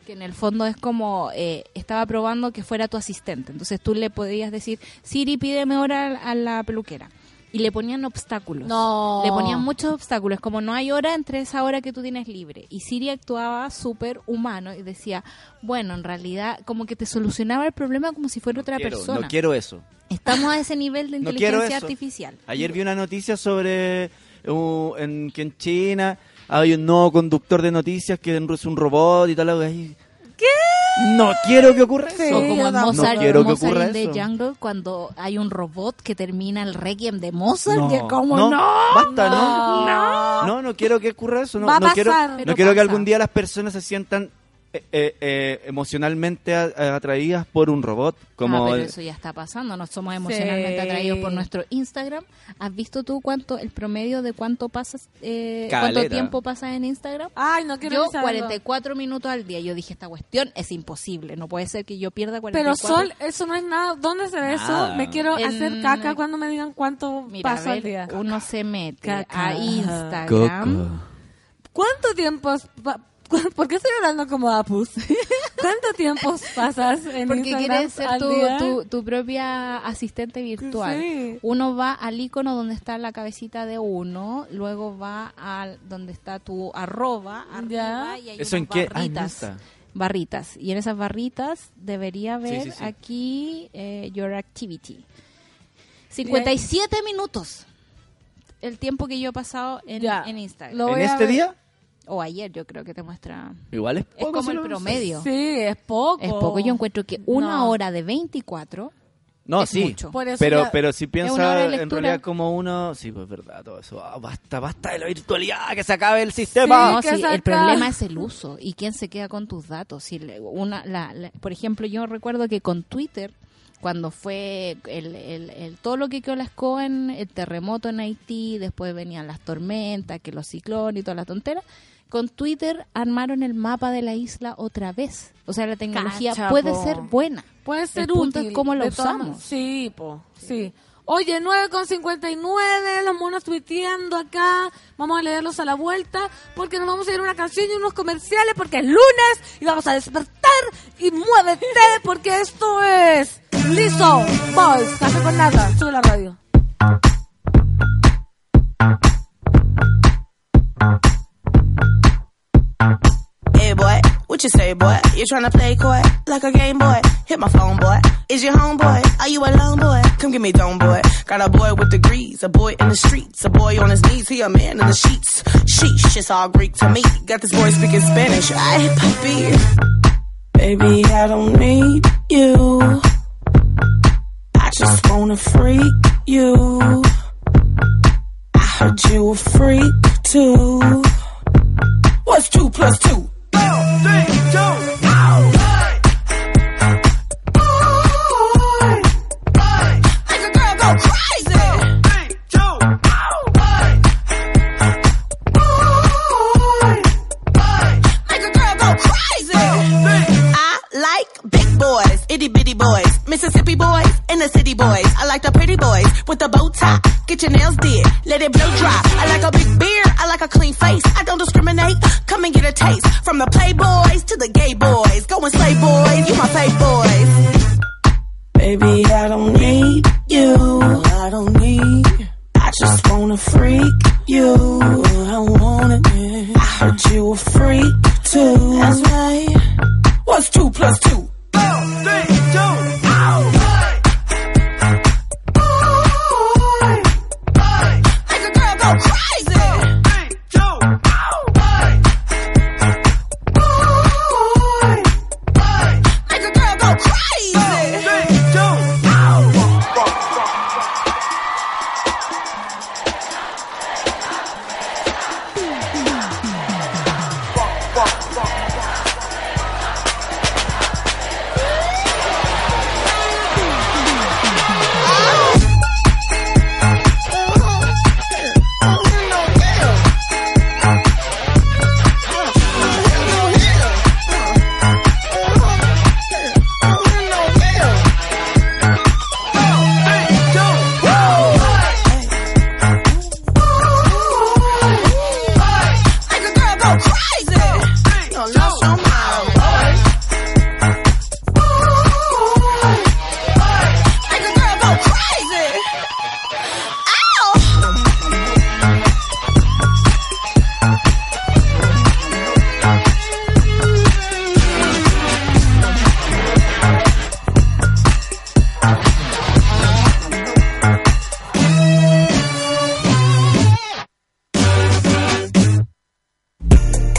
C: que en el fondo es como eh, estaba probando que fuera tu asistente. Entonces tú le podías decir, Siri, pídeme hora a la peluquera. Y le ponían obstáculos.
B: No.
C: Le ponían muchos obstáculos, como no hay hora entre esa hora que tú tienes libre. Y Siri actuaba súper humano y decía, bueno, en realidad como que te solucionaba el problema como si fuera otra
D: Quiero,
C: persona.
D: no quiero eso.
C: Estamos a ese nivel de
D: No quiero
C: inteligencia
D: eso.
C: artificial.
D: Ayer vi una noticia sobre uh, en, que en China hay un nuevo conductor de noticias que es un robot y tal. algo ahí. No quiero que ocurra
B: Sí.
C: O
D: eso.
C: como
B: yo
C: en
B: tampoco.
C: Mozart,
D: No quiero que
C: Mozart
D: ocurra
C: in the
D: eso.
C: Jungle, cuando hay un robot que termina el requiem de Mozart,
D: No,
C: que como
D: no,
C: no.
D: basta, no.
B: No.
D: No, no, quiero que ocurra eso. No,
B: Va a
D: no quiero,
B: pasar.
D: no
C: Pero
D: quiero que
C: pasa.
D: algún día las personas se sientan eh, eh, eh, emocionalmente a- a- atraídas por un robot. Como
C: Ah, pero
D: el-
C: eso ya está pasando, nos somos emocionalmente
B: Sí.
C: atraídos por nuestro Instagram. ¿Has visto tú cuánto, el promedio de cuánto pasas, eh, cuánto
D: Caleta.
C: tiempo pasas en Instagram?
B: Ay, no quiero
C: Yo
B: ni saberlo.
C: 44 minutos al día. Yo dije, esta cuestión es imposible, no puede ser que yo pierda 44.
B: Pero Sol, eso no es nada. ¿Dónde se ve
D: Nada.
B: eso? Me quiero
C: En-
B: hacer caca cuando me digan cuánto
C: Mira,
B: paso
C: a
B: al
C: ver,
B: día.
C: uno se mete
B: Caca.
C: a Instagram.
B: ¿Cuánto tiempo? es pa- cu- ¿Por qué estoy hablando como Apus? ¿Cuánto tiempo pasas en
C: Porque
B: Instagram
C: quieres ser
B: al
C: tu,
B: día?
C: tu- tu propia asistente virtual.
B: Sí.
C: Uno va al icono donde está la cabecita de uno, luego va al donde está tu arroba,
B: Ya.
C: arriba, y hay
D: ¿Eso en
C: unas
D: qué? Ah, en
C: barritas.
D: Insta.
C: barritas. Y en esas barritas debería ver
D: sí, sí.
C: aquí eh, Your Activity. 57 minutos. El tiempo que yo he pasado en,
B: Ya.
C: en Instagram.
B: Lo
D: ¿En
B: voy a
D: este
B: ver.
D: día?
C: O ayer yo creo que te muestra...
D: Igual es
C: Es
D: poco.
C: como
D: si
C: el
D: lo pensas.
C: promedio.
B: Sí, es poco.
C: Es poco. Yo encuentro que una
B: No.
C: hora de 24
D: No,
C: Es
D: sí.
C: mucho.
B: Por eso
D: Pero,
B: ya-
D: pero si
C: una hora de
D: piensa en
C: lectura.
D: realidad como uno, sí, pues verdad, todo eso. Ah, basta, basta de la virtualidad, que se acabe el sistema.
C: No,
B: que
C: sí,
B: sacar.
C: el problema es el uso y quién se queda con tus datos. Si le- una, la- la- por ejemplo, yo recuerdo que con Twitter, cuando fue el, el- el- todo lo que quedó la escoba en el terremoto en Haití, después venían las tormentas, que los ciclones y todas las tonteras, con Twitter armaron el mapa de la isla otra vez. O sea, la tecnología
B: Cacha,
C: puede
B: po.
C: ser buena.
B: Puede ser
C: punto
B: útil.
C: es cómo lo
B: de todas
C: usamos.
B: man- Sí, po, sí. Oye, 9.59, los monos tuiteando acá. Vamos a leerlos a la vuelta porque nos vamos a ir a una canción y unos comerciales porque es lunes y vamos a despertar y muévete porque esto es Liso Boys. Café con nada. Sube la radio.
H: Hey boy, what you say, boy? You tryna play coy like a game boy? Hit my phone, boy. Is your homeboy? Are you alone, boy? Come get me dome, boy. Got a boy with degrees, a boy in the streets, a boy on his knees, he a man in the sheets. Sheesh, it's all Greek to me. Got this boy speaking Spanish, I puppy. Baby, I don't need you. I just wanna freak you. I heard you a freak too. What's two plus two? I like big boys, itty bitty boys, Mississippi boys, and the city boys. I like the pretty boys with the bow tie. Get your nails did, let it blow dry. I like a big beard, I like a clean face. I don't discriminate. Come and get a taste from the playboys to the gay boys. Go and slay boys, you my fake boys. Baby, I don't need you. I don't need. I just wanna freak you. I want it. I heard you a freak too. That's right. What's two plus two?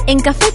A: En Café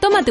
A: Tómate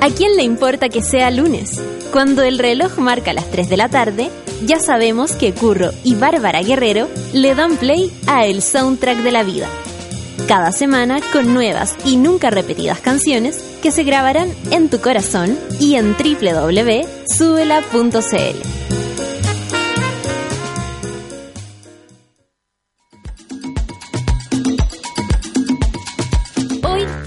A: ¿A quién le importa que sea lunes? Cuando el reloj marca las 3 de la tarde, ya sabemos que Curro y Bárbara Guerrero le dan play a El Soundtrack de la Vida. Cada semana con nuevas y nunca repetidas canciones que se grabarán en tu corazón y en www.subela.cl. Hoy,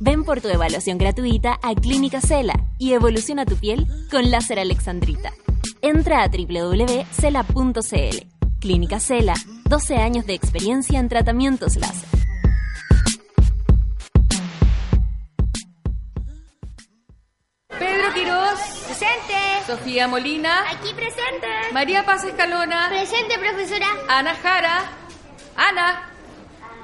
A: Ven por tu evaluación gratuita a Clínica Cela y evoluciona tu piel con láser alexandrita. Entra a www.cela.cl. Clínica Cela, 12 años de experiencia en tratamientos láser.
F: Pedro Quirós,
I: Presente.
F: Sofía Molina,
I: Aquí presente.
F: María Paz Escalona,
I: Presente, profesora.
F: Ana Jara, Ana,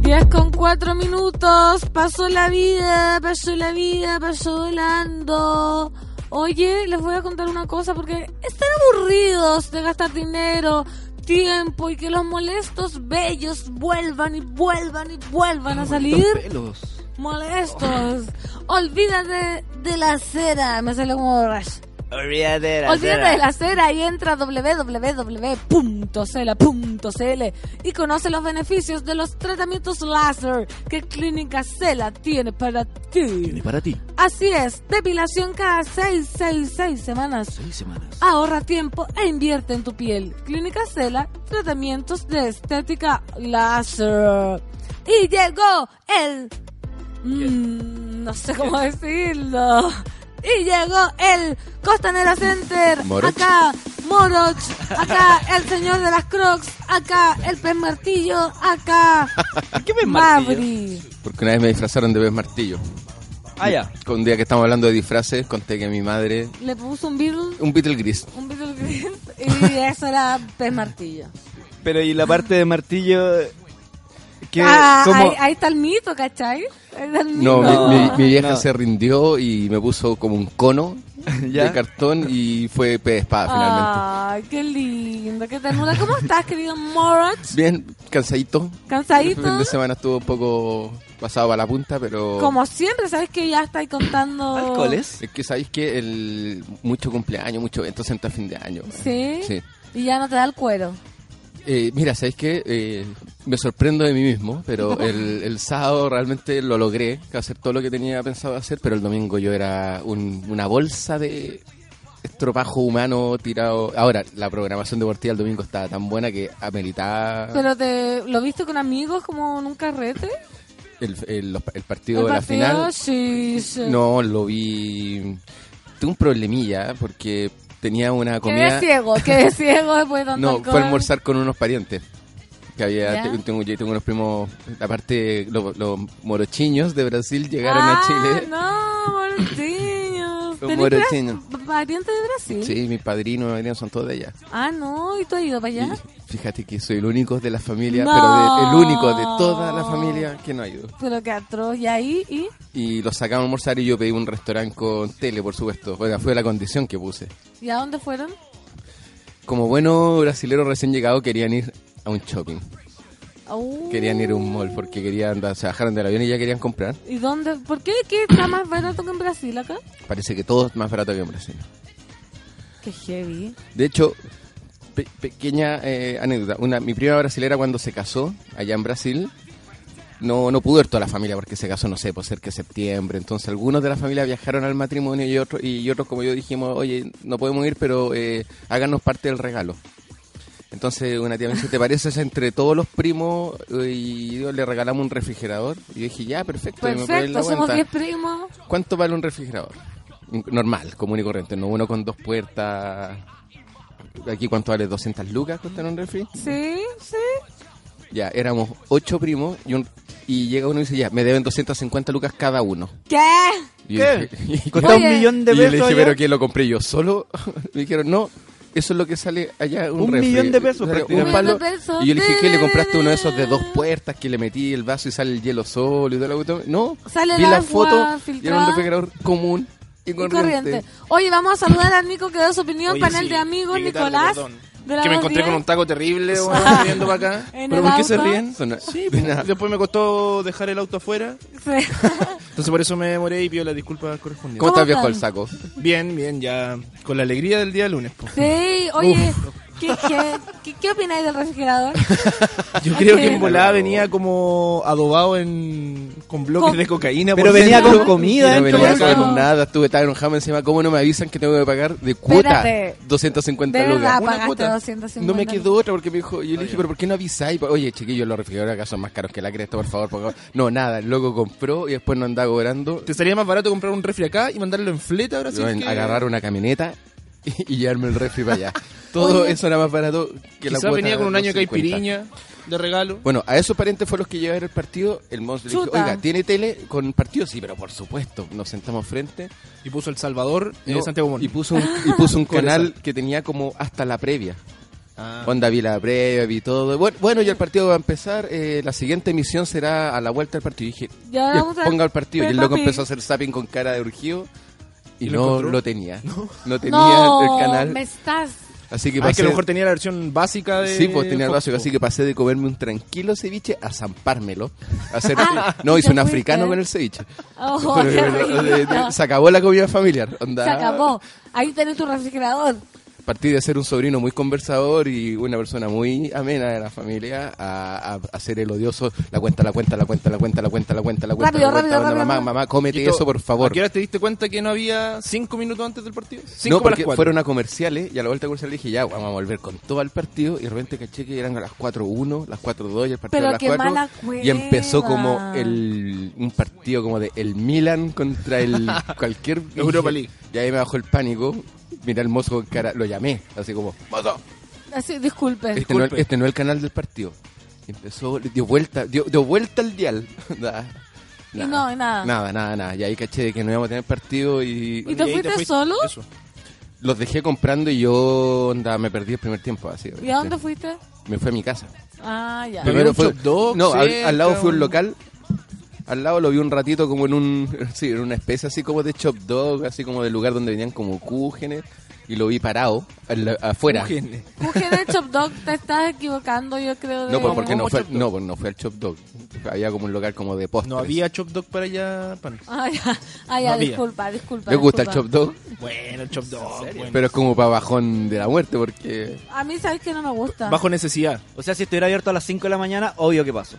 B: Diez con cuatro minutos, pasó la vida, pasó la vida, pasó volando. Oye, les voy a contar una cosa porque están aburridos de gastar dinero, tiempo y que los molestos bellos vuelvan y vuelvan y vuelvan a salir.
D: Pelos.
B: Molestos. Olvídate de la cera. Me sale como rash.
D: Olvídate de la
B: Olvídate
D: cera.
B: de la cera y entra a www.cela.cl y conoce los beneficios de los tratamientos láser que Clínica Cela tiene para
D: Viene
B: ti.
D: para ti.
B: Así es, depilación cada 6, 6, 6 semanas.
D: Seis semanas.
B: Ahorra tiempo e invierte en tu piel. Clínica Cela, tratamientos de estética láser. Y llegó el... Mm, no sé cómo decirlo. Y llegó el Costanera Center.
J: Moroch.
B: Acá Moroch. Acá el señor de las Crocs. Acá el pez martillo. Acá
D: ¿Qué me
B: Mabri.
K: Porque una vez me disfrazaron de pez martillo.
D: Ah, ya.
K: Con un día que estamos hablando de disfraces, conté que mi madre.
B: Le puso un Beatle.
K: Un Beatle gris.
B: Un Beatle Green. Y eso era pez martillo.
D: Pero y la parte de martillo. Que,
B: Ah,
D: como,
B: ahí, ahí está el mito, ¿cachai? Ahí está el
K: No,
B: mito.
D: No,
K: mi, mi- mi vieja
D: no.
K: se rindió y me puso como un cono
D: ¿Ya?
K: de cartón y fue pez de espada
B: Ah.
K: finalmente.
B: Ay, qué lindo, qué ternura. ¿Cómo estás, querido Moroch?
K: Bien, cansadito. El
B: ¿Cansadito?
K: fin de semana estuvo un poco pasado para la punta, pero.
B: Como siempre, ¿sabes que ya estáis contando...
D: ¿Alcoholes?
K: Es que sabéis que el mucho cumpleaños, mucho evento se entra a fin de año.
B: ¿Sí?
K: Sí.
B: Y ya no te da el cuero.
K: Eh, mira, sabéis que me sorprendo de mí mismo, pero el, el sábado realmente lo logré, que hacer todo lo que tenía pensado hacer, pero el domingo yo era un- una bolsa de estropajo humano tirado. Ahora, la programación deportiva el domingo estaba tan buena que ameritaba
B: Pero te lo viste con amigos como en un carrete.
K: el, el- los- el partido
B: El
K: de la
B: partido,
K: final.
B: Sí, sí.
K: No, lo vi. Tuve un problemilla porque tenía una
B: Quedé
K: comida.
B: ciego, quedé ciego después de tanto
K: No, fue
B: alcohol.
K: a almorzar con unos parientes. Que había,
B: ¿Ya?
K: te- tengo, yo tengo unos primos, aparte lo- los, morochiños de Brasil llegaron
B: ah,
K: a Chile.
B: no,
K: Los
B: morochiños. ¿Tenés
K: morochinos.
B: bra- ¿Pariente de Brasil?
K: Sí, mi padrino, mi madrina son todos de allá.
B: Ah, no, ¿y tú has ido para allá?
K: Y fíjate que soy el único de la familia,
B: No.
K: pero de- el único de toda la familia que no ha ido.
B: Pero que atroz, y ahí, y...
K: Y los sacaron a almorzar y yo pedí un restaurante con tele, por supuesto. Bueno, fue la condición que puse.
B: ¿Y a dónde fueron?
K: Como bueno brasilero recién llegado, querían ir a un shopping.
B: Uh,
K: Querían ir a un mall porque querían, se bajaron del avión y ya querían comprar.
B: ¿Y dónde? ¿Por qué? ¿Qué está más barato que en Brasil acá?
K: Parece que todo es más barato que en Brasil.
B: Qué heavy.
K: De hecho, pe- pequeña eh, anécdota. Una, mi prima brasilera cuando se casó allá en Brasil, no, no pudo ir toda la familia porque se casó, no sé, por cerca de septiembre. Entonces algunos de la familia viajaron al matrimonio y otros, y otros como yo dijimos, oye, no podemos ir, pero eh, háganos parte del regalo. Entonces una tía me dice, ¿te pareces entre todos los primos? eh, Y yo le regalamos un refrigerador. Y yo dije, ya, perfecto. y me pagué la
B: Perfecto, somos
K: cuenta.
B: 10 primos.
K: ¿Cuánto vale un refrigerador? Un- Normal, común y corriente, no uno con dos puertas. Aquí, ¿cuánto vale? ¿200 lucas costan un refri?
B: Sí, sí.
K: Ya, éramos ocho primos y, un, y llega uno y dice, ya, me deben 250 lucas cada uno.
B: ¿Qué?
K: Y
D: ¿Qué?
K: yo dije-
D: Costó un
B: Oye.
D: millón de
K: y yo le
D: pesos.
K: dije,
D: allá?
K: ¿pero qué lo compré yo solo? Me dijeron, no, eso es lo que sale allá. Un,
D: Un
K: refri".
D: millón de pesos
K: Sale
D: prácticamente.
K: un palo.
B: Un millón de pesos.
K: Y yo le dije, ¿qué le compraste uno de esos de dos puertas que le metí el vaso y sale el hielo solo y todo lo que No,
B: Sale
K: vi
B: el
K: la
B: agua
K: foto y era
B: filtrada.
K: un refrigerador común y
B: Y
K: corriente.
B: corriente. Oye, vamos a saludar a Nico que dio su opinión,
L: Oye,
B: panel
L: sí,
B: de amigos,
L: llegué tarde,
B: Nicolás.
L: perdón.
B: de la
K: que me
B: más
K: encontré
B: diez.
K: con un taco terrible weón,
B: Ah.
K: viniendo para acá.
B: En
L: ¿Pero
B: el
L: por qué se
B: auto.
L: ríen?
K: Son-
L: Sí,
K: de
L: po.
K: nada.
L: después me costó dejar el auto afuera.
B: Sí.
L: Entonces por eso me demoré y pido las disculpas correspondientes.
K: ¿Cómo estás, viejo el saco?
L: Bien, bien, ya con la alegría del día lunes. pues. po.
B: Sí, oye, ¿qué, qué, qué, qué opináis del refrigerador?
L: Yo creo que
B: Ok.
L: en volada venía como adobado en, con bloques
B: Con-
L: de cocaína.
D: Pero
L: por
D: venía
L: dentro.
D: con comida
K: No
D: dentro,
K: venía
D: por eso.
K: con nada, estuve tan enojado encima. ¿Cómo no me avisan que tengo que pagar de cuota
B: Espérate.
K: 250
B: De
K: lucas?
B: verdad,
K: Una
B: pagaste
K: cuota.
B: 250
K: No me quedó otra porque me dijo, yo le dije, pero ¿por qué no avisáis? Oye, chiquillos, los refrigeradores acá son más caros que la cresta, por favor, por favor. No, nada, el loco compró y después no andaba cobrando.
L: Te salía más barato comprar un refri acá y mandarlo en fleta ahora sí.
K: Yo en-
L: que-
K: Agarrar una camioneta y, y llevarme el refri para allá. Todo
L: Oye.
K: eso era más barato que la
L: Quizás
K: cuota
L: venía con un año de
K: 250.
L: caipiriña de regalo.
K: Bueno, a esos parientes fueron los que llevaron el partido. El Mons le dijo,
L: Chuta.
K: oiga, ¿tiene tele con partido? Sí, pero por supuesto. Nos sentamos frente.
L: Y puso El Salvador eh,
K: No,
L: Santiago Montt.
K: Y puso un, y puso un
L: Qué
K: canal
L: risa.
K: que tenía como hasta la previa.
L: Ah.
K: Onda vi la previa, vi todo. Bueno, bueno, y el partido va a empezar. eh, la siguiente emisión será a la vuelta del partido. Y dije,
B: Y ahora
K: "Ya,
B: vamos a ver
K: ponga el partido. Y el loco
B: Peppa
K: empezó a
B: Pig.
K: hacer zapping con cara de urgido. Y,
L: ¿Y lo
K: no
L: encontró?
K: lo tenía. No, tenía
B: No,
K: el canal.
B: me estás...
K: Así que
L: Ah, es
K: pasé-
L: que a lo mejor tenía la versión básica de.
K: Sí, pues tenía el
L: Fox,
K: básico,
L: po.
K: así que pasé de comerme un tranquilo ceviche a zampármelo. A hacer-
B: Ah,
K: no,
B: ¿te
K: hice un
B: fuiste?
K: africano con el ceviche.
B: Oh, qué rico.
K: de- de- se acabó la comida familiar. Onda,
B: Se acabó. Ahí tenés tu refrigerador.
K: Partí de ser un sobrino muy conversador y una persona muy amena de la familia a, a- a ser el odioso. La cuenta, la cuenta, la cuenta, la cuenta, la cuenta, la cuenta, la cuenta.
B: Rápido,
K: la cuenta,
B: rápido,
K: onda,
B: rápido,
K: mamá,
B: rápido.
K: mamá, cómete
L: Y to-
K: eso, por favor.
L: ¿A qué hora te diste cuenta que no había cinco minutos antes del partido? Cinco
K: No,
L: para las
K: porque
L: cuatro.
K: fueron a comerciales y a la vuelta comercial dije, ya, vamos a volver con todo al partido. Y de repente caché que eran a las 4.1, las 4.2 y el partido
B: Pero
K: a las
B: qué
K: 4.
B: mala
K: y empezó
B: cueva.
K: como el, un partido como de el Milan contra el cualquier...
L: Europa League.
K: Y ahí me bajó el pánico. Mirá el mozo con cara, lo llamé, así como, mozo,
B: Así, disculpe.
K: este no,
L: Disculpe.
K: este no es el canal del partido. Y empezó, le dio vuelta, dio, dio vuelta al dial. Nada,
B: Y no, y nada.
K: Nada, nada, nada. Y ahí caché de que no íbamos a tener partido y...
B: Ah. ¿Y te
L: ahí
B: fuiste solo?
L: Eso.
K: Los dejé comprando y yo onda, me perdí el primer tiempo así.
B: ¿Y a dónde fuiste?
K: Me fui a mi casa.
B: Ah, ya.
L: Pero- había un Shop Dog
K: no, al,
L: cerca,
K: al lado fui a un
L: un-
K: local. Al lado lo vi un ratito como en un sí, en una especie así como de chop dog, así como del lugar donde venían como cúgenes y lo vi parado al la- afuera.
L: Cúgenes.
B: Mujer de Chop Dog, te estás equivocando, yo creo. De...
K: No, pues porque
L: ¿Cómo
K: no fue,
L: chop dog?
K: no, pues no fue al chop dog. Había como un local como de postres.
L: No había Chop Dog para allá. pan.
B: Ah, ya, Ah, ya,
L: No había.
B: disculpa, disculpa.
K: Me gusta el chop
B: disculpa.
K: dog,
L: Bueno, el Chop Dog. bueno.
K: pero es como para bajón de la muerte porque
B: A mí sabes que no me gusta.
L: Bajo necesidad.
D: O sea, si estuviera abierto a las 5 de la mañana, obvio que paso.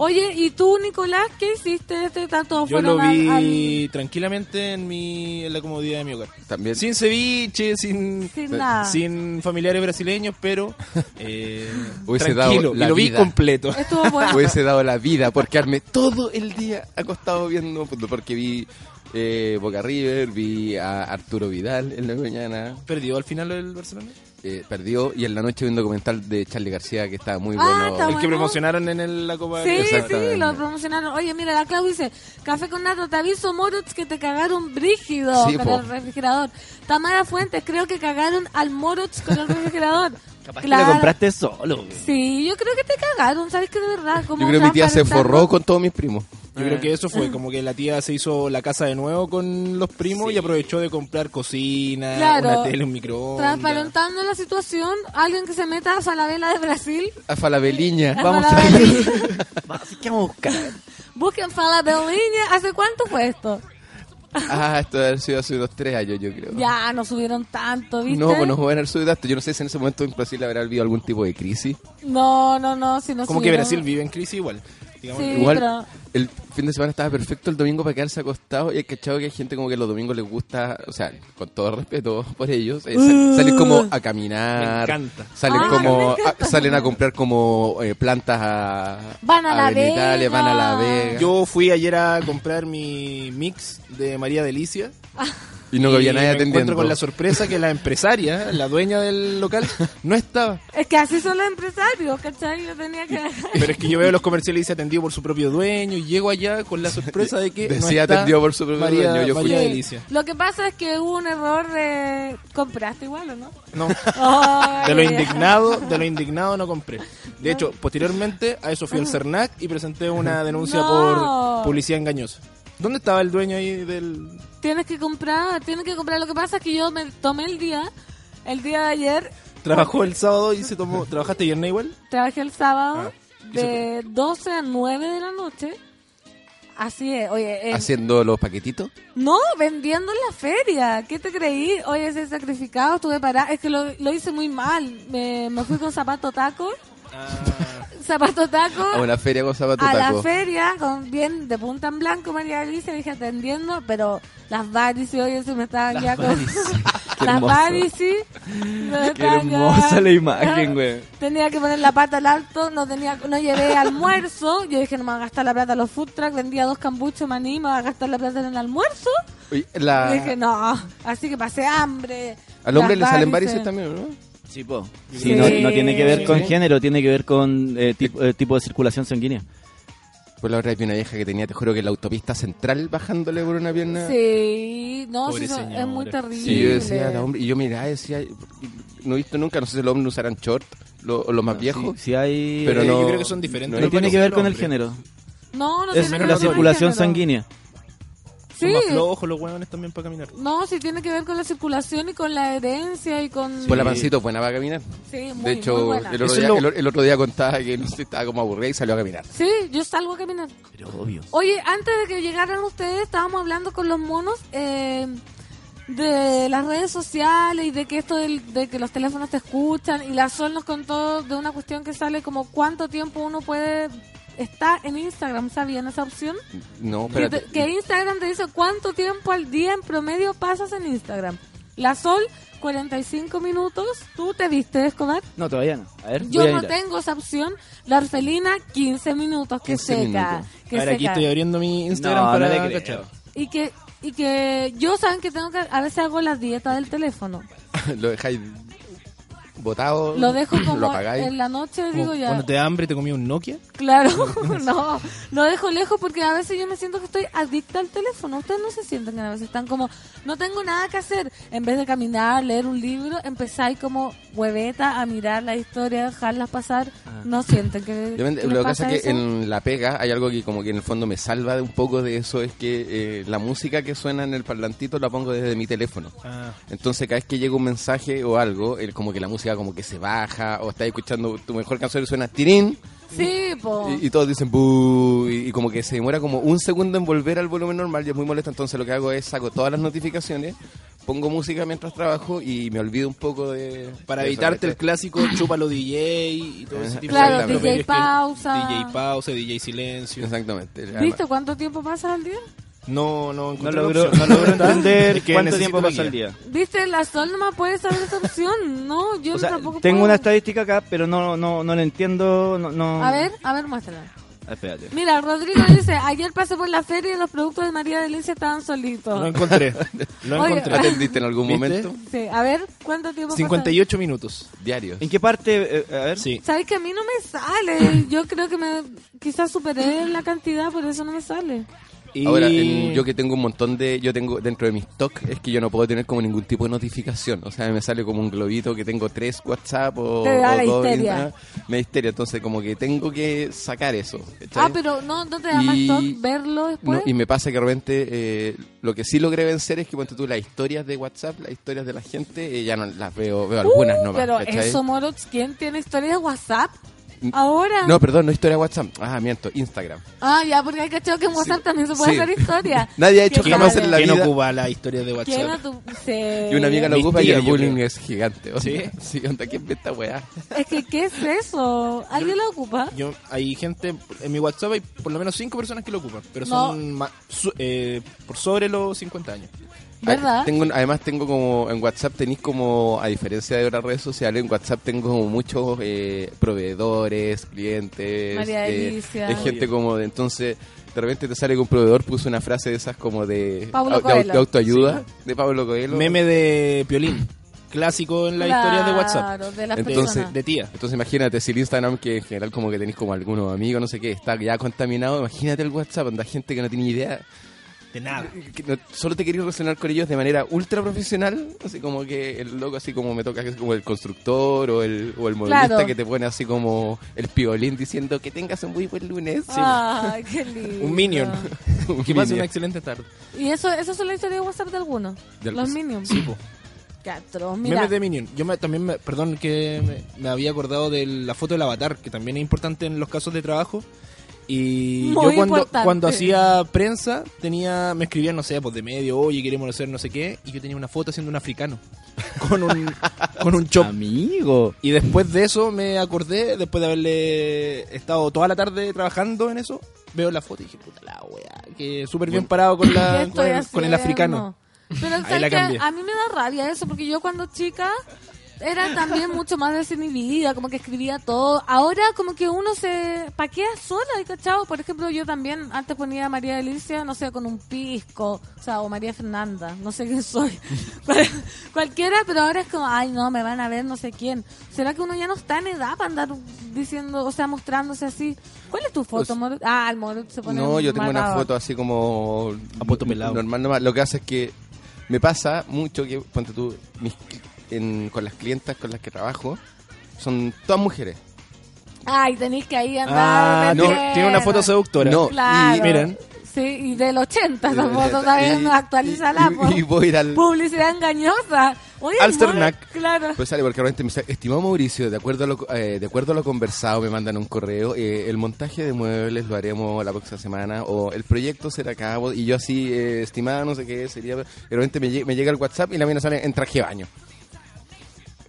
B: Oye, ¿y tú, Nicolás, qué hiciste este tanto?
L: Yo
B: fueron
L: lo vi
B: al-
L: tranquilamente en, mi, en la comodidad de mi hogar.
K: también
L: Sin ceviche, sin,
B: Sin nada.
L: sin familiares brasileños, pero eh,
K: Hubiese dado
L: tranquilo.
K: la
L: y lo vi
K: vida.
L: completo.
B: al- Estuvo bueno.
K: hubiese dado la vida por quedarme todo el día acostado viendo fútbol, porque vi eh, Boca River, vi a Arturo Vidal en la mañana,
L: ¿Perdió al final el Barcelona?
K: eh, perdió, y en la noche vi un documental de Charlie García que estaba muy
B: Ah,
K: bueno.
B: está
L: el que
B: bueno.
L: promocionaron en el- la Copa
B: Sí,
K: Exactamente.
B: sí, lo promocionaron. Oye, mira, la Clau dice, café con nata, te aviso, Moritz, que te cagaron brígido
K: Sí,
B: con
K: po.
B: el refrigerador. Tamara Fuentes, creo que cagaron al Moritz con el refrigerador.
D: Capaz que
B: Claro.
D: la compraste solo. güey.
B: Sí, yo creo que te cagaron, ¿sabes qué? De verdad. como
K: Yo creo que mi tía se
B: transparentando.
K: forró con todos mis primos. Ah.
L: Yo creo que eso fue como que la tía se hizo la casa de nuevo con los primos y aprovechó de comprar cocina,
B: Claro.
L: una tele, un microondas.
B: Transparentando la situación, alguien que se meta a Falabella de Brasil.
K: A Falabeliña.
B: A
K: Vamos a
B: Falabella.
D: Así que vamos a buscar.
B: Busquen Falabella. ¿Hace cuánto fue esto?
K: Ah, esto ha sido hace unos tres años, yo creo.
B: Ya, no subieron tanto, ¿viste?
K: No, pues nos van a haber subido hasta- Yo no sé si en ese momento en Brasil habrá habido algún tipo de crisis.
B: No, no, no, si no
L: Como que
B: subieron-
L: Brasil vive en crisis igual. digamos.
B: Sí,
K: Igual,
B: pero-
K: el fin de semana estaba perfecto el domingo para quedarse acostado y he cachado que hay gente como que los domingos les gusta, o sea, con todo respeto por ellos, eh, sal- salen como a caminar.
L: Me encanta.
K: Salen
B: Ah,
K: como,
B: me encanta.
K: a- salen a comprar como eh, plantas a.
B: Van a la
K: Avenida
B: Vega.
K: Italia, van a la Vega.
L: Yo fui ayer a comprar mi mix de María Delicia.
K: y no
L: y
K: había nadie
L: me
K: atendiendo.
L: encuentro con la sorpresa que la empresaria, la dueña del local, no estaba.
B: Es que así son los empresarios, ¿cachai? Yo tenía que...
L: Pero es que yo veo los comerciales y se atendido por su propio dueño y llego allá con la sorpresa de que no
K: Decía
L: está
K: atendido por su propio
L: María-
K: dueño, yo fui.
L: María
B: Sí.
L: Delicia.
B: Lo que pasa es que hubo un error de... ¿Compraste igual o no?
L: No.
B: Ay,
L: De lo
B: ya.
L: indignado, de lo indignado no compré. De hecho, posteriormente a eso fui al CERNAC y presenté una denuncia
B: No.
L: por publicidad engañosa. ¿Dónde estaba el dueño ahí del...?
B: Tienes que comprar, tienes que comprar. Lo que pasa es que yo me tomé el día, el día de ayer,
L: Trabajó el sábado y se tomó. ¿Trabajaste viernes igual?
B: Trabajé el sábado
L: Ah, ¿y
B: de 12 a 9 de la noche. Así es, oye. eh,
K: Haciendo los paquetitos.
B: No, vendiendo en la feria. ¿Qué te creí? Oye, ese sacrificado, estuve parada. Es que lo, lo hice muy mal. Me, me fui con zapato taco. Zapato taco.
K: A una feria con zapatos
B: a la
K: tacos.
B: feria, con bien de punta en blanco, María Alicia, dije atendiendo, pero las varices, oye, se me estaban
D: Las
B: ya con...
D: varices.
B: las
D: Qué hermoso.
B: varices. me
D: Qué
B: estaban ya-
D: hermosa la imagen, güey.
B: Tenía que poner la pata al alto, no tenía no llevé almuerzo. Yo dije, no me voy a gastar la plata en los food trucks, vendía dos cambuchos de maní, me voy a gastar la plata en el almuerzo.
K: Oye, la-
B: Dije, no, así que pasé hambre.
K: Al hombre
B: las
K: le salen varices también, ¿no?
D: Sí, po.
K: Sí.
D: Sí, no, no tiene que ver con
K: Sí.
D: género, tiene que ver con eh, tipo, eh, tipo de circulación sanguínea.
K: Pues la otra vez vi una vieja que tenía, te juro que la autopista central bajándole por una pierna.
B: Sí, no,
K: Pobre
B: sí, eso es
K: señora.
B: muy terrible.
K: Sí, yo decía, la hombre, y yo miraba, decía, no he visto nunca, no sé si los hombres usarán short, lo- o los más viejos.
D: Ah, sí hay-
K: pero
D: Eh,
K: no,
D: yo creo que
L: son diferentes.
D: No tiene que ver con el género.
B: No, no
D: es
B: tiene que ver
D: la
B: con el
D: circulación
B: género.
D: sanguínea.
B: Sí.
L: Son más flojos los hueones también para caminar.
B: No, sí tiene que ver con la circulación y con la herencia y con...
K: Pues la pancito es buena para caminar.
B: Sí, muy,
K: de
B: muy
K: hecho,
B: buena.
K: el otro,
B: Eso es
K: día,
B: lo-
K: el o- el otro día contaba que no sé, estaba como aburrida y salió a caminar.
B: Sí, yo salgo a caminar.
D: Pero obvio.
B: Oye, antes de que llegaran ustedes, estábamos hablando con los monos eh, de las redes sociales y de que esto del- de que los teléfonos te escuchan. Y la Sol nos contó de una cuestión que sale como cuánto tiempo uno puede estar en Instagram. ¿Sabían esa opción?
K: No,
B: Que,
K: espérate.
B: te- que Instagram te dice cuánto tiempo al día en promedio pasas en Instagram. La Sol, 45 minutos. ¿Tú te viste, Escobar?
D: No, todavía no. A ver,
B: Yo
D: voy a
B: no
D: mirar.
B: tengo esa opción. La orfelina, 15 minutos. Que
L: 15
B: seca.
L: minutos.
B: Que
L: Ahora aquí
B: seca.
L: estoy abriendo mi Instagram
D: No,
L: para
D: no le creo.
L: cachar.
B: Y que, y que yo saben que tengo que. A veces hago la dieta del teléfono.
K: lo dejáis botado.
B: Lo dejo
K: Lo
B: como
K: apagáis.
B: en la noche, digo
L: Oh. Como
B: ya.
L: Cuando te da hambre te comí un Nokia.
B: Claro, no, lo dejo lejos porque a veces yo me siento que estoy adicta al teléfono. Ustedes no se sienten que a veces están como, no tengo nada que hacer. En vez de caminar, leer un libro, empezáis como hueveta a mirar la historia, dejarlas pasar. No sienten que.
K: Ah. Yo me-
B: que les
K: lo que
B: pasa
K: pasa es que
B: eso.
K: en la pega hay algo que como que en el fondo me salva de un poco de eso, es que eh, la música que suena en el parlantito la pongo desde mi teléfono.
L: Ah.
K: Entonces cada vez que llega un mensaje o algo, el- como que la música como que se baja o estás escuchando tu mejor canción y suena tirín
B: Sí, po.
K: y, y todos dicen "Bu", y, y como que se demora como un segundo en volver al volumen normal y es muy molesto. Entonces lo que hago es saco todas las notificaciones, pongo música mientras trabajo y me olvido un poco de...
L: Para
K: de eso,
L: evitarte
K: ¿cachai?
L: el clásico chúpalo DJ y todo ese tipo
B: Claro,
L: de
B: DJ
L: atropellos que-
B: pausa.
L: DJ pausa, DJ silencio.
K: Exactamente.
B: ¿Viste cuánto tiempo pasas al día?
L: No, no,
D: No
L: encontré la
D: logro,
L: opción.
D: no logro entender
L: Es que
D: cuánto
L: necesito
D: tiempo
L: una
D: pasa el
L: guía.
D: día.
B: ¿Viste? La sol no me puede saber esa opción. No, yo
D: O sea,
B: tampoco
D: tengo
B: puedo.
D: una estadística acá, pero no, no, no la entiendo. No, no-
B: A ver, a ver, muéstrala.
D: Ah, Espérate.
B: Mira, Rodrigo dice, ayer pasé por la feria y los productos de María Delicia estaban solitos.
L: Lo encontré. Lo
B: Oye.
L: encontré.
K: ¿Atendiste en algún
L: ¿Viste?
K: momento?
B: Sí, a ver, ¿cuánto tiempo pasó?
L: 58 minutos.
K: Diarios.
D: ¿En qué parte? eh, a ver.
L: Sí.
B: ¿Sabes que a mí no me sale? Yo creo que me quizás superé la cantidad, por eso no me sale.
L: Y-
K: Ahora, en- yo que tengo un montón de. Yo tengo dentro de mis stock, es que yo no puedo tener como ningún tipo de notificación. O sea, me sale como un globito que tengo tres WhatsApp o,
B: Te da
K: o
B: la
K: dos
B: histeria.
K: Instagram. Me da histeria, entonces como que tengo que sacar eso. ¿cachai?
B: Ah, pero no, no te da más
K: Y-
B: toc verlo después.
K: No, y me pasa que de repente eh, lo que sí logré vencer es que ponte tú las historias de WhatsApp, las historias de la gente, eh, ya no las veo, veo algunas
B: Uh,
K: nomás.
B: Pero
K: ¿cachai?
B: eso, Morox, ¿quién tiene historias de WhatsApp?
K: N-
B: Ahora.
K: No, perdón, no historia de WhatsApp. Ah, miento, Instagram.
B: Ah, ya, porque hay cachado que en WhatsApp también se puede
K: sí.
B: hacer historia.
K: Nadie ha hecho
B: Qué
K: jamás
B: tal.
K: en la
L: ¿Quién
K: vida.
L: ocupa las historias de
B: ¿Quién a
L: WhatsApp?
B: tu- se-
K: Y una amiga lo
L: Mis
K: ocupa y
L: tías,
K: el
L: yo
K: bullying
L: creo.
K: es gigante. onda.
L: ¿Sí?
K: Sí, onda, ¿quién ve esta weá?
B: Es que, ¿qué es eso? ¿Alguien la ocupa?
L: Yo, hay gente, en mi WhatsApp hay por lo menos 5 personas que lo ocupan, pero son ma- su- eh, por sobre los 50 años.
B: ¿Verdad?
K: Ah, Tengo, además tengo como, en WhatsApp tenéis como, a diferencia de otras redes sociales, en WhatsApp tengo como muchos eh, proveedores, clientes,
B: María
K: eh,
B: Alicia.
K: hay gente como de, entonces, de repente te sale que un proveedor puso una frase de esas como de,
B: Pablo
K: au- de au-
B: Coelho.
K: de autoayuda, de Pablo Coelho.
L: Meme de Piolín, clásico en las historias de
B: Claro,
L: WhatsApp.
B: de las
K: Entonces,
B: personas.
L: de tía.
K: Entonces imagínate, si el Instagram, que en general como que tenéis como algunos amigos, no sé qué, está ya contaminado, imagínate el WhatsApp, anda gente que no tiene idea.
L: De nada.
K: que no- solo te quería relacionar con ellos de manera ultra profesional, así como que el loco así como me toca que es como el constructor o el, o el movilista
B: Claro.
K: que te pone así como el piolín diciendo que tengas un muy buen lunes.
B: Ay, qué lindo.
L: Un minion.
K: Un
L: que pase
K: minion.
L: una excelente tarde.
B: Y eso, eso es la historia de WhatsApp de algunos.
K: Del-
B: los Minions.
L: Sí, po.
B: Qué atroz,
L: Meme
B: mira.
L: de Minion. Yo me- también, me, perdón, que me, me había acordado de la foto del avatar, que también es importante en los casos de trabajo. Y
B: Muy
L: yo cuando,
B: importante.
L: cuando hacía prensa, tenía me escribían, no sé, pues de medio, oye, queremos hacer no sé qué, y yo tenía una foto haciendo un africano. Con un, con un chop.
D: Amigo.
L: Y después de eso me acordé, después de haberle estado toda la tarde trabajando en eso, veo la foto y dije, puta la wea, que súper bien parado con,
B: ¿Qué
L: la,
B: estoy
L: con, el- con el
B: haciendo?
L: africano.
B: Pero
L: Ahí
B: ¿sabes
L: la
B: qué?
L: cambié.
B: a mí me da rabia eso, porque yo cuando chica era también mucho más desinhibida, como que escribía todo. Ahora como que uno se paquea sola, ¿cachado? Por ejemplo, yo también antes ponía a María Alicia, no sé, con un pisco, o sea, o María Fernanda, no sé quién soy. Cual- Cualquiera, pero ahora es como, ay, no, me van a ver no sé quién. ¿Será que uno ya no está en edad para andar diciendo, o sea, mostrándose así? ¿Cuál es tu foto,
K: Pues-
B: Moro? Ah, el Moro se pone
K: No, yo tengo una
B: matado.
K: foto así como
L: pelado.
K: normal nomás. Lo que hace es que me pasa mucho que ponte tú mis- en- con las clientas con las que trabajo son todas mujeres.
B: Ay, tenéis que ahí andar.
L: Ah,
B: metiendo.
L: tiene- tiene una foto seductora.
K: No,
B: Claro.
K: y miren.
B: Sí, y del 80 esa
K: Del
B: foto
K: 80,
B: todavía
K: y-
B: no actualiza la
K: y-
B: po.
K: y voy a ir al-
B: Publicidad engañosa. Oye,
K: Alsternac.
B: amor, Claro.
K: Pues sale porque realmente me sale, estimado Mauricio, de acuerdo a lo, eh, de acuerdo a lo conversado me mandan un correo, eh, el montaje de muebles lo haremos la próxima semana o el proyecto será a cabo y yo así, eh, estimada, no sé qué sería, de repente me, lle- me llega el WhatsApp y la mina sale en traje de baño.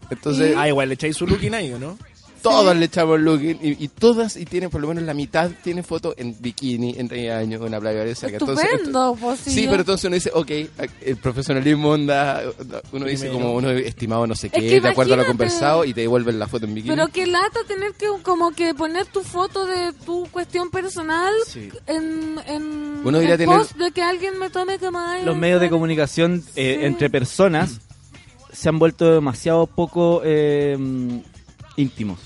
K: Entonces,
L: Ah, igual le echáis su looking ahí, ¿o no?
K: todas le echamos looking y, y todas y tienen por lo menos la mitad tiene foto en bikini, en traje de baño, en una playa desierta. Entonces, esto-
B: Estupendo, pues
K: Sí,
B: yo-
K: pero entonces uno dice, ok, el profesionalismo onda, uno dice
L: Primero.
K: como uno estimado no sé
B: Es
K: qué,
B: que
K: de acuerdo a lo
B: imagínate.
K: conversado y te devuelven la foto en bikini.
B: Pero qué lata tener que como que poner tu foto de tu cuestión personal
K: Sí.
B: en, en,
D: Uno diría
B: en
D: tener-
B: post de que alguien me tome como ay,
D: Los medios de comunicación eh, entre personas se han vuelto demasiado poco eh, íntimos.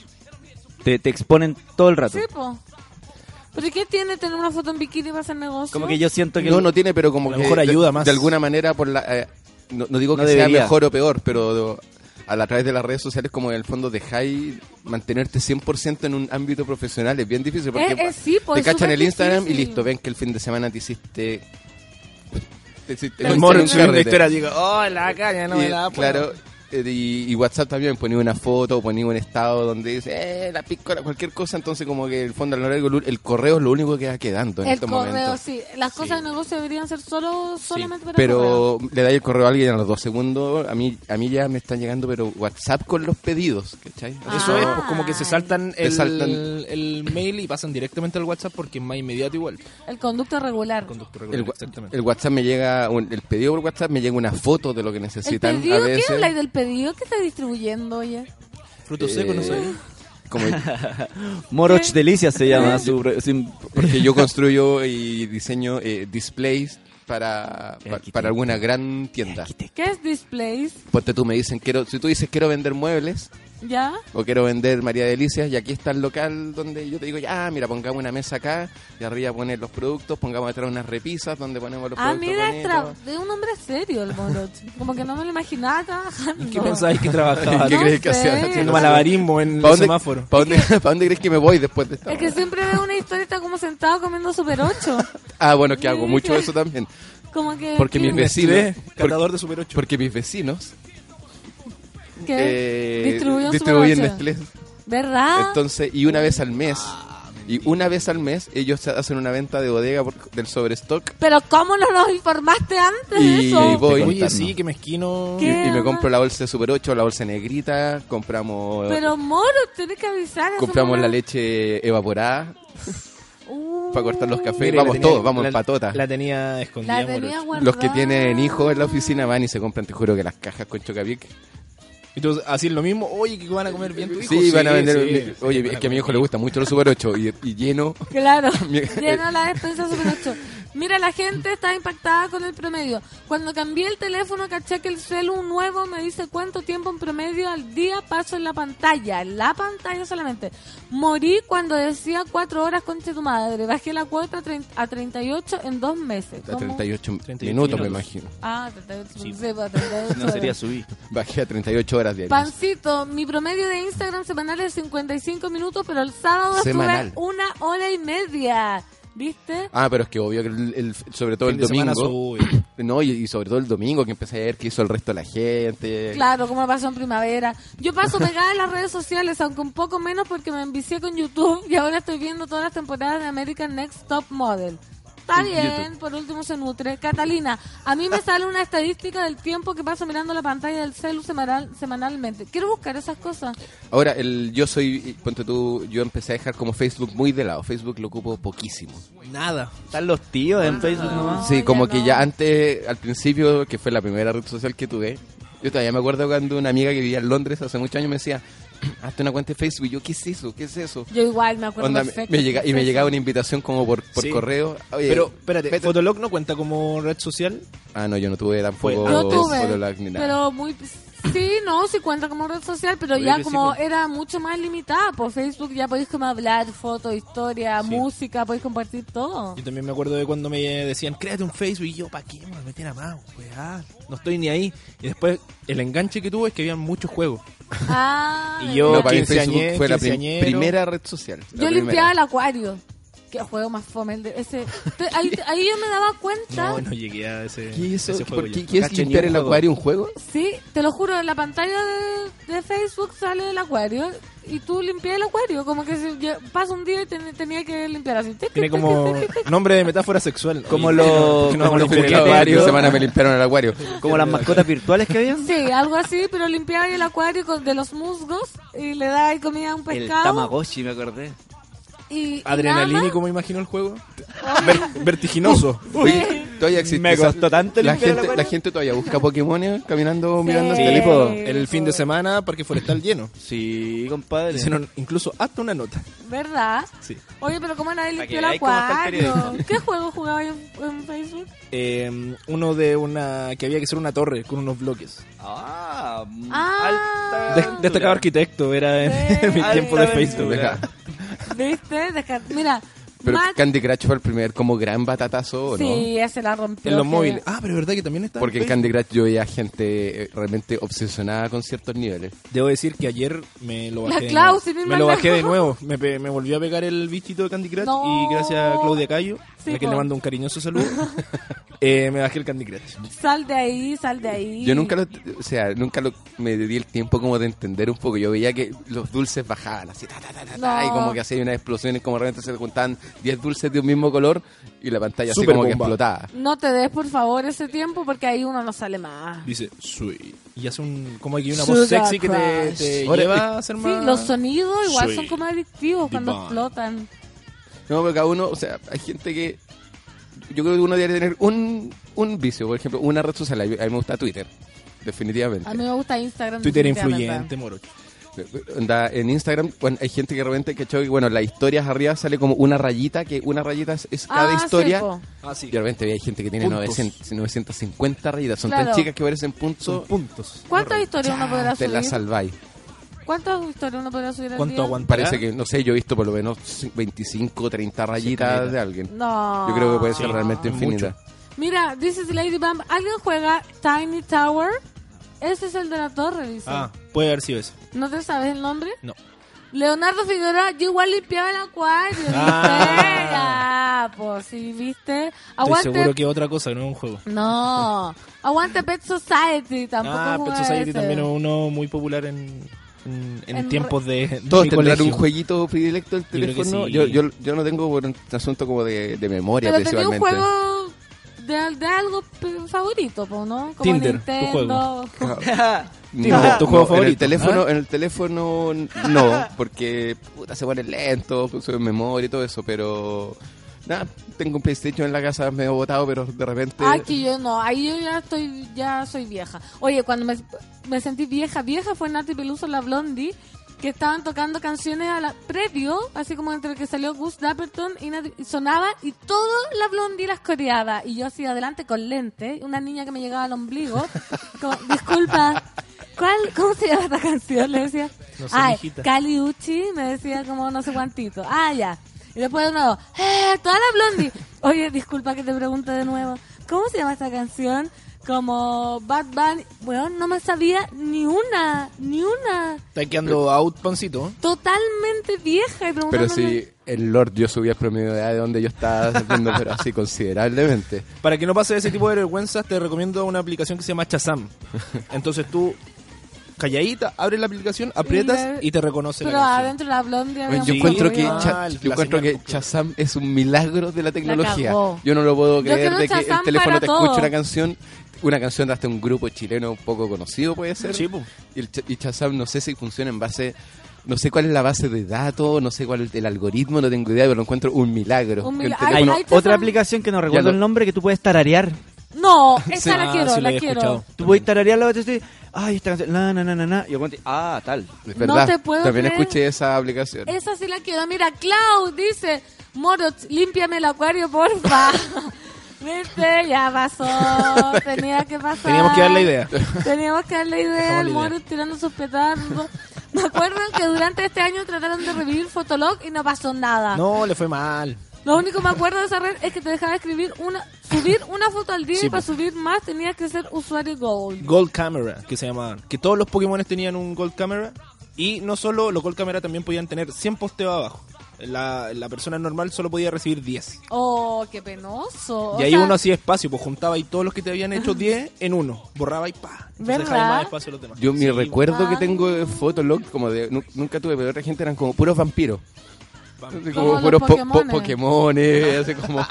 D: Te, te exponen todo el rato.
B: Sí, po. ¿Pero qué tiene tener una foto en bikini para hacer negocio?
D: Como que yo siento que
K: No,
D: el-
K: no tiene, pero como
D: A lo
K: que
D: mejor
K: de-
D: ayuda
K: de,
D: más.
K: alguna manera por la eh, no, no digo
D: No
K: que sea
D: debería.
K: mejor o peor, pero a, la- a través de las redes sociales como en el fondo dejáis mantenerte 100% en un ámbito profesional es bien difícil porque
B: Eh, eh, sí, po,
K: te
B: es
K: cachan
B: súper
K: el Instagram
B: difícil.
K: y listo, ven que el fin de semana te hiciste te hiciste
L: El
K: un-
L: mono
K: un
L: subiendo
K: carrete.
L: historia, digo, oh, la caña, no
K: Y,
L: me pues, la puedo.
K: Claro, eh, y, y WhatsApp también ponía una foto, ponía un estado donde dice, eh, la pícola, cualquier cosa, entonces como que el fondo, el, el correo es lo único que va quedando en
B: el
K: estos
B: correo,
K: momentos.
B: sí. Las cosas de negocio deberían ser solo, solamente para
K: Pero
B: correo.
K: le dais el correo a alguien a los dos segundos, a mí, a mí ya me están llegando, pero WhatsApp con los pedidos, ¿cachai?
L: Eso es,
B: Ah.
L: pues como que se saltan
K: Te
L: el,
K: saltan.
L: el mail y pasan directamente al WhatsApp porque es más inmediato igual.
B: El conducto regular.
K: El, wa- el WhatsApp me llega, un- el pedido por WhatsApp me llega una foto de lo que
B: ¿El
K: necesitan a
B: pedido?
K: veces.
B: ¿Qué habláis del pedido que está distribuyendo, oye?
L: Frutos secos, no
K: Eh,
L: sé.
K: Como
D: Moroch Delicias se llama su pro- sin-
K: porque yo construyo y diseño eh, displays para, pa- para alguna gran tienda.
B: ¿Qué es Displays?
K: Ponte tú, me dicen, quiero, si tú dices quiero vender muebles,
B: ¿Ya?
K: o quiero vender María Delicias y aquí está el local donde yo te digo, ya, mira, pongamos una mesa acá y arriba poner los productos, pongamos atrás unas repisas donde ponemos los
B: Ah,
K: productos.
B: mira, es
K: bonitos".
B: tra- de un hombre serio el Moroch. Como que no me lo imaginaba trabajando.
L: ¿Qué pensáis que trabajaba?
K: ¿Qué
B: No
K: crees que
B: sé.
K: hacía?
L: Haciendo malabarismo en
K: ¿Para
L: el
K: dónde-
L: semáforo.
K: ¿Para dónde, para dónde crees que me voy después de esto?
B: Es que siempre veo una historia y está como sentado comiendo Super 8.
K: Ah, bueno, que hago mucho eso también.
B: Como que...
K: Porque mis vecinos...
L: Nestlé, catador de Super 8.
K: Porque mis vecinos...
B: ¿Qué?
K: eh,
B: Distribuyen
K: distribuyen
B: Super 8.
K: Nestlé.
B: ¿Verdad? Ah,
K: Entonces, y una vez al mes... Y una vez al mes ellos hacen una venta de bodega por- del sobrestock
B: Pero ¿cómo no nos informaste antes de
K: y
B: eso?
K: voy.
L: Oye, sí, que mezquino.
K: Y,
B: ¿Qué?
K: y me compro la bolsa de Super 8, la bolsa negrita, compramos
B: Pero Moro, tenés que avisar. eso
K: compramos
B: no-
K: la leche evaporada
B: Uh.
K: para cortar los cafés.
L: Mira,
K: vamos
L: la tenía-
K: todos, vamos
L: la-
K: en patota.
L: La tenía escondida.
B: La tenía
L: Morocho.
B: guardada.
K: Los que tienen hijos en la oficina van y se compran, te juro que las cajas con chocapic.
L: Y tú así lo mismo, oye, que van a comer bien tu hijo.
K: Sí, van a vender.
L: sí,
K: mi- oye,
L: sí,
K: es que a mi hijo le gusta mucho los Super 8 y, y lleno.
B: Claro,
K: Mi-
B: lleno la despensa Super 8. Mira, la gente está impactada con el promedio. Cuando cambié el teléfono, caché que el celu nuevo me dice cuánto tiempo en promedio al día paso en la pantalla. En la pantalla solamente. Morí cuando decía cuatro horas conche tu madre. Bajé la cuota a trein- a 38 en dos meses.
K: A
B: ¿Cómo?
K: 38,
L: 38
K: minutos, me
L: minutos.
K: imagino.
B: Ah, 38. sí, pues, 38
D: No sería subir.
K: Bajé a 38 horas diarias.
B: Pancito, mi promedio de Instagram semanal es 55 minutos, pero el sábado
K: Semanal.
B: estuve una hora y media. ¿Viste?
K: Ah, pero es que obvio que el- el- sobre todo
L: Fin
K: el
L: de semana
K: domingo. No, y, y sobre todo el domingo que empecé a ver qué hizo el resto de la gente.
B: Claro, como pasó en primavera. Yo paso pegada en las redes sociales, aunque un poco menos porque me envicié con YouTube y ahora estoy viendo todas las temporadas de American Next Top Model. Está
K: En
B: bien,
K: YouTube.
B: por último se nutre. Catalina, a mí me sale una estadística del tiempo que paso mirando la pantalla del celu semanal, semanalmente. Quiero buscar esas cosas.
K: Ahora, el, yo soy, ponte tú, yo empecé a dejar como Facebook muy de lado. Facebook lo ocupo poquísimo.
L: Nada.
D: Están los tíos en Facebook
B: Ah.
D: nomás.
K: Sí, como que ya antes, al principio, que fue la primera red social que tuve, yo todavía me acuerdo cuando una amiga que vivía en Londres hace muchos años me decía, "Ah, hazte una cuenta de Facebook. Y yo, ¿qué es eso? ¿Qué es eso?
B: Yo igual me acuerdo
K: Onda, me-
B: perfecto.
K: me llega, y me
B: Sí,
K: llegaba
B: sí.
K: una invitación como por, por
L: Sí.
K: correo. Oye,
L: Pero, espérate,
K: vete-
L: ¿Fotolog no cuenta como red social?
K: Ah, no, yo no tuve tampoco
L: Yo tuve,
K: Fotolog ni nada.
B: Pues, Pero muy... Sí, no, sí cuenta como red social, pero
K: Oye,
B: ya
K: que sí,
B: como
K: pues.
B: era mucho más limitada. Por Facebook ya podéis como hablar, fotos, historia, música, podéis compartir todo.
L: Yo también me acuerdo de cuando me decían, créate un Facebook, y yo, ¿para qué me meter a más? weá? no estoy ni ahí. Y después, el enganche que tuve es que habían muchos juegos.
B: Ah,
L: Y yo,
K: No, para mí
L: quinceañe-
K: Facebook fue la prim-
L: quinceañero.
K: primera red social. la
B: yo
K: primera.
B: limpiaba el acuario. Qué juego más fome el de ese. Te- Ahí, ahí yo me daba cuenta.
L: No, no llegué a ese,
K: ¿Qué es eso?
L: a ese juego.
K: ¿Por qué,
L: yo.
K: qué
L: No
K: es
L: cacho ni
K: limpiar
L: un
K: el
L: juego.
K: acuario un juego?
B: Sí, te lo juro, en la pantalla de, de Facebook sale el acuario y tú limpias el acuario. Como que se- ya- pasa un día y ten- tenía que limpiar así. tic,
L: Tiene
B: tic,
L: como
B: tic, tic, tic.
L: nombre de metáfora sexual.
D: Como
L: Oye,
D: los-
L: ¿por qué no
D: como
L: me
D: los
L: limpié el
D: juguetes.
L: acuario?
K: Varios semana me limpiaron el acuario.
D: Como las mascotas virtuales que habían.
B: Sí, algo así, pero limpiaba ahí el acuario con, de los musgos y le daba ahí comida a un
D: El
B: pescado.
D: Tamagotchi, me acordé.
B: Y, y nada
L: Adrenalínico,
B: más.
L: me imagino el juego. Ver- vertiginoso.
K: Oye, todavía existe.
D: Me
K: esa-
D: costó tanto
K: la
D: limpiar el
K: gente,
D: acuario.
K: la gente todavía busca Pokémon caminando, mirando
B: Sí.
K: el
D: po.
L: El fin de semana, Parque Forestal lleno.
D: Sí, compadre.
L: Hicieron incluso hasta una nota.
B: ¿Verdad?
L: Sí.
B: Oye, pero ¿cómo nadie limpió
D: que
B: el
D: veáis cómo está el
B: acuario? ¿Qué juego jugaba yo en, en Facebook?
L: Eh, uno de una que había que ser una torre con unos bloques.
D: Ah, m-
B: Ah.
D: alta
L: De-
D: aventura.
L: destacado arquitecto era en,
B: Sí.
L: mi tiempo de
D: Alta
L: Facebook.
D: aventura.
B: ¿Viste? Deja- Mira,
K: Pero
B: Matt-
K: Candy Crush fue el primer como gran batatazo, ¿o ¿no?
B: Sí, ese la rompió.
L: En los
B: que-
L: móviles. Ah, pero verdad que también está. en
K: Porque en
L: Facebook?
K: Candy Crush yo veía gente eh, realmente obsesionada con ciertos niveles.
L: Debo decir que ayer me lo
B: La
L: bajé. de
B: Clau,
L: nuevo.
B: sin ir
L: me
B: más
L: lo bajé
B: lejos.
L: de nuevo. Me, pe- me volvió a pegar el bichito de Candy Crush.
B: No.
L: Y gracias a Claudia Cayo,
B: Sí,
L: a quien
B: po.
L: le mando un cariñoso saludo, eh, me bajé el Candy Crush.
B: Sal de ahí, sal de ahí.
K: Yo nunca lo, o sea, nunca lo, me di el tiempo como de entender un poco. Yo veía que los dulces bajaban así, ta, ta, ta, ta, ta,
B: No.
K: y como que hacía unas explosiones, como realmente se juntaban 10 dulces de un mismo color y la pantalla así
L: Super
K: como que
L: bomba.
K: explotaba.
B: No te des, por favor, ese tiempo porque ahí uno no sale más.
L: Dice, sweet. Y hace un, como aquí una voz
B: Sugar
L: sexy que te,
B: Crush.
L: te
K: Ahora- eh,
L: lleva a ser
B: Sí,
L: más.
B: los sonidos igual
L: Ah. Sí.
B: son como adictivos cuando
L: Divine.
B: explotan.
K: No, pero cada uno, o sea, hay gente que. Yo creo que uno debería tener un, un vicio, por ejemplo, una red social. A mí a mí me gusta Twitter, definitivamente.
B: A mí me gusta Instagram.
L: Twitter
B: definitivamente.
L: influyente, moro.
K: Onda, en Instagram bueno, hay gente que de repente cachó que bueno las historias arriba sale como una rayita que una rayita es, es cada
B: Ah, sí,
K: historia
B: po.
L: Ah, sí.
K: y de repente hay gente que tiene
L: Puntos.
K: 900, 950 rayitas son
B: Claro.
K: tan chicas que parecen
L: Son
K: puntos
L: puntos.
B: ¿Cuántas historias uno podrá
K: te la
B: subir?
K: salváis
B: ¿Cuántas historias uno podrá subir al
L: ¿Cuánto
B: día? Ah,
L: aguantará?
K: parece que no sé yo he visto por lo menos 25 30 rayitas
L: caleta.
K: de alguien
B: No.
K: yo creo que puede ser
L: Ah. Sí,
K: realmente
L: mucho.
K: infinita
B: Mira, dice Lady Bam, ¿alguien juega Tiny Tower? Ese es el de la torre, dice.
L: Ah, puede haber sido eso.
B: ¿No te sabes el nombre?
L: No.
B: Leonardo Figueroa, yo igual limpiaba el acuario. ¿viste?
L: Ah.
B: Ah, pues sí, ¿viste?
L: Estoy
B: Aguante.
L: seguro que otra cosa, no un juego.
B: No. Aguante Pet Society, tampoco.
L: ah, Pet
B: jugaba
L: Society
B: ese.
L: también es uno muy popular en, en, en
B: En
L: tiempos de, de
K: todos
L: mi
K: tendrán
L: colegio.
K: un jueguito predilecto del
L: Yo creo que
K: teléfono
L: sí.
K: yo, yo, yo no tengo por un asunto como de, de memoria
B: Pero tenía un
K: principalmente
B: juego de, de algo p- favorito, po, ¿no? Como
L: Tinder, tu
B: Nintendo.
K: Ah, No,
L: ¿Tu
K: no,
L: juego
K: En
L: favorito?
K: el teléfono,
L: ¿Ah?
K: en el teléfono no, porque puta, se pone lento, sube memoria y todo eso, pero nada, tengo un PlayStation en la casa medio botado, pero de repente
B: Ay, Ah, que yo no, ahí yo ya estoy, ya soy vieja. Oye, cuando me, me sentí vieja, vieja fue Nati Peluso, la Blondie, que estaban tocando canciones a la previo, así como entre que salió Gus Dapperton y, Nati- y sonaba y todo la Blondie las coreaba. Y yo así adelante con lente, una niña que me llegaba al ombligo, como, disculpa, ¿cuál, ¿cómo se llama esta canción? Le decía,
L: No sé,
B: ay,
L: mijita.
B: Cali Uchi, me decía como no sé cuántito. Ah, ya. Y después de nuevo, ¡eh! Toda la blondie. Oye, disculpa que te pregunte de nuevo. ¿Cómo se llama esta canción? Como Bad Bunny, weón, no me sabía ni una, ni una.
L: Está quedando out, pancito.
B: Totalmente vieja. y
K: Pero
B: preguntándome-
K: sí, el Lord yo subí el promedio de edad de donde yo estaba viendo, pero así considerablemente.
L: Para que no pase ese tipo de vergüenzas, te recomiendo una aplicación que se llama Chazam. Entonces tú, calladita, abres la aplicación, aprietas y te reconoce
B: Pero
L: la canción.
B: adentro la blondia.
K: Bueno, yo
L: Sí,
K: encuentro que,
L: weón.
D: Ah,
K: Cha- yo
L: La
K: encuentro que Shazam es un milagro de la tecnología.
B: cagó.
K: yo no lo puedo
B: Yo
K: creer
B: quiero
K: de que el
B: Shazam
K: teléfono
B: para
K: te
B: todo.
K: escuche una canción, una canción de hasta un grupo chileno poco conocido puede ser. y, el Ch- y Shazam no sé si funciona en base, no sé cuál es la base de datos, no sé cuál es el algoritmo, no tengo idea, pero lo encuentro un milagro.
B: Un
K: Que el
B: milagro. Ay,
K: teléfono-
B: ay, Shazam. Otra
D: aplicación que no recuerdo el nombre que tú puedes tararear.
B: No, esa
D: Ah,
K: ah,
B: la quiero, la quiero.
D: Tú puedes tararear la otra y ay, esta canción, na, na, na, na, na. Y aguante, ah, tal.
K: Es
B: verdad, te puedo
K: también
B: creer.
K: escuché esa aplicación.
B: Esa sí la quiero. Mira, Clau dice, Moros, límpiame el acuario, porfa. Viste, ya pasó. Tenía que pasar.
L: Teníamos que dar la idea.
B: Teníamos que dar la idea.
L: Dejamos la
B: El
L: idea.
B: Moros tirando sus petardos. Me acuerdo que durante este año trataron de revivir Fotolog y no pasó nada.
L: No, le fue mal.
B: Lo único que me acuerdo de esa red es que te dejaba escribir una, subir una foto al día
L: Sí, pues.
B: y para
L: po.
B: subir más tenías que ser usuario Gold.
L: Gold Camera, que se llamaban. Que todos los Pokémon tenían un Gold Camera. Y no solo los Gold Camera también podían tener 100 posteos abajo. La, la persona normal solo podía recibir 10.
B: Oh, qué penoso. O
L: y ahí
B: sea,
L: uno hacía espacio, pues juntaba ahí todos los que te habían hecho 10 en uno. Borraba y pa. Entonces
B: ¿Verdad?
L: dejaba más espacio a los demás.
K: Yo mi
L: Sí,
K: recuerdo que
B: Ah.
K: tengo de Fotolog, como de, nu- nunca tuve, pero otra gente eran como puros vampiros. Así
B: Como
K: Como
B: los
K: puros po- po-
B: Pokémones.
K: Pokémones, así como,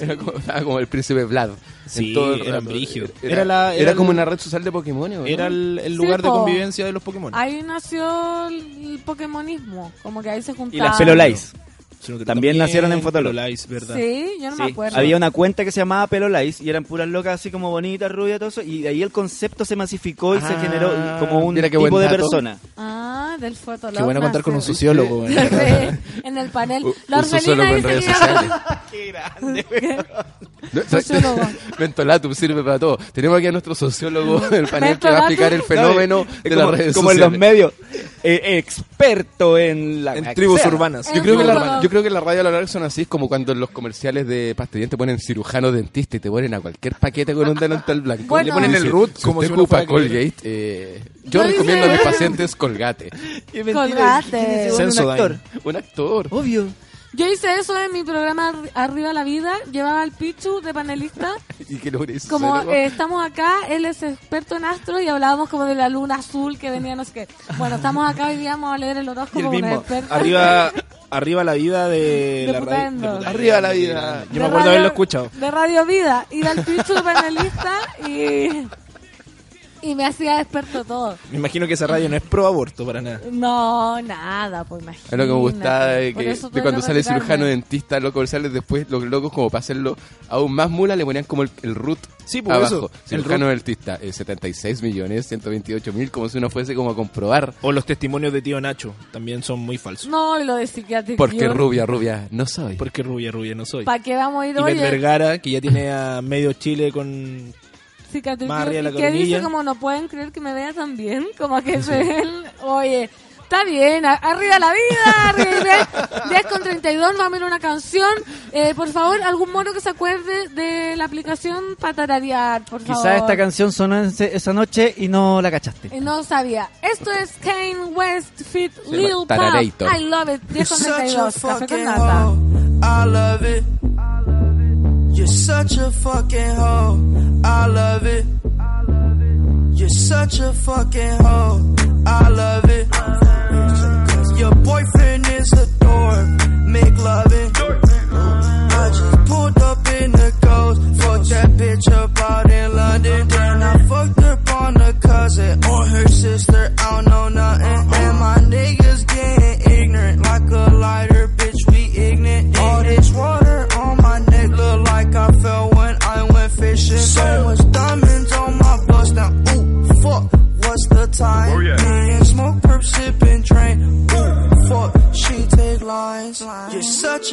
K: era como, estaba como el príncipe Vlad.
L: Sí,
K: en todo el
L: eran
K: rato.
L: brígidos.
K: Era,
L: Era la-
K: era
L: era el-
K: como una red social de Pokémon. ¿o no?
L: Era el, el
B: Sí,
L: lugar de
B: po.
L: convivencia de los Pokémon.
B: Ahí nació el Pokémonismo, como que ahí se juntaban.
D: Y las Pelolais.
L: Sino que
D: También nacieron en Fotolog.
L: Pelolais, ¿verdad?
B: Sí, yo no me
D: Sí,
B: acuerdo.
D: Había una cuenta que se llamaba Pelolais y eran puras locas así como bonitas, rubias, todo eso. Y de ahí el concepto se masificó y se
K: Ah,
D: generó como un
K: mira qué
D: tipo
K: buen
D: de
K: dato.
D: persona.
B: Ah, del fotolog.
L: Qué bueno contar con un
B: nace.
L: sociólogo. ¿eh? güey.
B: Sí, en el panel.
K: Un-
B: La
K: un sociólogo
B: Orfelina
K: en
B: dice
K: redes
B: que
K: sociales. No,
B: Sociólogo.
K: Mentolatum sirve para todo. Tenemos aquí a nuestro sociólogo del panel que va a
B: Mentolatum.
K: explicar el fenómeno de
D: como,
K: las redes
D: como en
K: sociales.
D: los medios. Eh, experto en la
L: En tribus
D: sea.
L: urbanas.
K: Yo creo, que la,
B: Urbanas.
K: yo creo que la radio a lo largo son así, es como cuando en los comerciales de pasta y dientes ponen cirujano dentista y te ponen a cualquier paquete con un delantal blanco.
B: Bueno.
K: Y
B: Le ponen
L: el
K: dice,
L: root
K: si
L: como
K: usted
L: si uno
K: ocupa
L: fuera que-
K: Colgate, eh, yo
B: No dice-
K: recomiendo a mis pacientes Colgate.
D: Y
B: Colgate.
D: ¿quién es ese buen
L: Sensodyne.
D: actor?
K: Un actor.
D: Obvio.
B: Yo hice eso en mi programa Arri- Arriba la Vida. Llevaba al Pichu de panelista.
K: Y que lo hizo
B: Como
K: luego.
B: eh, estamos acá, él es experto en astro y hablábamos como de la luna azul que venía, no sé qué. Bueno, estamos acá hoy día, vamos a leer el
D: Y el
B: horóscopo con
D: mismo.
B: experto.
L: Arriba, arriba la vida de, la radio.
B: Putaendo.
L: de Putaendo.
K: Arriba la vida.
L: Yo me acuerdo haberlo escuchado.
B: De Radio Vida. Y al Pichu de panelista y. Y me hacía experto todo.
L: Me imagino que esa radio no es pro aborto para nada.
B: No, nada, pues imagínate.
K: Es lo que me gustaba de,
B: Por
K: que-
B: eso
K: de
B: tuve
K: cuando
B: que
K: sale
B: retirarme.
K: cirujano dentista, los comerciales después, los locos como para hacerlo aún más mula, le ponían como el, el root
L: Sí, pues,
K: abajo.
L: eso, el
K: Cirujano dentista, eh, 76 millones, 128 mil, como si uno fuese como a comprobar.
L: O los testimonios de tío Nacho también son muy falsos.
B: No, y lo de psiquiátrico.
K: Porque rubia, rubia, no soy.
L: Porque rubia, rubia no soy.
B: ¿Para qué vamos a
L: Y
B: ir
L: Beth
B: hoy? eh?
L: Vergara, que ya tiene a medio Chile con...
B: Cicatriz.
L: más arriba de la
B: Y que dice
L: coronilla.
B: como no pueden creer que me vea tan bien. Como que se ven. Oye, está bien. a- Arriba la vida. Arriba la vida. 10 con 32. Vamos a ver una canción. Eh, por favor, algún mono que se acuerde de la aplicación para tararear. Por favor.
D: Quizás esta canción sonó en se- esa noche y no la cachaste.
B: Eh, No sabía. Esto es Kane West Fit
K: llama
B: Lil Pump.
K: Tarareator.
B: I love it. 10 con 32. Café con nata.
M: hoe. I love it. You're such a fucking hoe. I love it. You're such a fucking hoe. I love it. Your boyfriend is a dork. Make loving. I just pulled up in the ghost. Fucked that bitch up out in London. Then I fucked up on a cousin or her sister. I don't know nothing. And my niggas getting ignorant like a lighter, bitch. We ignorant. All this water on my neck look like I fell when I went fishing. So much diamonds on my bust now. Ooh, fuck. What's the time? Oh, yeah. Me and smoke, perp, sipping, train. Ooh, fuck. She take lines. You're such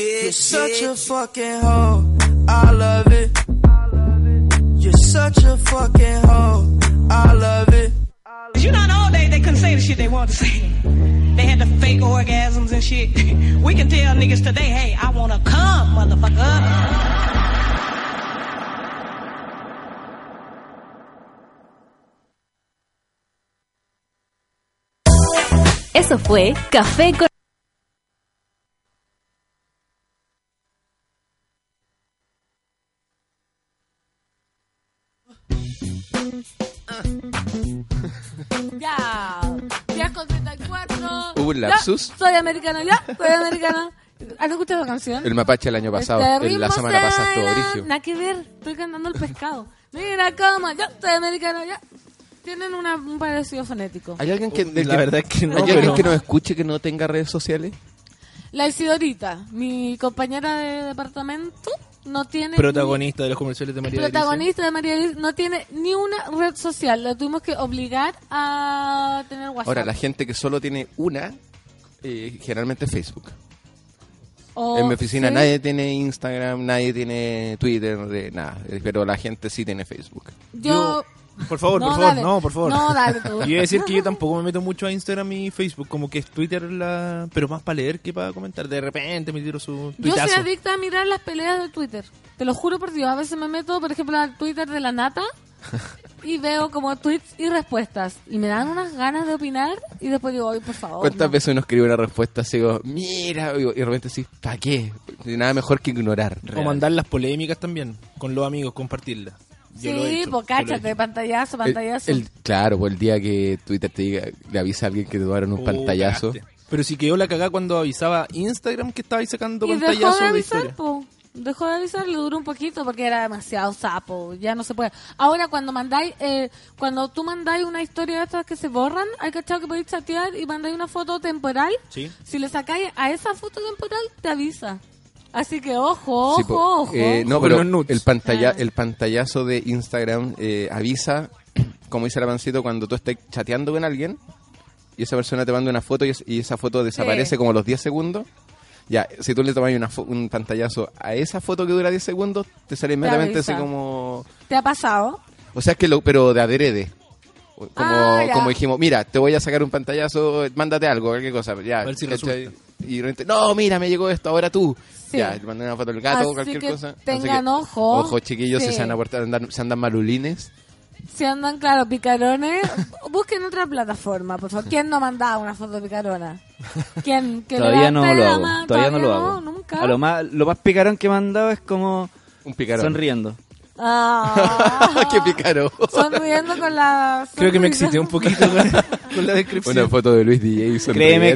N: Bitch.
M: You're such a fucking hoe. I love it. You're such a fucking hoe. I love it.
O: You know, in the old days, they couldn't say the shit they wanted to say. They had the fake orgasms and shit. We can tell niggas today, hey, I wanna come, motherfucker.
A: Eso fue Café con...
B: Ya. 10 con 34.
K: Hubo un lapsus.
B: Ya, soy americano, ya. Soy americano. ¿Has escuchado la canción?
K: El mapache el año pasado,
B: Este
K: el- la
B: ritmo
K: semana
B: se
K: pasada estuvo
B: baila,
K: brigio.
B: Nada que ver. Estoy cantando el pescado. Mira cómo. Yo soy americano, ya. Tienen una- un parecido fonético.
K: ¿Hay alguien que, del
L: Uh, la verdad es que no,
K: ¿hay alguien
L: pero-
K: que nos escuche que no tenga redes sociales?
B: La Isidorita, mi compañera de departamento, no tiene.
L: Protagonista de los comerciales de
B: ni-
L: María
B: protagonista de María Elisa, no tiene ni una red social. La tuvimos que obligar a tener WhatsApp.
K: Ahora, la gente que solo tiene una, eh, generalmente es Facebook.
B: O-
K: en mi oficina
B: Oh, sí.
K: nadie tiene Instagram, nadie tiene Twitter, eh, nada. Eh, Pero la gente sí tiene Facebook.
B: Yo.
L: Por favor,
B: No,
L: por favor,
B: dale.
L: no, por favor.
B: No, dale tú.
L: Y iba a decir que yo tampoco me meto mucho a Instagram y Facebook, como que es Twitter la... Pero más para leer que para comentar. De repente me tiro su
B: Yo soy
L: tuitazo.
B: adicta a mirar las peleas de Twitter. Te lo juro por Dios. A veces me meto, por ejemplo, al Twitter de la nata y veo como tweets y respuestas. Y me dan unas ganas de opinar y después digo, ay, por favor.
K: ¿Cuántas
B: Oh, no".
K: veces uno escribe una respuesta así como, mira, y de repente decís, ¿para qué? Nada mejor que ignorar.
L: O mandar las polémicas también, con los amigos, compartirlas. Yo lo he
B: Sí,
L: hecho, yo
B: pues
L: lo he
B: cáchate, pantallazo,
K: El-
B: pantallazo.
K: el- claro, pues el día que Twitter te diga, le avisa a alguien que te tomaron un
L: Oh,
K: pantallazo.
L: cagaste. Pero si quedó la cagada cuando avisaba Instagram que estaba ahí sacando
B: Y
L: pantallazos
B: dejó de
L: de,
B: avisar,
L: historia.
B: po. Dejó de avisar, le duró un poquito porque era demasiado sapo, ya no se puede. Ahora cuando mandáis, eh, cuando tú mandáis una historia de estas que se borran, hay cachado que podéis chatear y mandáis una foto temporal.
L: Sí.
B: Si le sacáis a esa foto temporal, te avisa. Así que ojo,
K: Sí,
B: ojo,
K: po.
B: ojo. Ah.
K: Eh, no,
L: Con
K: pero
L: los nudes.
K: el, pantalla, el pantallazo de Instagram eh, avisa, como dice el avancito, cuando tú estés chateando con alguien y esa persona te manda una foto y, es- y esa foto desaparece como a los 10 segundos. Ya, si tú le tomas una fo- un pantallazo a esa foto que dura 10 segundos, te sale inmediatamente así
B: avisa.
K: como...
B: ¿Te ha pasado?
K: O sea, es que lo, pero de adrede. O- Como,
B: Ah, ya.
K: como dijimos, mira, te voy a sacar un pantallazo, mándate algo, cualquier cosa. Ya,
L: A ver si
K: ¿cachai? y de repente, no, mira, me llegó esto, ahora tú.
B: Sí.
K: Ya, le mandé una foto del gato,
B: Así
K: cualquier
B: que
K: cosa.
B: tengan
K: Así que,
B: ojo.
K: Ojo, chiquillos, si
B: Sí.
K: se andan, andan, se andan malulines.
B: Si andan, claro, picarones, busquen otra plataforma, por favor. ¿Quién no mandaba una foto picarona? ¿Quién? que
D: Todavía no
B: levante
D: lo
B: la
D: hago.
B: mano?
D: Todavía no lo hago.
B: nunca.
D: A lo más, lo más picarón que me han dado es como
K: Un picarón.
D: sonriendo.
B: Ah.
K: ¡Qué picarón!
B: Sonriendo con la.
L: Creo que me
B: sonrisa.
L: excité un poquito con, con la descripción.
K: Una foto de Luis DJ sonriendo.
D: Créeme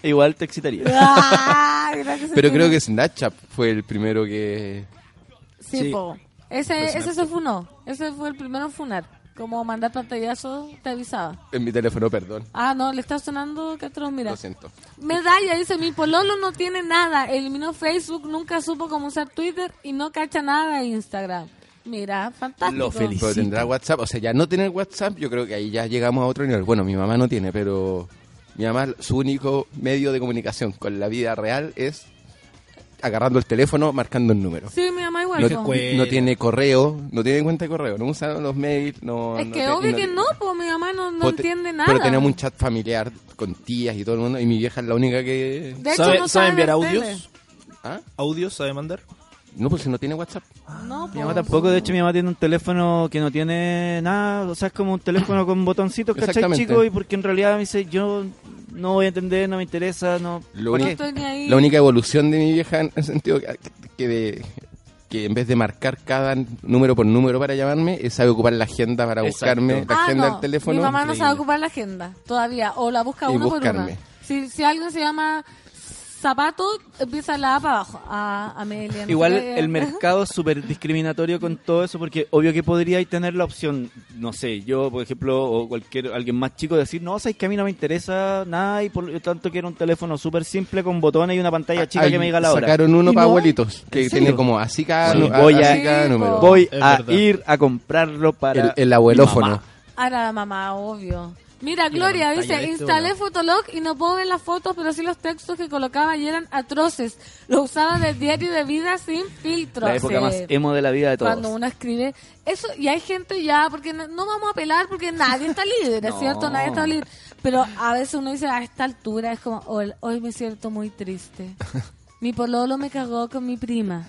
D: que igual te excitaría.
B: Ah, gracias a
K: Pero
B: ti.
K: creo que Snapchat fue el primero que...
B: Sí,
K: sí.
B: po. Ese,
K: Pues,
B: ese se funó. Ese fue el primero en funar. Como mandar pantallazos, te avisaba.
K: En mi teléfono, perdón.
B: Ah, no, le está sonando Catros, mira.
K: Lo siento.
B: Medalla dice, mi pololo no tiene nada, eliminó Facebook, nunca supo cómo usar Twitter y no cacha nada de Instagram. Mira, fantástico.
K: Pero tendrá WhatsApp. O sea, ya no tener WhatsApp, yo creo que ahí ya llegamos a otro nivel. Bueno, mi mamá no tiene, pero mi mamá, su único medio de comunicación con la vida real es agarrando el teléfono, marcando el número.
B: Sí, mi mamá igual.
K: No,
B: po.
K: no tiene correo, no tiene cuenta de correo, no usa los mails, no...
B: es
K: no
B: que
K: te-
B: obvio que no, pues mi mamá no, no
K: Pero te-
B: entiende nada.
K: Pero tenemos un chat familiar con tías y todo el mundo, y mi vieja es la única que...
B: De hecho, ¿Sabe- no sabe sabe enviar ver audios? tele.
K: ¿Ah?
L: ¿Audios sabe mandar?
K: No, pues si no tiene WhatsApp.
B: No, pues.
D: Mi mamá Ah, tampoco, de hecho mi mamá tiene un teléfono que no tiene nada, o sea, es como un teléfono con botoncitos, ¿cachai,
K: Exactamente.
D: chico? Y porque en realidad me dice, yo no voy a entender, no me interesa, no...
K: Lo
D: ¿para
K: único-
D: qué?
K: La única evolución de mi vieja en el sentido que, que de- que en vez de marcar cada número por número para llamarme, eh, sabe ocupar la agenda para
L: Exacto.
K: buscarme, la
B: Ah,
K: agenda
B: no.
K: del teléfono.
B: Mi mamá no
K: Increíble.
B: sabe ocupar la agenda todavía, o la busca
K: Y
B: uno por
K: buscarme.
B: una. Si, si alguien se llama zapato empieza la A para abajo. A Amelia. no sé
D: Igual
B: qué.
D: el mercado es súper discriminatorio con todo eso, porque obvio que podríais tener la opción, no sé, yo por ejemplo, o cualquier alguien más chico, decir, no, sabes que a mí no me interesa nada y por lo tanto quiero un teléfono súper simple con botones y una pantalla chica
K: Ay,
D: que me diga la hora.
K: Sacaron uno
D: Y
K: para
D: no,
K: abuelitos, que
D: ¿en
K: tiene
D: serio?
K: como así cada,
D: Sí,
K: nu- a-
D: voy a,
K: así cada número.
D: voy
K: Es
D: a
K: verdad.
D: ir a comprarlo para.
K: El- el abuelófono.
D: mi mamá.
B: Ahora Ah, la mamá, obvio. Mira, Gloria
D: pantalla
B: dice,
D: de este,
B: instalé Fotolog y no puedo ver las fotos, pero sí los textos que colocaba y eran atroces. Lo usaba de diario de vida sin filtro.
D: La época
B: Sí.
D: más emo de la vida de todos.
B: Cuando uno escribe eso, y hay gente ya, porque no, no vamos a apelar porque nadie está libre,
D: No.
B: ¿cierto? Nadie está libre. Pero a veces uno dice, a esta altura es como, "Hol- hoy me siento muy triste. Mi pololo me cagó con mi prima.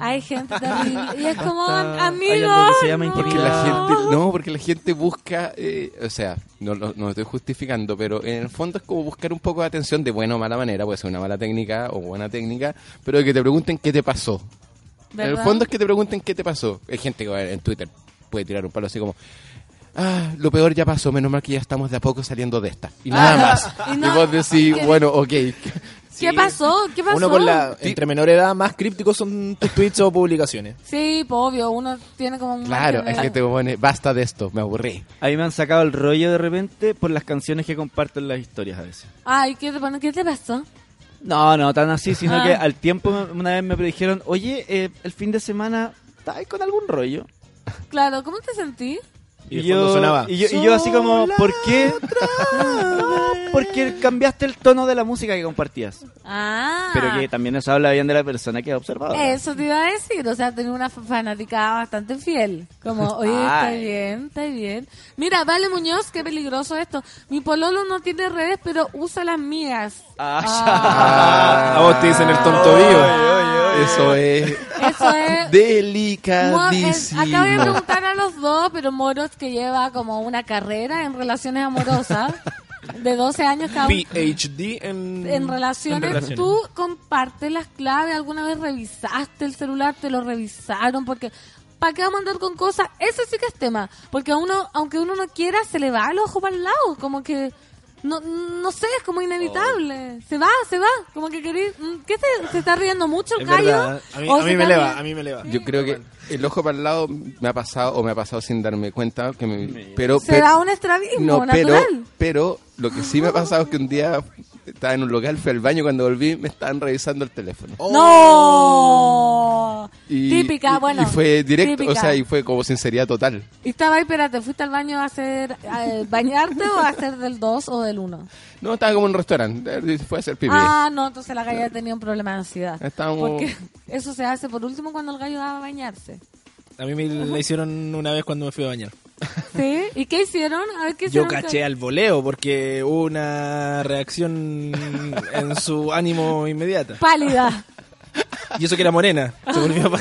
B: Hay gente terrible. Y es como,
D: Basta.
B: amigo, no.
K: Porque la gente, no, porque la gente busca, eh, o sea, no lo no lo estoy justificando, pero en el fondo es como buscar un poco de atención de buena o mala manera, puede ser una mala técnica o buena técnica, pero que te pregunten qué te pasó. En el
L: ¿Verdad?
K: fondo es que te pregunten qué te pasó. Hay gente que va en Twitter puede tirar un palo así como, ah, lo peor ya pasó, menos mal que ya estamos de a poco saliendo de esta. Y nada
B: Ah.
K: más.
B: Y
K: Y,
B: no-
K: vos decís,
B: que-
K: bueno, ok.
B: ¿Qué pasó? ¿Qué pasó?
L: Uno con la, entre menor edad, más crípticos son tus tweets o publicaciones.
B: Sí, pues, obvio, uno tiene como un...
K: Claro,
B: margen
K: hay
B: de-
K: gente que pone, basta de esto, me aburrí.
D: A mí me han sacado el rollo de repente por las canciones que comparto en las historias a veces.
B: Ay, ¿qué te, pone- ¿qué te pasó?
D: No, no, tan así, sino
B: Ah.
D: que al tiempo me- una vez me dijeron, oye, eh, el fin de semana, ¿estás con algún rollo?
B: Claro, ¿cómo te sentí?
L: Y de fondo sonaba.
D: Y yo, y yo así como, ¿por qué? Porque cambiaste el tono de la música que compartías.
B: Ah, Eh.
D: Pero que también eso habla bien de la persona que ha observado.
B: eso te iba a decir. O sea, tenía una fa- fanática bastante fiel. Como, oye, está
D: Ay.
B: bien, está bien. Mira, Vale Muñoz, qué peligroso esto. Mi pololo no tiene redes, pero usa las mías.
L: Ah.
B: Ah.
L: a vos te dicen el tonto vivo.
K: Eso es
B: Ah, Eso es... Mo- es-
K: delicadísimo.
B: Acabo de preguntar Eh, a los dos, pero Moros que lleva como una carrera en relaciones amorosas de 12 años cada uno.
L: eh, PhD en,
B: Mm, En relaciones, tú compartes las claves, alguna vez revisaste el celular, te lo revisaron, porque ¿para qué vamos a andar con cosas? Ese sí que es tema, porque a uno, aunque uno no quiera, se le va el ojo para el lado, como que, no, no sé, es como inevitable,
K: Oh.
B: se va, se va, como que querés, mm, ¿qué se, se está riendo mucho el
K: Es
B: gallo?
K: verdad,
L: A mí,
B: ¿O
L: a
B: se
L: mí me
B: está
L: eleva,
B: riendo?
L: a mí me eleva.
K: Yo creo que el ojo para el lado me ha pasado o me ha pasado sin darme cuenta que me, pero
B: Se
K: pero-
B: da un estrabismo
K: no, pero
B: natural.
K: pero lo que sí me ha pasado es que un día estaba en un local fui al baño cuando volví me estaban revisando el teléfono.
B: ¡No!
K: Oh. Y,
B: típica,
K: y-
B: bueno.
K: y fue directo,
B: típica.
K: o sea, y fue como sinceridad total.
B: Y estaba ahí, espérate, ¿fuiste al baño a hacer, a, eh, bañarte o a hacer del 2 o del 1?
K: No estaba como en un restaurante, eh, fue a hacer pipí.
B: Ah, no, entonces la galla tenía un problema de ansiedad.
K: Estábamos-
B: Porque eso se hace por último cuando el gallo va a bañarse.
L: A mí me la hicieron una vez cuando me fui a bañar.
B: ¿Sí? ¿Y qué hicieron? A ver, ¿qué
L: Yo
B: hicieron?
L: caché al voleo porque hubo una reacción en su ánimo inmediata.
B: Pálida.
L: Y eso que era morena. Se
B: Ah.
L: volvió pa-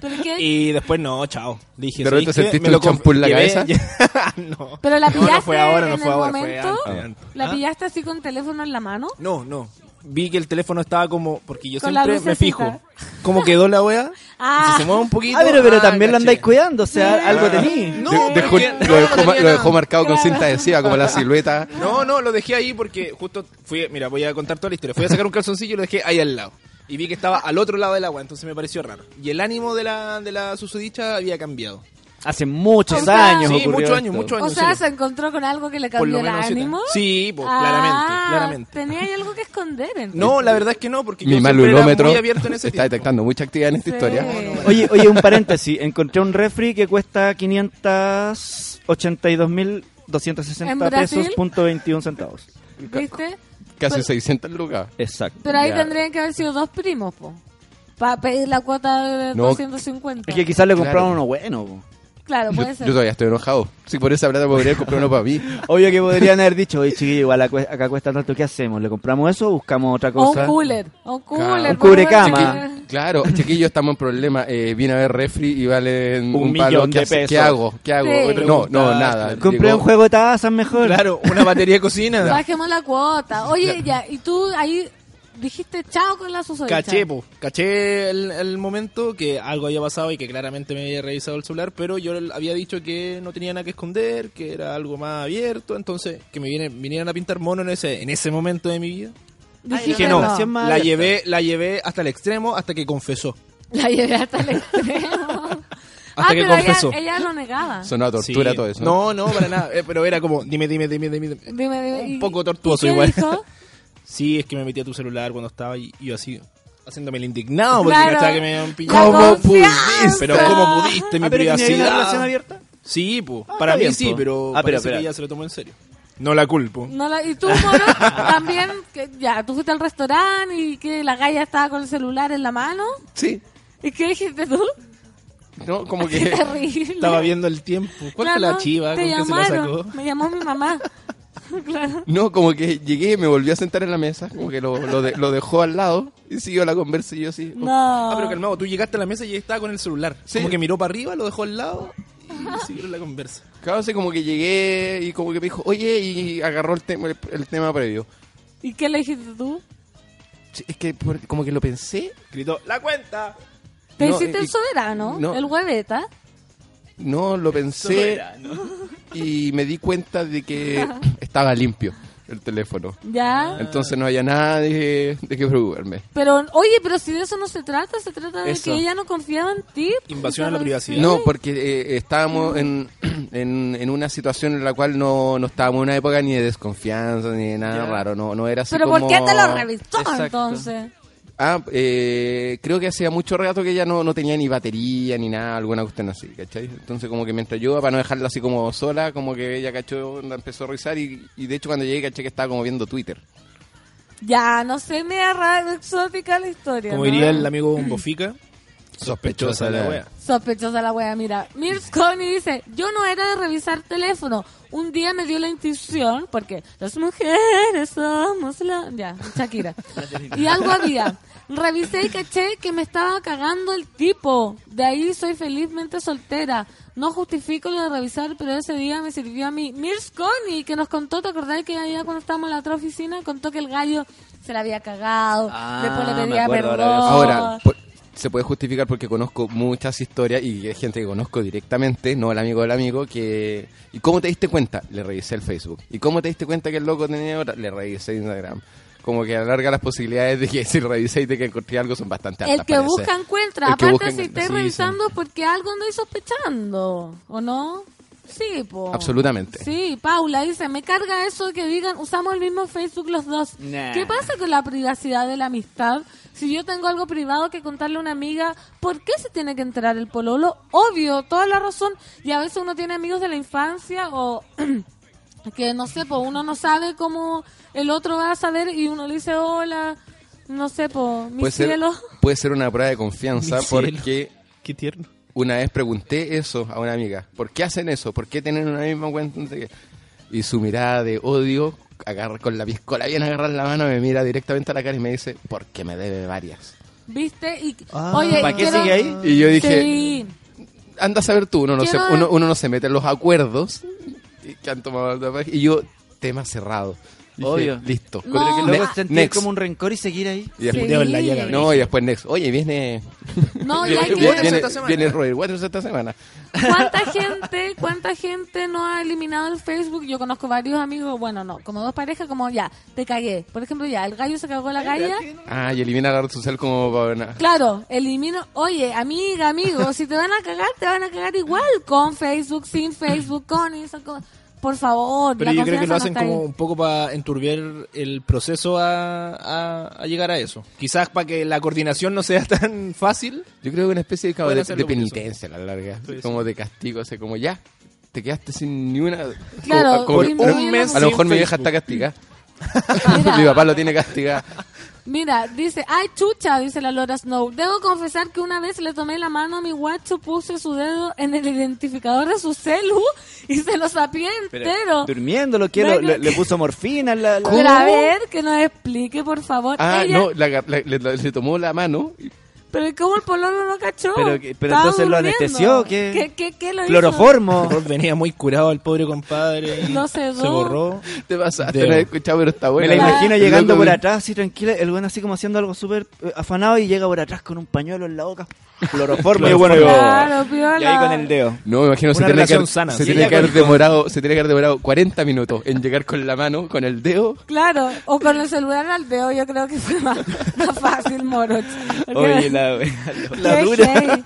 B: ¿Pero qué?
L: Y después no, chao. Le dije,
K: ¿De repente
L: "¿Sabes qué?
K: sentiste
L: Me lo
K: un champú en la
L: llevé-
K: cabeza?
L: no.
B: ¿Pero la
L: No, no
B: pillaste
L: fue ahora, no
B: en
L: fue
B: el
L: ahora, fue
B: momento?
L: antes, antes.
B: ¿La
L: ¿Ah?
B: pillaste así con teléfono en la mano?
L: No, no. Vi que el teléfono estaba como. Porque yo
B: Con la
L: siempre me
B: lucecita.
L: fijo. ¿Cómo quedó la wea?
B: Ah.
L: Se mueve un poquito.
D: Ah, pero, pero
L: Ah,
D: también lo
L: caché.
D: andáis cuidando, o sea,
L: Sí.
D: algo
L: Ah.
D: tenéis.
L: No,
K: De- dejó-
L: porque-
K: lo, dejó,
L: no, no
K: ma-
L: tenía
K: lo dejó
L: nada.
K: marcado con cinta adhesiva como la silueta.
L: No, no, lo dejé ahí porque justo fui, mira, voy a contar toda la historia. Fui a sacar un calzoncillo y lo dejé ahí al lado. Y vi que estaba al otro lado del agua, entonces me pareció raro. Y el ánimo de la, de la susodicha había cambiado.
D: Hace muchos
L: O sea-
D: años.
L: Sí,
D: ocurrió
L: muchos años,
D: esto.
L: muchos
B: O sea, se encontró con algo que le cambió el
L: sí,
B: ánimo.
L: Sí, pues,
B: Ah,
L: claramente, claramente.
B: Tenía ahí algo que esconder. entonces.
L: No, la verdad es que no, porque
K: Mi
L: yo siempre era
K: malulómetro
L: muy abierto en ese
K: está detectando mucha actividad en esta
B: Sí.
K: historia.
D: Oye, oye, un paréntesis. Encontré un refri que cuesta 582.260
B: ¿En Brasil?
D: pesos, punto 21 centavos.
B: ¿Viste?
K: Casi
B: Pero-
K: 600 lucas.
D: Exacto.
B: Pues- Pero ahí
D: Ya.
B: tendrían que haber sido dos primos, po. Para pedir la cuota de
K: No,
B: 250.
D: Es que quizás le
K: Claro.
D: compraron uno bueno. po.
B: Claro,
K: Yo,
B: puede ser.
K: yo todavía estoy enojado. Si por esa plata podría comprar uno para mí.
D: Obvio que podrían haber dicho, oye, chiquillo, igual acue- acá cuesta tanto, ¿qué hacemos? ¿Le compramos eso o buscamos otra
B: O un
D: cosa?
B: cooler. O un cooler.
D: Un cubrecama.
B: por favor.
K: Chiqui- claro, chiquillos, estamos en problema. Eh, vine a ver refri y valen
D: Un
K: un, palo.
D: millón
K: ¿Qué,
D: de
K: hace-
D: pesos.
K: ¿Qué hago? ¿Qué hago?
B: Sí.
K: No, no, nada.
D: Compré
K: Llegó-
D: un juego de tazas mejor.
L: Claro, una batería de cocina.
B: Bajemos la cuota. Oye, ya, y tú ahí dijiste chao con la susodicha.
L: Caché, po. caché el, el momento que algo había pasado y que claramente me había revisado el celular, pero yo le había dicho que no tenía nada que esconder, que era algo más abierto, entonces que me viene, vinieran a pintar mono en ese, en ese momento de mi vida.
B: Dijiste
L: Dije no,
B: no.
L: la llevé, la llevé hasta el extremo hasta que confesó.
B: La llevé hasta el extremo. ah,
L: que
B: pero ella,
L: confesó.
B: ella lo negaba.
K: Sonó a tortura
L: Sí.
K: todo eso.
L: No, no, para nada. Eh, pero era como, dime, dime, dime, dime. dime.
B: Dime, dime, y-
L: Un poco tortuoso
B: ¿y qué
L: igual.
B: dijo?
L: sí, es que me metí a tu celular cuando estaba y y yo así, haciéndome el indignado porque
B: Claro.
L: cachaba que me habían
B: La
L: pillado.
B: confianza.
L: Pero ¿cómo pudiste mi
D: Ah, pero que tenía
L: privacidad?
D: una relación abierta?
L: Sí, pues.
D: Ah,
L: para
D: está
L: mí
D: bien,
L: sí,
D: po.
L: pero
D: Ah, pero,
L: parece que
D: espera.
L: ella se lo tomó en serio. No la culpo.
B: No la- y tú, Moro, también, que ya, tú fuiste al restaurante y que la galla estaba con el celular en la mano.
L: Sí.
B: ¿Y qué dijiste tú?
L: No, como que
B: Qué terrible.
L: estaba viendo el tiempo. ¿Cuál fue la
B: Claro,
L: chiva?
B: te
L: ¿Con qué se la
B: llamaron.
L: sacó?
B: Me llamó mi mamá. claro.
K: No, como que llegué, me volví a sentar en la mesa, como que lo, lo, de- lo dejó al lado y siguió la conversa y yo así.
B: No.
L: Ah, pero calmado, tú llegaste a la mesa y ella estaba con el celular. Como que miró para arriba, lo dejó al lado y siguieron la conversa.
K: Claro, así como que llegué y como que me dijo, oye, y agarró el, tema el, el tema previo.
B: ¿Y qué le dijiste tú?
K: Sí, Es que por- como que lo pensé.
L: Gritó, ¡la cuenta!
B: Te
K: No,
B: hiciste
K: y-
B: el soberano,
K: no.
B: el ¿ah? hueveta.
K: No, lo pensé
L: Soberano.
K: y me di cuenta de que estaba limpio el teléfono.
B: Ya.
K: Entonces no había nada de, de qué preocuparme.
B: Pero, oye, pero si de eso no se trata, se trata de
K: Eso.
B: que ella no confiaba en ti.
L: Invasión a la privacidad.
K: No, porque eh, estábamos en, en, en una situación en la cual no, no estábamos en una época ni de desconfianza ni de nada raro. No, no era así
B: Pero ¿por
K: como-
B: qué te lo revisó
K: Exacto.
B: entonces?
K: Ah, eh, creo que hacía mucho rato que ella no, no tenía ni batería ni nada, alguna cuestión así, ¿cachai? Entonces como que mientras yo, para no dejarla así como sola, como que ella cachó, la empezó a revisar y, y de hecho cuando llegué caché que estaba como viendo Twitter.
B: Ya, no sé, media rara, exótica la historia.
L: Como
B: ¿no?
L: diría el amigo Bombofica, sospechosa la wea.
B: Sospechosa la wea, mira. Mirs Coney dice, yo no era de revisar teléfono. Un día me dio la intuición, porque las mujeres somos la... Ya, Shakira. y algo había. Revisé y caché que me estaba cagando el tipo. De ahí soy felizmente soltera. No justifico lo de revisar, pero ese día me sirvió a mí. Mirs Coney, que nos contó, ¿te acordás que allá cuando estábamos en la otra oficina, contó que el gallo se la había cagado,
K: Ah,
B: después le
K: me
B: pedía
K: acuerdo
B: perdón.
K: ahora de eso. Ahora, por- se puede justificar porque conozco muchas historias y hay gente que conozco directamente, no el amigo del amigo, que... ¿Y cómo te diste cuenta? Le revisé el Facebook. ¿Y cómo te diste cuenta que el loco tenía otra? Le revisé Instagram. Como que alarga las posibilidades de que si revisé y de que encontré algo son bastante altas.
B: El que
K: parece.
B: busca encuentra.
K: El que
B: Aparte,
K: busca
B: si
K: encuentra.
B: estáis
K: Sí, sí.
B: revisando es porque algo andáis sospechando, ¿o no? Sí, po.
K: Absolutamente.
B: Sí, Paula dice, me carga eso que digan, usamos el mismo Facebook los dos.
K: Nah.
B: ¿Qué pasa con la privacidad de la amistad? Si yo tengo algo privado que contarle a una amiga, ¿por qué se tiene que enterar el pololo? Obvio, toda la razón. Y a veces uno tiene amigos de la infancia o que no sé, pues uno no sabe cómo el otro va a saber y uno le dice, hola, no sé, pues mi
K: puede ser,
B: cielo.
K: puede ser una prueba de confianza
L: Mi cielo.
K: porque
L: Qué tierno.
K: una vez pregunté eso a una amiga. ¿Por qué hacen eso? ¿Por qué tienen una misma cuenta? No sé qué. Y su mirada de odio, agarra, con la piscola bien agarrar la mano, me mira directamente a la cara y me dice, porque me debe varias.
B: ¿Viste? Y,
K: Ah.
B: oye,
K: ¿Para qué
B: quiero-
K: sigue ahí? Y yo dije-
B: Sí.
K: Anda a saber tú, uno no, se,
B: Quiero-
K: uno, uno no se mete en los acuerdos y que han tomado Y yo, tema cerrado. Dije,
D: Obvio.
K: Listo.
D: Pero que luego
K: Ne-
D: sentir
K: next.
D: como un rencor y seguir ahí.
K: Y después,
D: Sí. Dedo en la llaga,
K: no, y después Next. Oye, viene.
B: No, y hay que-
K: viene,
B: Waters
K: viene,
B: esta semana.
K: viene Roger Waters esta semana.
B: ¿Cuánta gente, cuánta gente no ha eliminado el Facebook? Yo conozco varios amigos, bueno, no, como dos parejas, como ya, te cagué. Por ejemplo, ya, el gallo se cagó la galla.
K: Ah, y elimina la red social como para una-
B: Claro, elimino. Oye, amiga, amigo, si te van a cagar, te van a cagar igual con Facebook, sin Facebook, con eso, con- Por favor,
L: Pero
B: la
L: yo creo que
B: confianza
L: lo
B: no
L: hacen
B: está ahí.
L: como un poco para enturbiar el proceso a, a- a llegar a eso. Quizás para que la coordinación no sea tan fácil.
K: Yo creo que una especie de, como
L: Pueden
K: de,
L: hacerlo
K: de
L: por eso.
K: penitencia a la larga.
L: Sí, sí.
K: Como de castigo, o sea, como ya, te quedaste sin ni una.
B: Claro,
K: como-
B: y-
K: a-
B: y-
K: a lo mejor mi vieja está castigada. mi papá lo tiene castigada.
B: Mira, dice, ay chucha, dice la Lora Snow. Debo confesar que una vez le tomé la mano a mi guacho, puse su dedo en el identificador de su celu y se lo sapié
D: Pero,
B: entero.
D: durmiendo, lo quiero,
B: Venga.
D: le, le puso morfina. La, la-
B: Pero a ver, que nos explique, por favor.
K: Ah,
B: Ella-
K: no, la- la- le, le- le tomó la mano
B: Pero ¿y ¿cómo el pololo no cachó?
D: Pero que- pero
B: Estaba
D: entonces lo
B: durmiendo.
D: anestesió, ¿qué?
B: ¿Qué, qué, qué lo hizo?
L: Venía muy curado el pobre compadre.
B: No se
L: Se
B: do-
L: borró.
K: Te pasaste,
L: De-
K: no he escuchado, pero está
D: Me
K: bueno.
D: la imagino llegando por atrás, así tranquila, el weón así como haciendo algo súper eh, afanado y llega por atrás con un pañuelo en la boca. Cloroformo.
K: Qué bueno,
B: Claro, piola.
D: y ahí con el dedo.
K: No, me imagino se
D: Una
K: tiene, que
D: relación
K: haber,
D: sana.
K: se,
D: Sí,
K: tiene
D: ya
K: que haber
D: con-
K: demorado, se tiene que haber demorado 40 minutos en llegar con la mano, con el dedo.
B: Claro, o con el celular al dedo, yo creo que fue más, más fácil, Moroch. Porque-
D: la,
B: Qué gay.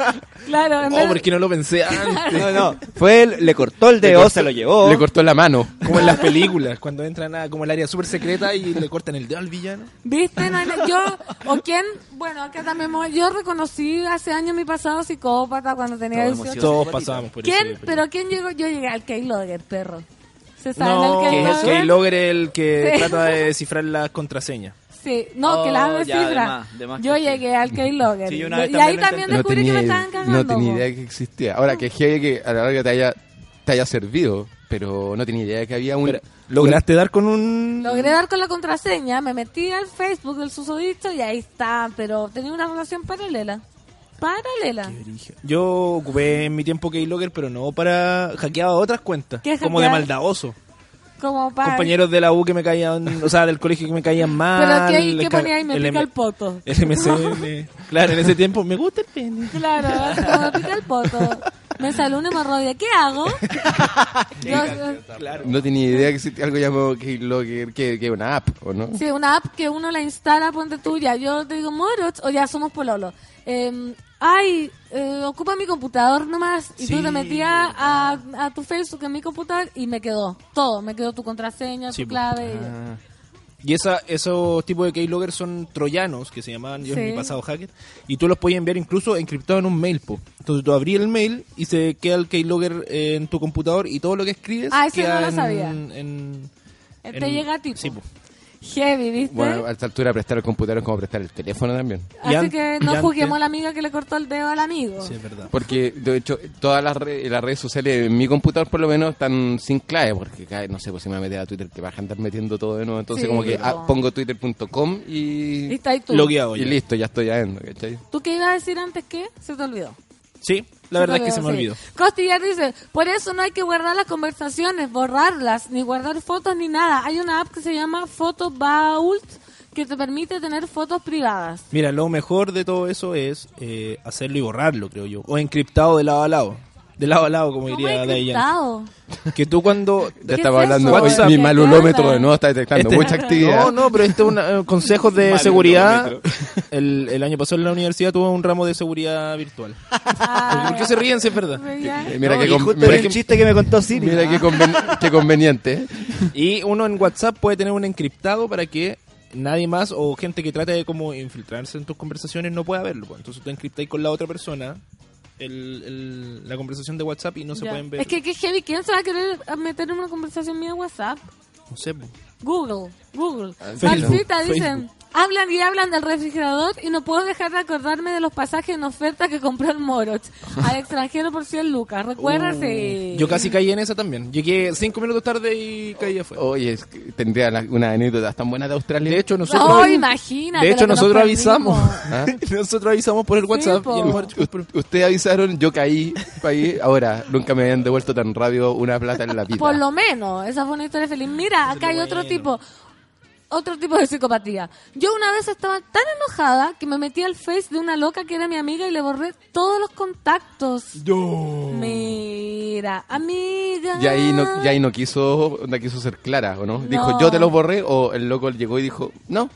B: Claro, en
L: Oh,
B: vez-
L: porque no lo pensé antes.
D: No, no. Fue el- le cortó el dedo, se lo llevó.
K: Le cortó la mano.
L: Como en las películas, cuando entran a como el área súper secreta y le cortan el dedo al villano.
B: ¿Viste? No hay na- yo, o quién, bueno, acá también, mo- yo reconocí hace años mi pasado psicópata cuando tenía 18.
L: Todos pasábamos por eso.
B: ¿Quién? ¿Pero quién llegó? Yo llegué al Keylogger, perro. ¿Se saben
L: No,
B: al
L: que es el
B: Keylogger?
L: Keylogger el que
B: Sí.
L: trata de descifrar las contraseñas.
B: Sí, no, que
D: Oh,
B: las
D: ya, de
B: descifra.
D: más, de más
B: Yo
D: que
B: llegué al Keylogger.
D: Sí, yo una vez
B: y
D: también
B: ahí
D: lo
B: también
K: No
B: descubrí que
K: tenía,
B: me estaban cagando.
K: no tenía
B: po.
K: idea que existía. Ahora, que es heavy que a la larga te haya, te haya servido, pero no tenía idea que había un...
L: ¿Lograste dar con un...?
B: Logré dar con la contraseña, me metí al Facebook del susodicho y ahí está, pero tenía una relación paralela. Paralela.
L: Yo ocupé en mi tiempo Keylogger, pero no para... Hackeaba otras cuentas.
B: ¿Qué
L: Como de
B: hackeaba?
L: maldadoso.
B: Como para...
L: Compañeros de la U que me caían... O sea, del colegio que me caían mal.
B: Pero ¿qué,
L: le
B: qué
L: ca-
B: ponía ahí? Me
L: el
B: pica
L: M-
B: el poto.
L: El MCN. Claro, en ese tiempo me gusta el pene.
B: Claro, así como me pica el poto. Me sale una hemorroida. ¿Qué hago? Yo-
K: No tenía idea que existía algo llamado Keylogger, que que una app, ¿o no?
B: Sí, una app que uno la instala, ponte tú, ya yo te digo, Moroch, o ya somos pololo. Eh, ay, eh, ocupa mi computador nomás. Y tú
L: Sí,
B: te metías a, a tu Facebook en mi computador y me quedó todo. Me quedó tu contraseña,
L: Sí,
B: tu
L: po.
B: clave. y-
L: Ah. Y esa, esos tipos de keylogger son troyanos, que se llamaban, yo en
B: Sí.
L: mi pasado hacker, y tú los podías enviar incluso encriptado en un mail. po. Entonces tú abrí el mail y se queda el keylogger eh, en tu computador y todo lo que escribes
B: Ah, eso
L: queda
B: no lo
L: en-
B: sabía.
L: en-
B: Te
L: en-
B: llega a ti,
L: sí, pues.
B: po.
L: po.
B: Heavy, ¿viste?
K: Bueno, a esta altura prestar el computador es como prestar el teléfono también.
B: Así
K: antes-
B: que
K: y
B: no
K: antes-
B: juzguemos a la amiga que le cortó el dedo al amigo. Sí,
L: es verdad.
K: Porque, de hecho, todas las, re- las redes sociales, en mi computador por lo menos, están sin clave. Porque, cae, no sé, pues si me voy a meter a Twitter, que vas a andar metiendo todo de nuevo. Entonces,
B: Sí,
K: como que
B: no.
K: ah, pongo twitter.com y...
B: Y está ahí tú.
K: Logueado
L: Logueado
K: Y
L: ya.
K: listo, ya estoy adentro, ¿cachai?
B: ¿Tú qué ibas a decir antes que? Se te olvidó.
L: Sí, la verdad es que se me olvidó.
B: Costillar dice, por eso no hay que guardar las conversaciones, borrarlas, ni guardar fotos ni nada. Hay una app que se llama Photo Vault que te permite tener fotos privadas.
L: Mira, lo mejor de todo eso es eh, hacerlo y borrarlo, creo yo. O encriptado de lado a lado. De lado a lado, como diría Dayan.
B: Dado.
L: Que tú cuando...
K: Ya estaba hablando, hoy mi malulómetro de nuevo está detectando
L: Este-
K: mucha actividad.
L: No, no, pero este es un eh, consejo de
K: Malulómetro.
L: seguridad. El, el año pasado en la universidad tuve un ramo de seguridad virtual. ¿Por qué se ríen si es verdad?
K: Eh, Mira,
L: No,
K: que
L: y
K: con-
L: justo
K: mira
L: vi un
K: que-
D: chiste que me contó Siri.
K: Mira qué, conven- qué conveniente. ¿eh?
L: Y uno en WhatsApp puede tener un encriptado para que nadie más o gente que trate de como infiltrarse en tus conversaciones no pueda verlo. pues. Entonces tú encriptáis con la otra persona el- el- la conversación de WhatsApp y no se
B: Ya.
L: pueden ver.
B: Es que qué heavy, ¿quién se va a querer meter en una conversación mía en WhatsApp?
L: No sé, pues.
B: Google, Google.
L: Ah, Facebook,
B: Marcita dicen,
L: Facebook.
B: hablan y hablan del refrigerador y no puedo dejar de acordarme de los pasajes en oferta que compró el Moroch al extranjero por 100 lucas. ¿Recuerdas? Sí.
L: Yo casi caí en esa también. Llegué cinco minutos tarde y caí afuera.
K: Oye, es que tendría la- una anécdota tan buena de Australia. De hecho,
B: nosotros- No, imagínate
K: De hecho,
B: lo que nos
K: nosotros
B: perdimos.
K: avisamos.
L: Nosotros avisamos por el WhatsApp
B: po.
L: y el Moroch-
K: ¿Ah? Ustedes avisaron, yo caí, caí. Ahora, nunca me habían devuelto tan rápido una plata en la vida.
B: Por lo menos, esa fue una historia feliz. Mira, acá hay otro tipo, otro tipo de psicopatía. Yo una vez estaba tan enojada que me metí al face de una loca que era mi amiga y le borré todos los contactos. Mira, amiga.
K: Y ahí no, y ahí no quiso, no quiso ser clara, ¿o no? Dijo,
B: No.
K: yo te lo borré, o el loco llegó y dijo, no.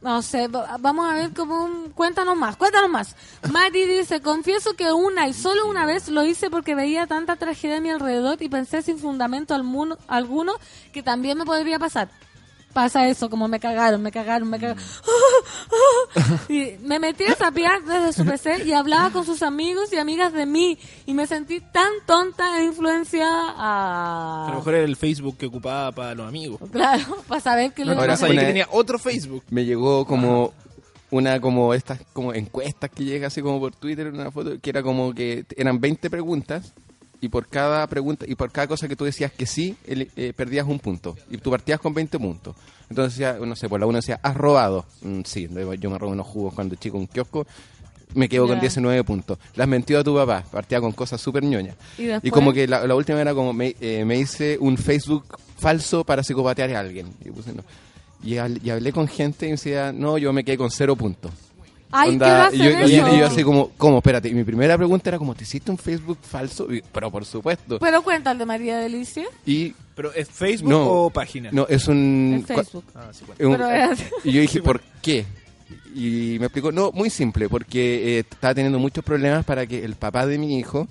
B: No sé, va- vamos a ver como un... Cuéntanos más, cuéntanos más. Mati dice, confieso que una y solo una vez lo hice porque veía tanta tragedia a mi alrededor y pensé sin fundamento almuno- alguno que también me podría pasar. Pasa eso, como me cagaron, me cagaron, me cagaron. Y me metí a sapear desde su PC y hablaba con sus amigos y amigas de mí y me sentí tan tonta e influenciada a...
L: A
K: Ah.
L: lo mejor era el Facebook que ocupaba para los amigos.
B: Claro, para saber que
L: No,
B: lo-
L: Ahora,
K: una-
L: que tenía otro Facebook.
K: Me llegó como una como estas como encuestas que llega así como por Twitter una foto que era como que t- eran 20 preguntas y por cada pregunta y por cada cosa que tú decías que sí el- eh, perdías un punto y tú partías con 20 puntos. pues Entonces decía, no sé, por la una decía, "¿Has robado?" Mm, sí, yo yo me robé unos jugos cuando chico en un kiosco. me quedo con
B: Ya.
K: 19 puntos. Las mentió a tu papá, partía con cosas súper ñoñas.
B: ¿Y después?
K: como que la, la última era como, me, eh, me hice un Facebook falso para psicopatear a alguien. Y, puse no. y, hab- y hablé con gente y me decía, no, yo me quedé con cero puntos.
B: Ay,
K: Onda,
B: ¿qué va a
K: y yo,
B: hacer
K: y-
B: eso?
K: y yo así como, ¿cómo? Espérate. Y mi primera pregunta era como, ¿te hiciste un Facebook falso? Y- pero por supuesto.
B: Pero cuéntale de María Delicia.
K: y
L: ¿Pero es Facebook o página?
K: No, es un...
B: Es Facebook.
K: cua-
L: Ah, sí,
K: es un-
B: Pero es-
K: y yo dije, ¿por qué? Y me explicó, no, muy simple, porque eh, estaba teniendo muchos problemas para que el papá de mi hijo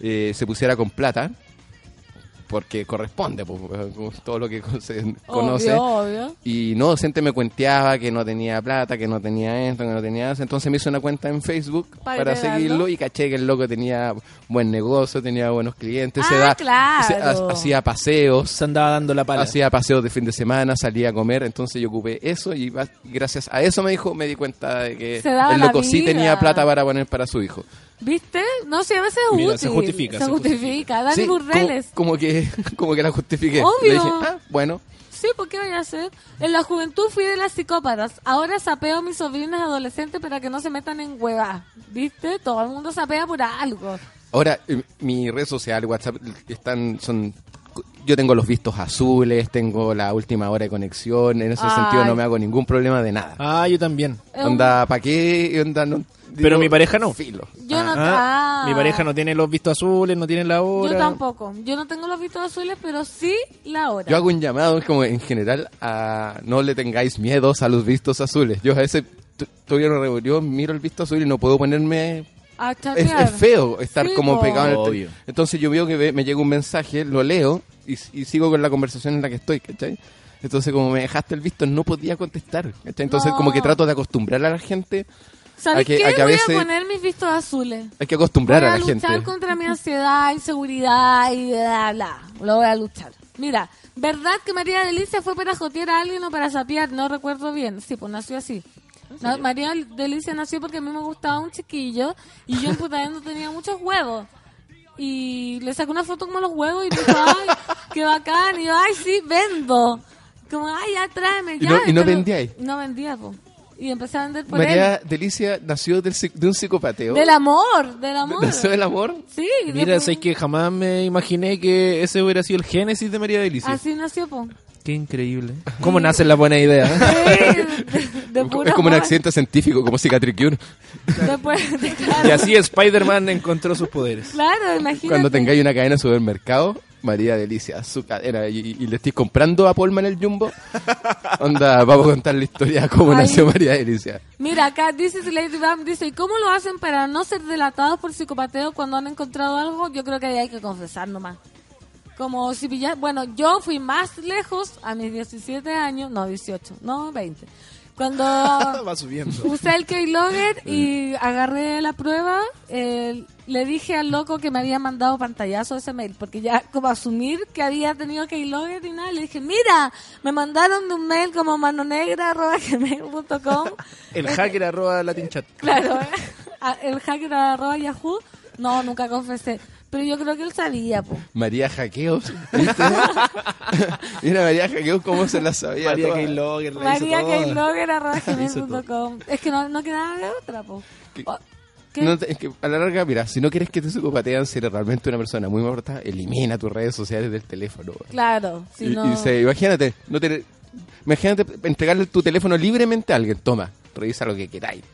K: eh, se pusiera con plata, porque corresponde, pues, con todo lo que con- se conoce.
B: obvio.
K: Y no, siempre me cuenteaba que no tenía plata, que no tenía esto, que no tenía eso. Entonces me hizo una cuenta en Facebook
B: Para
K: para,
B: agregarlo.
K: seguirlo y caché que el loco tenía buen negocio, tenía buenos clientes. se
B: Ah,
K: da,
B: claro.
K: se ha- hacía paseos.
L: Se andaba dando la pala.
K: Hacía paseos de fin de semana, salía a comer. Entonces yo ocupé eso y va- gracias a eso me dijo, me di cuenta de que
B: Se daba
K: el
B: la
K: loco sí
B: vida.
K: tenía plata para poner para su hijo.
B: ¿Viste? No, si a veces es
K: Mira,
B: útil.
K: se justifica,
B: Se,
K: se
B: justifica. Dani
K: Sí,
B: Burreles.
K: Como, como que, como que la justifiqué.
B: Obvio.
K: Le dije, ah, bueno.
B: Sí, ¿por qué voy a hacer? En la juventud fui de las psicópatas. Ahora sapeo a mis sobrinas adolescentes para que no se metan en huevas. ¿Viste? Todo el mundo sapea por algo.
K: Ahora, eh, mi red social, WhatsApp, están, son, yo tengo los vistos azules, tengo la última hora de conexión, en ese
L: Ay.
K: sentido no me hago ningún problema de nada.
L: Ah, yo también.
K: Onda, ¿para qué? Onda, no-
L: Pero
K: digo,
L: mi pareja no.
K: Filo.
B: Yo no- Ah. ah.
L: Mi pareja no tiene los vistos azules, no tiene la hora.
B: Yo tampoco. Yo no tengo los vistos azules, pero sí la hora.
K: Yo hago un llamado como en general a no le tengáis miedos a los vistos azules. Yo a veces tu- estoy en una reunión, miro el visto azul y no puedo ponerme...
B: A
K: Es,
B: chatear.
K: es feo estar
B: Sí,
K: como
B: po.
K: pegado en el tel-
D: Obvio.
K: Entonces yo veo que ve- me llega un mensaje, lo leo y, s- y sigo con la conversación en la que estoy, ¿cachai? Entonces como me dejaste el visto, no podía contestar, ¿cachai? Entonces
B: No.
K: como que trato de acostumbrar a la gente,
B: ¿Sabes
K: a que-
B: qué?
K: a que a
B: voy
K: veces-
B: a poner mis vistos azules.
K: hay que acostumbrar
B: voy
K: a la
B: luchar
K: gente.
B: contra mi ansiedad, inseguridad y bla, bla. Lo voy a luchar. Mira, ¿verdad que María Delicia fue para jotear a alguien o para sapear? No recuerdo bien. Sí, pues nació así. Na- María Delicia nació porque a mí me gustaba un chiquillo y yo en puta no tenía muchos huevos. Y le saqué una foto como los huevos y dijo, ay, qué bacán. Y yo, ay, sí, vendo. Como, ay, ya tráeme,
K: Y
B: ya.
K: no- y no
B: pero-
K: vendíais.
B: No vendía, po. Y empecé a vender por
K: María
B: él.
K: Delicia nació del psi- de un psicopateo.
B: Del amor, del amor.
K: ¿Nació del amor?
B: Sí, de-
L: Mira, es que jamás me imaginé que ese hubiera sido el génesis de María Delicia.
B: así nació, po.
L: Qué increíble. ¿Cómo nacen las buenas ideas?
B: De puro
K: Es como un
B: amor.
K: accidente científico, como cicatricure.
B: Después, de-
L: y así Spider-Man encontró sus poderes.
B: claro, imagínate.
K: Cuando tengáis una cadena de supermercado, María Delicia, su cadena, y, y le estéis comprando a Polman el Jumbo, onda, vamos a contar la historia de cómo
B: Ahí.
K: nació María Delicia.
B: Mira, acá dice Lady Bam, dice, ¿y cómo lo hacen para no ser delatados por psicopateo cuando han encontrado algo? Yo creo que ahí hay que confesar nomás. Como si pillas, bueno, yo fui más lejos a mis 17 años, no, 18, no, 20. Cuando
L: Va subiendo.
B: usé el Keylogger y agarré la prueba, eh, le dije al loco que me había mandado pantallazo ese mail, porque ya como asumir que había tenido Keylogger y nada, le dije, mira, me mandaron de un mail como manonegra.gmail.com
L: El hacker arroba Latin Chat.
B: Claro, a- el hacker arroba Yahoo. No, nunca confesé. Pero yo creo que él sabía, po.
K: María Jaqueos, ¿viste? Mira, María Jaqueos, cómo se la sabía.
L: María
K: toda.
L: Keylogger,
B: María Keylogger arroba
K: hizo todo.
B: gmail.com. Es que no, no quedaba de otra, po. O- ¿Qué?
K: No te- es que a la larga, mira, si no quieres que te psicopatean, si eres realmente una persona muy morta, elimina tus redes sociales del teléfono.
B: Claro, si
K: y,
B: no...
K: y se- imagínate, no te, imagínate entregarle tu teléfono libremente a alguien. Toma, revisa lo que queráis.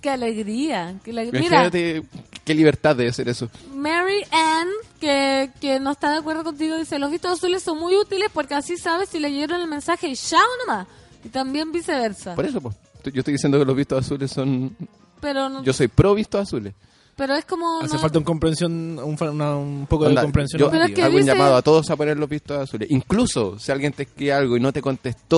B: Qué alegría. Qué alegría. Mira,
K: Imagínate qué libertad debe ser eso.
B: Mary Ann, que, que no está de acuerdo contigo, dice, los vistos azules son muy útiles porque así sabes si leyeron el mensaje y ya o nomás. Y también viceversa.
K: Por eso, pues. Yo estoy diciendo que los vistos azules son.
B: Pero, no-
K: Yo soy pro vistos azules.
B: pero es como...
L: Hace
B: no-
L: falta un comprensión, un, fa- una- un poco
K: Onda,
L: de comprensión.
K: yo
L: normativa.
K: hago un llamado a todos a poner los vistos azules. Incluso si alguien te escribe algo y no te contestó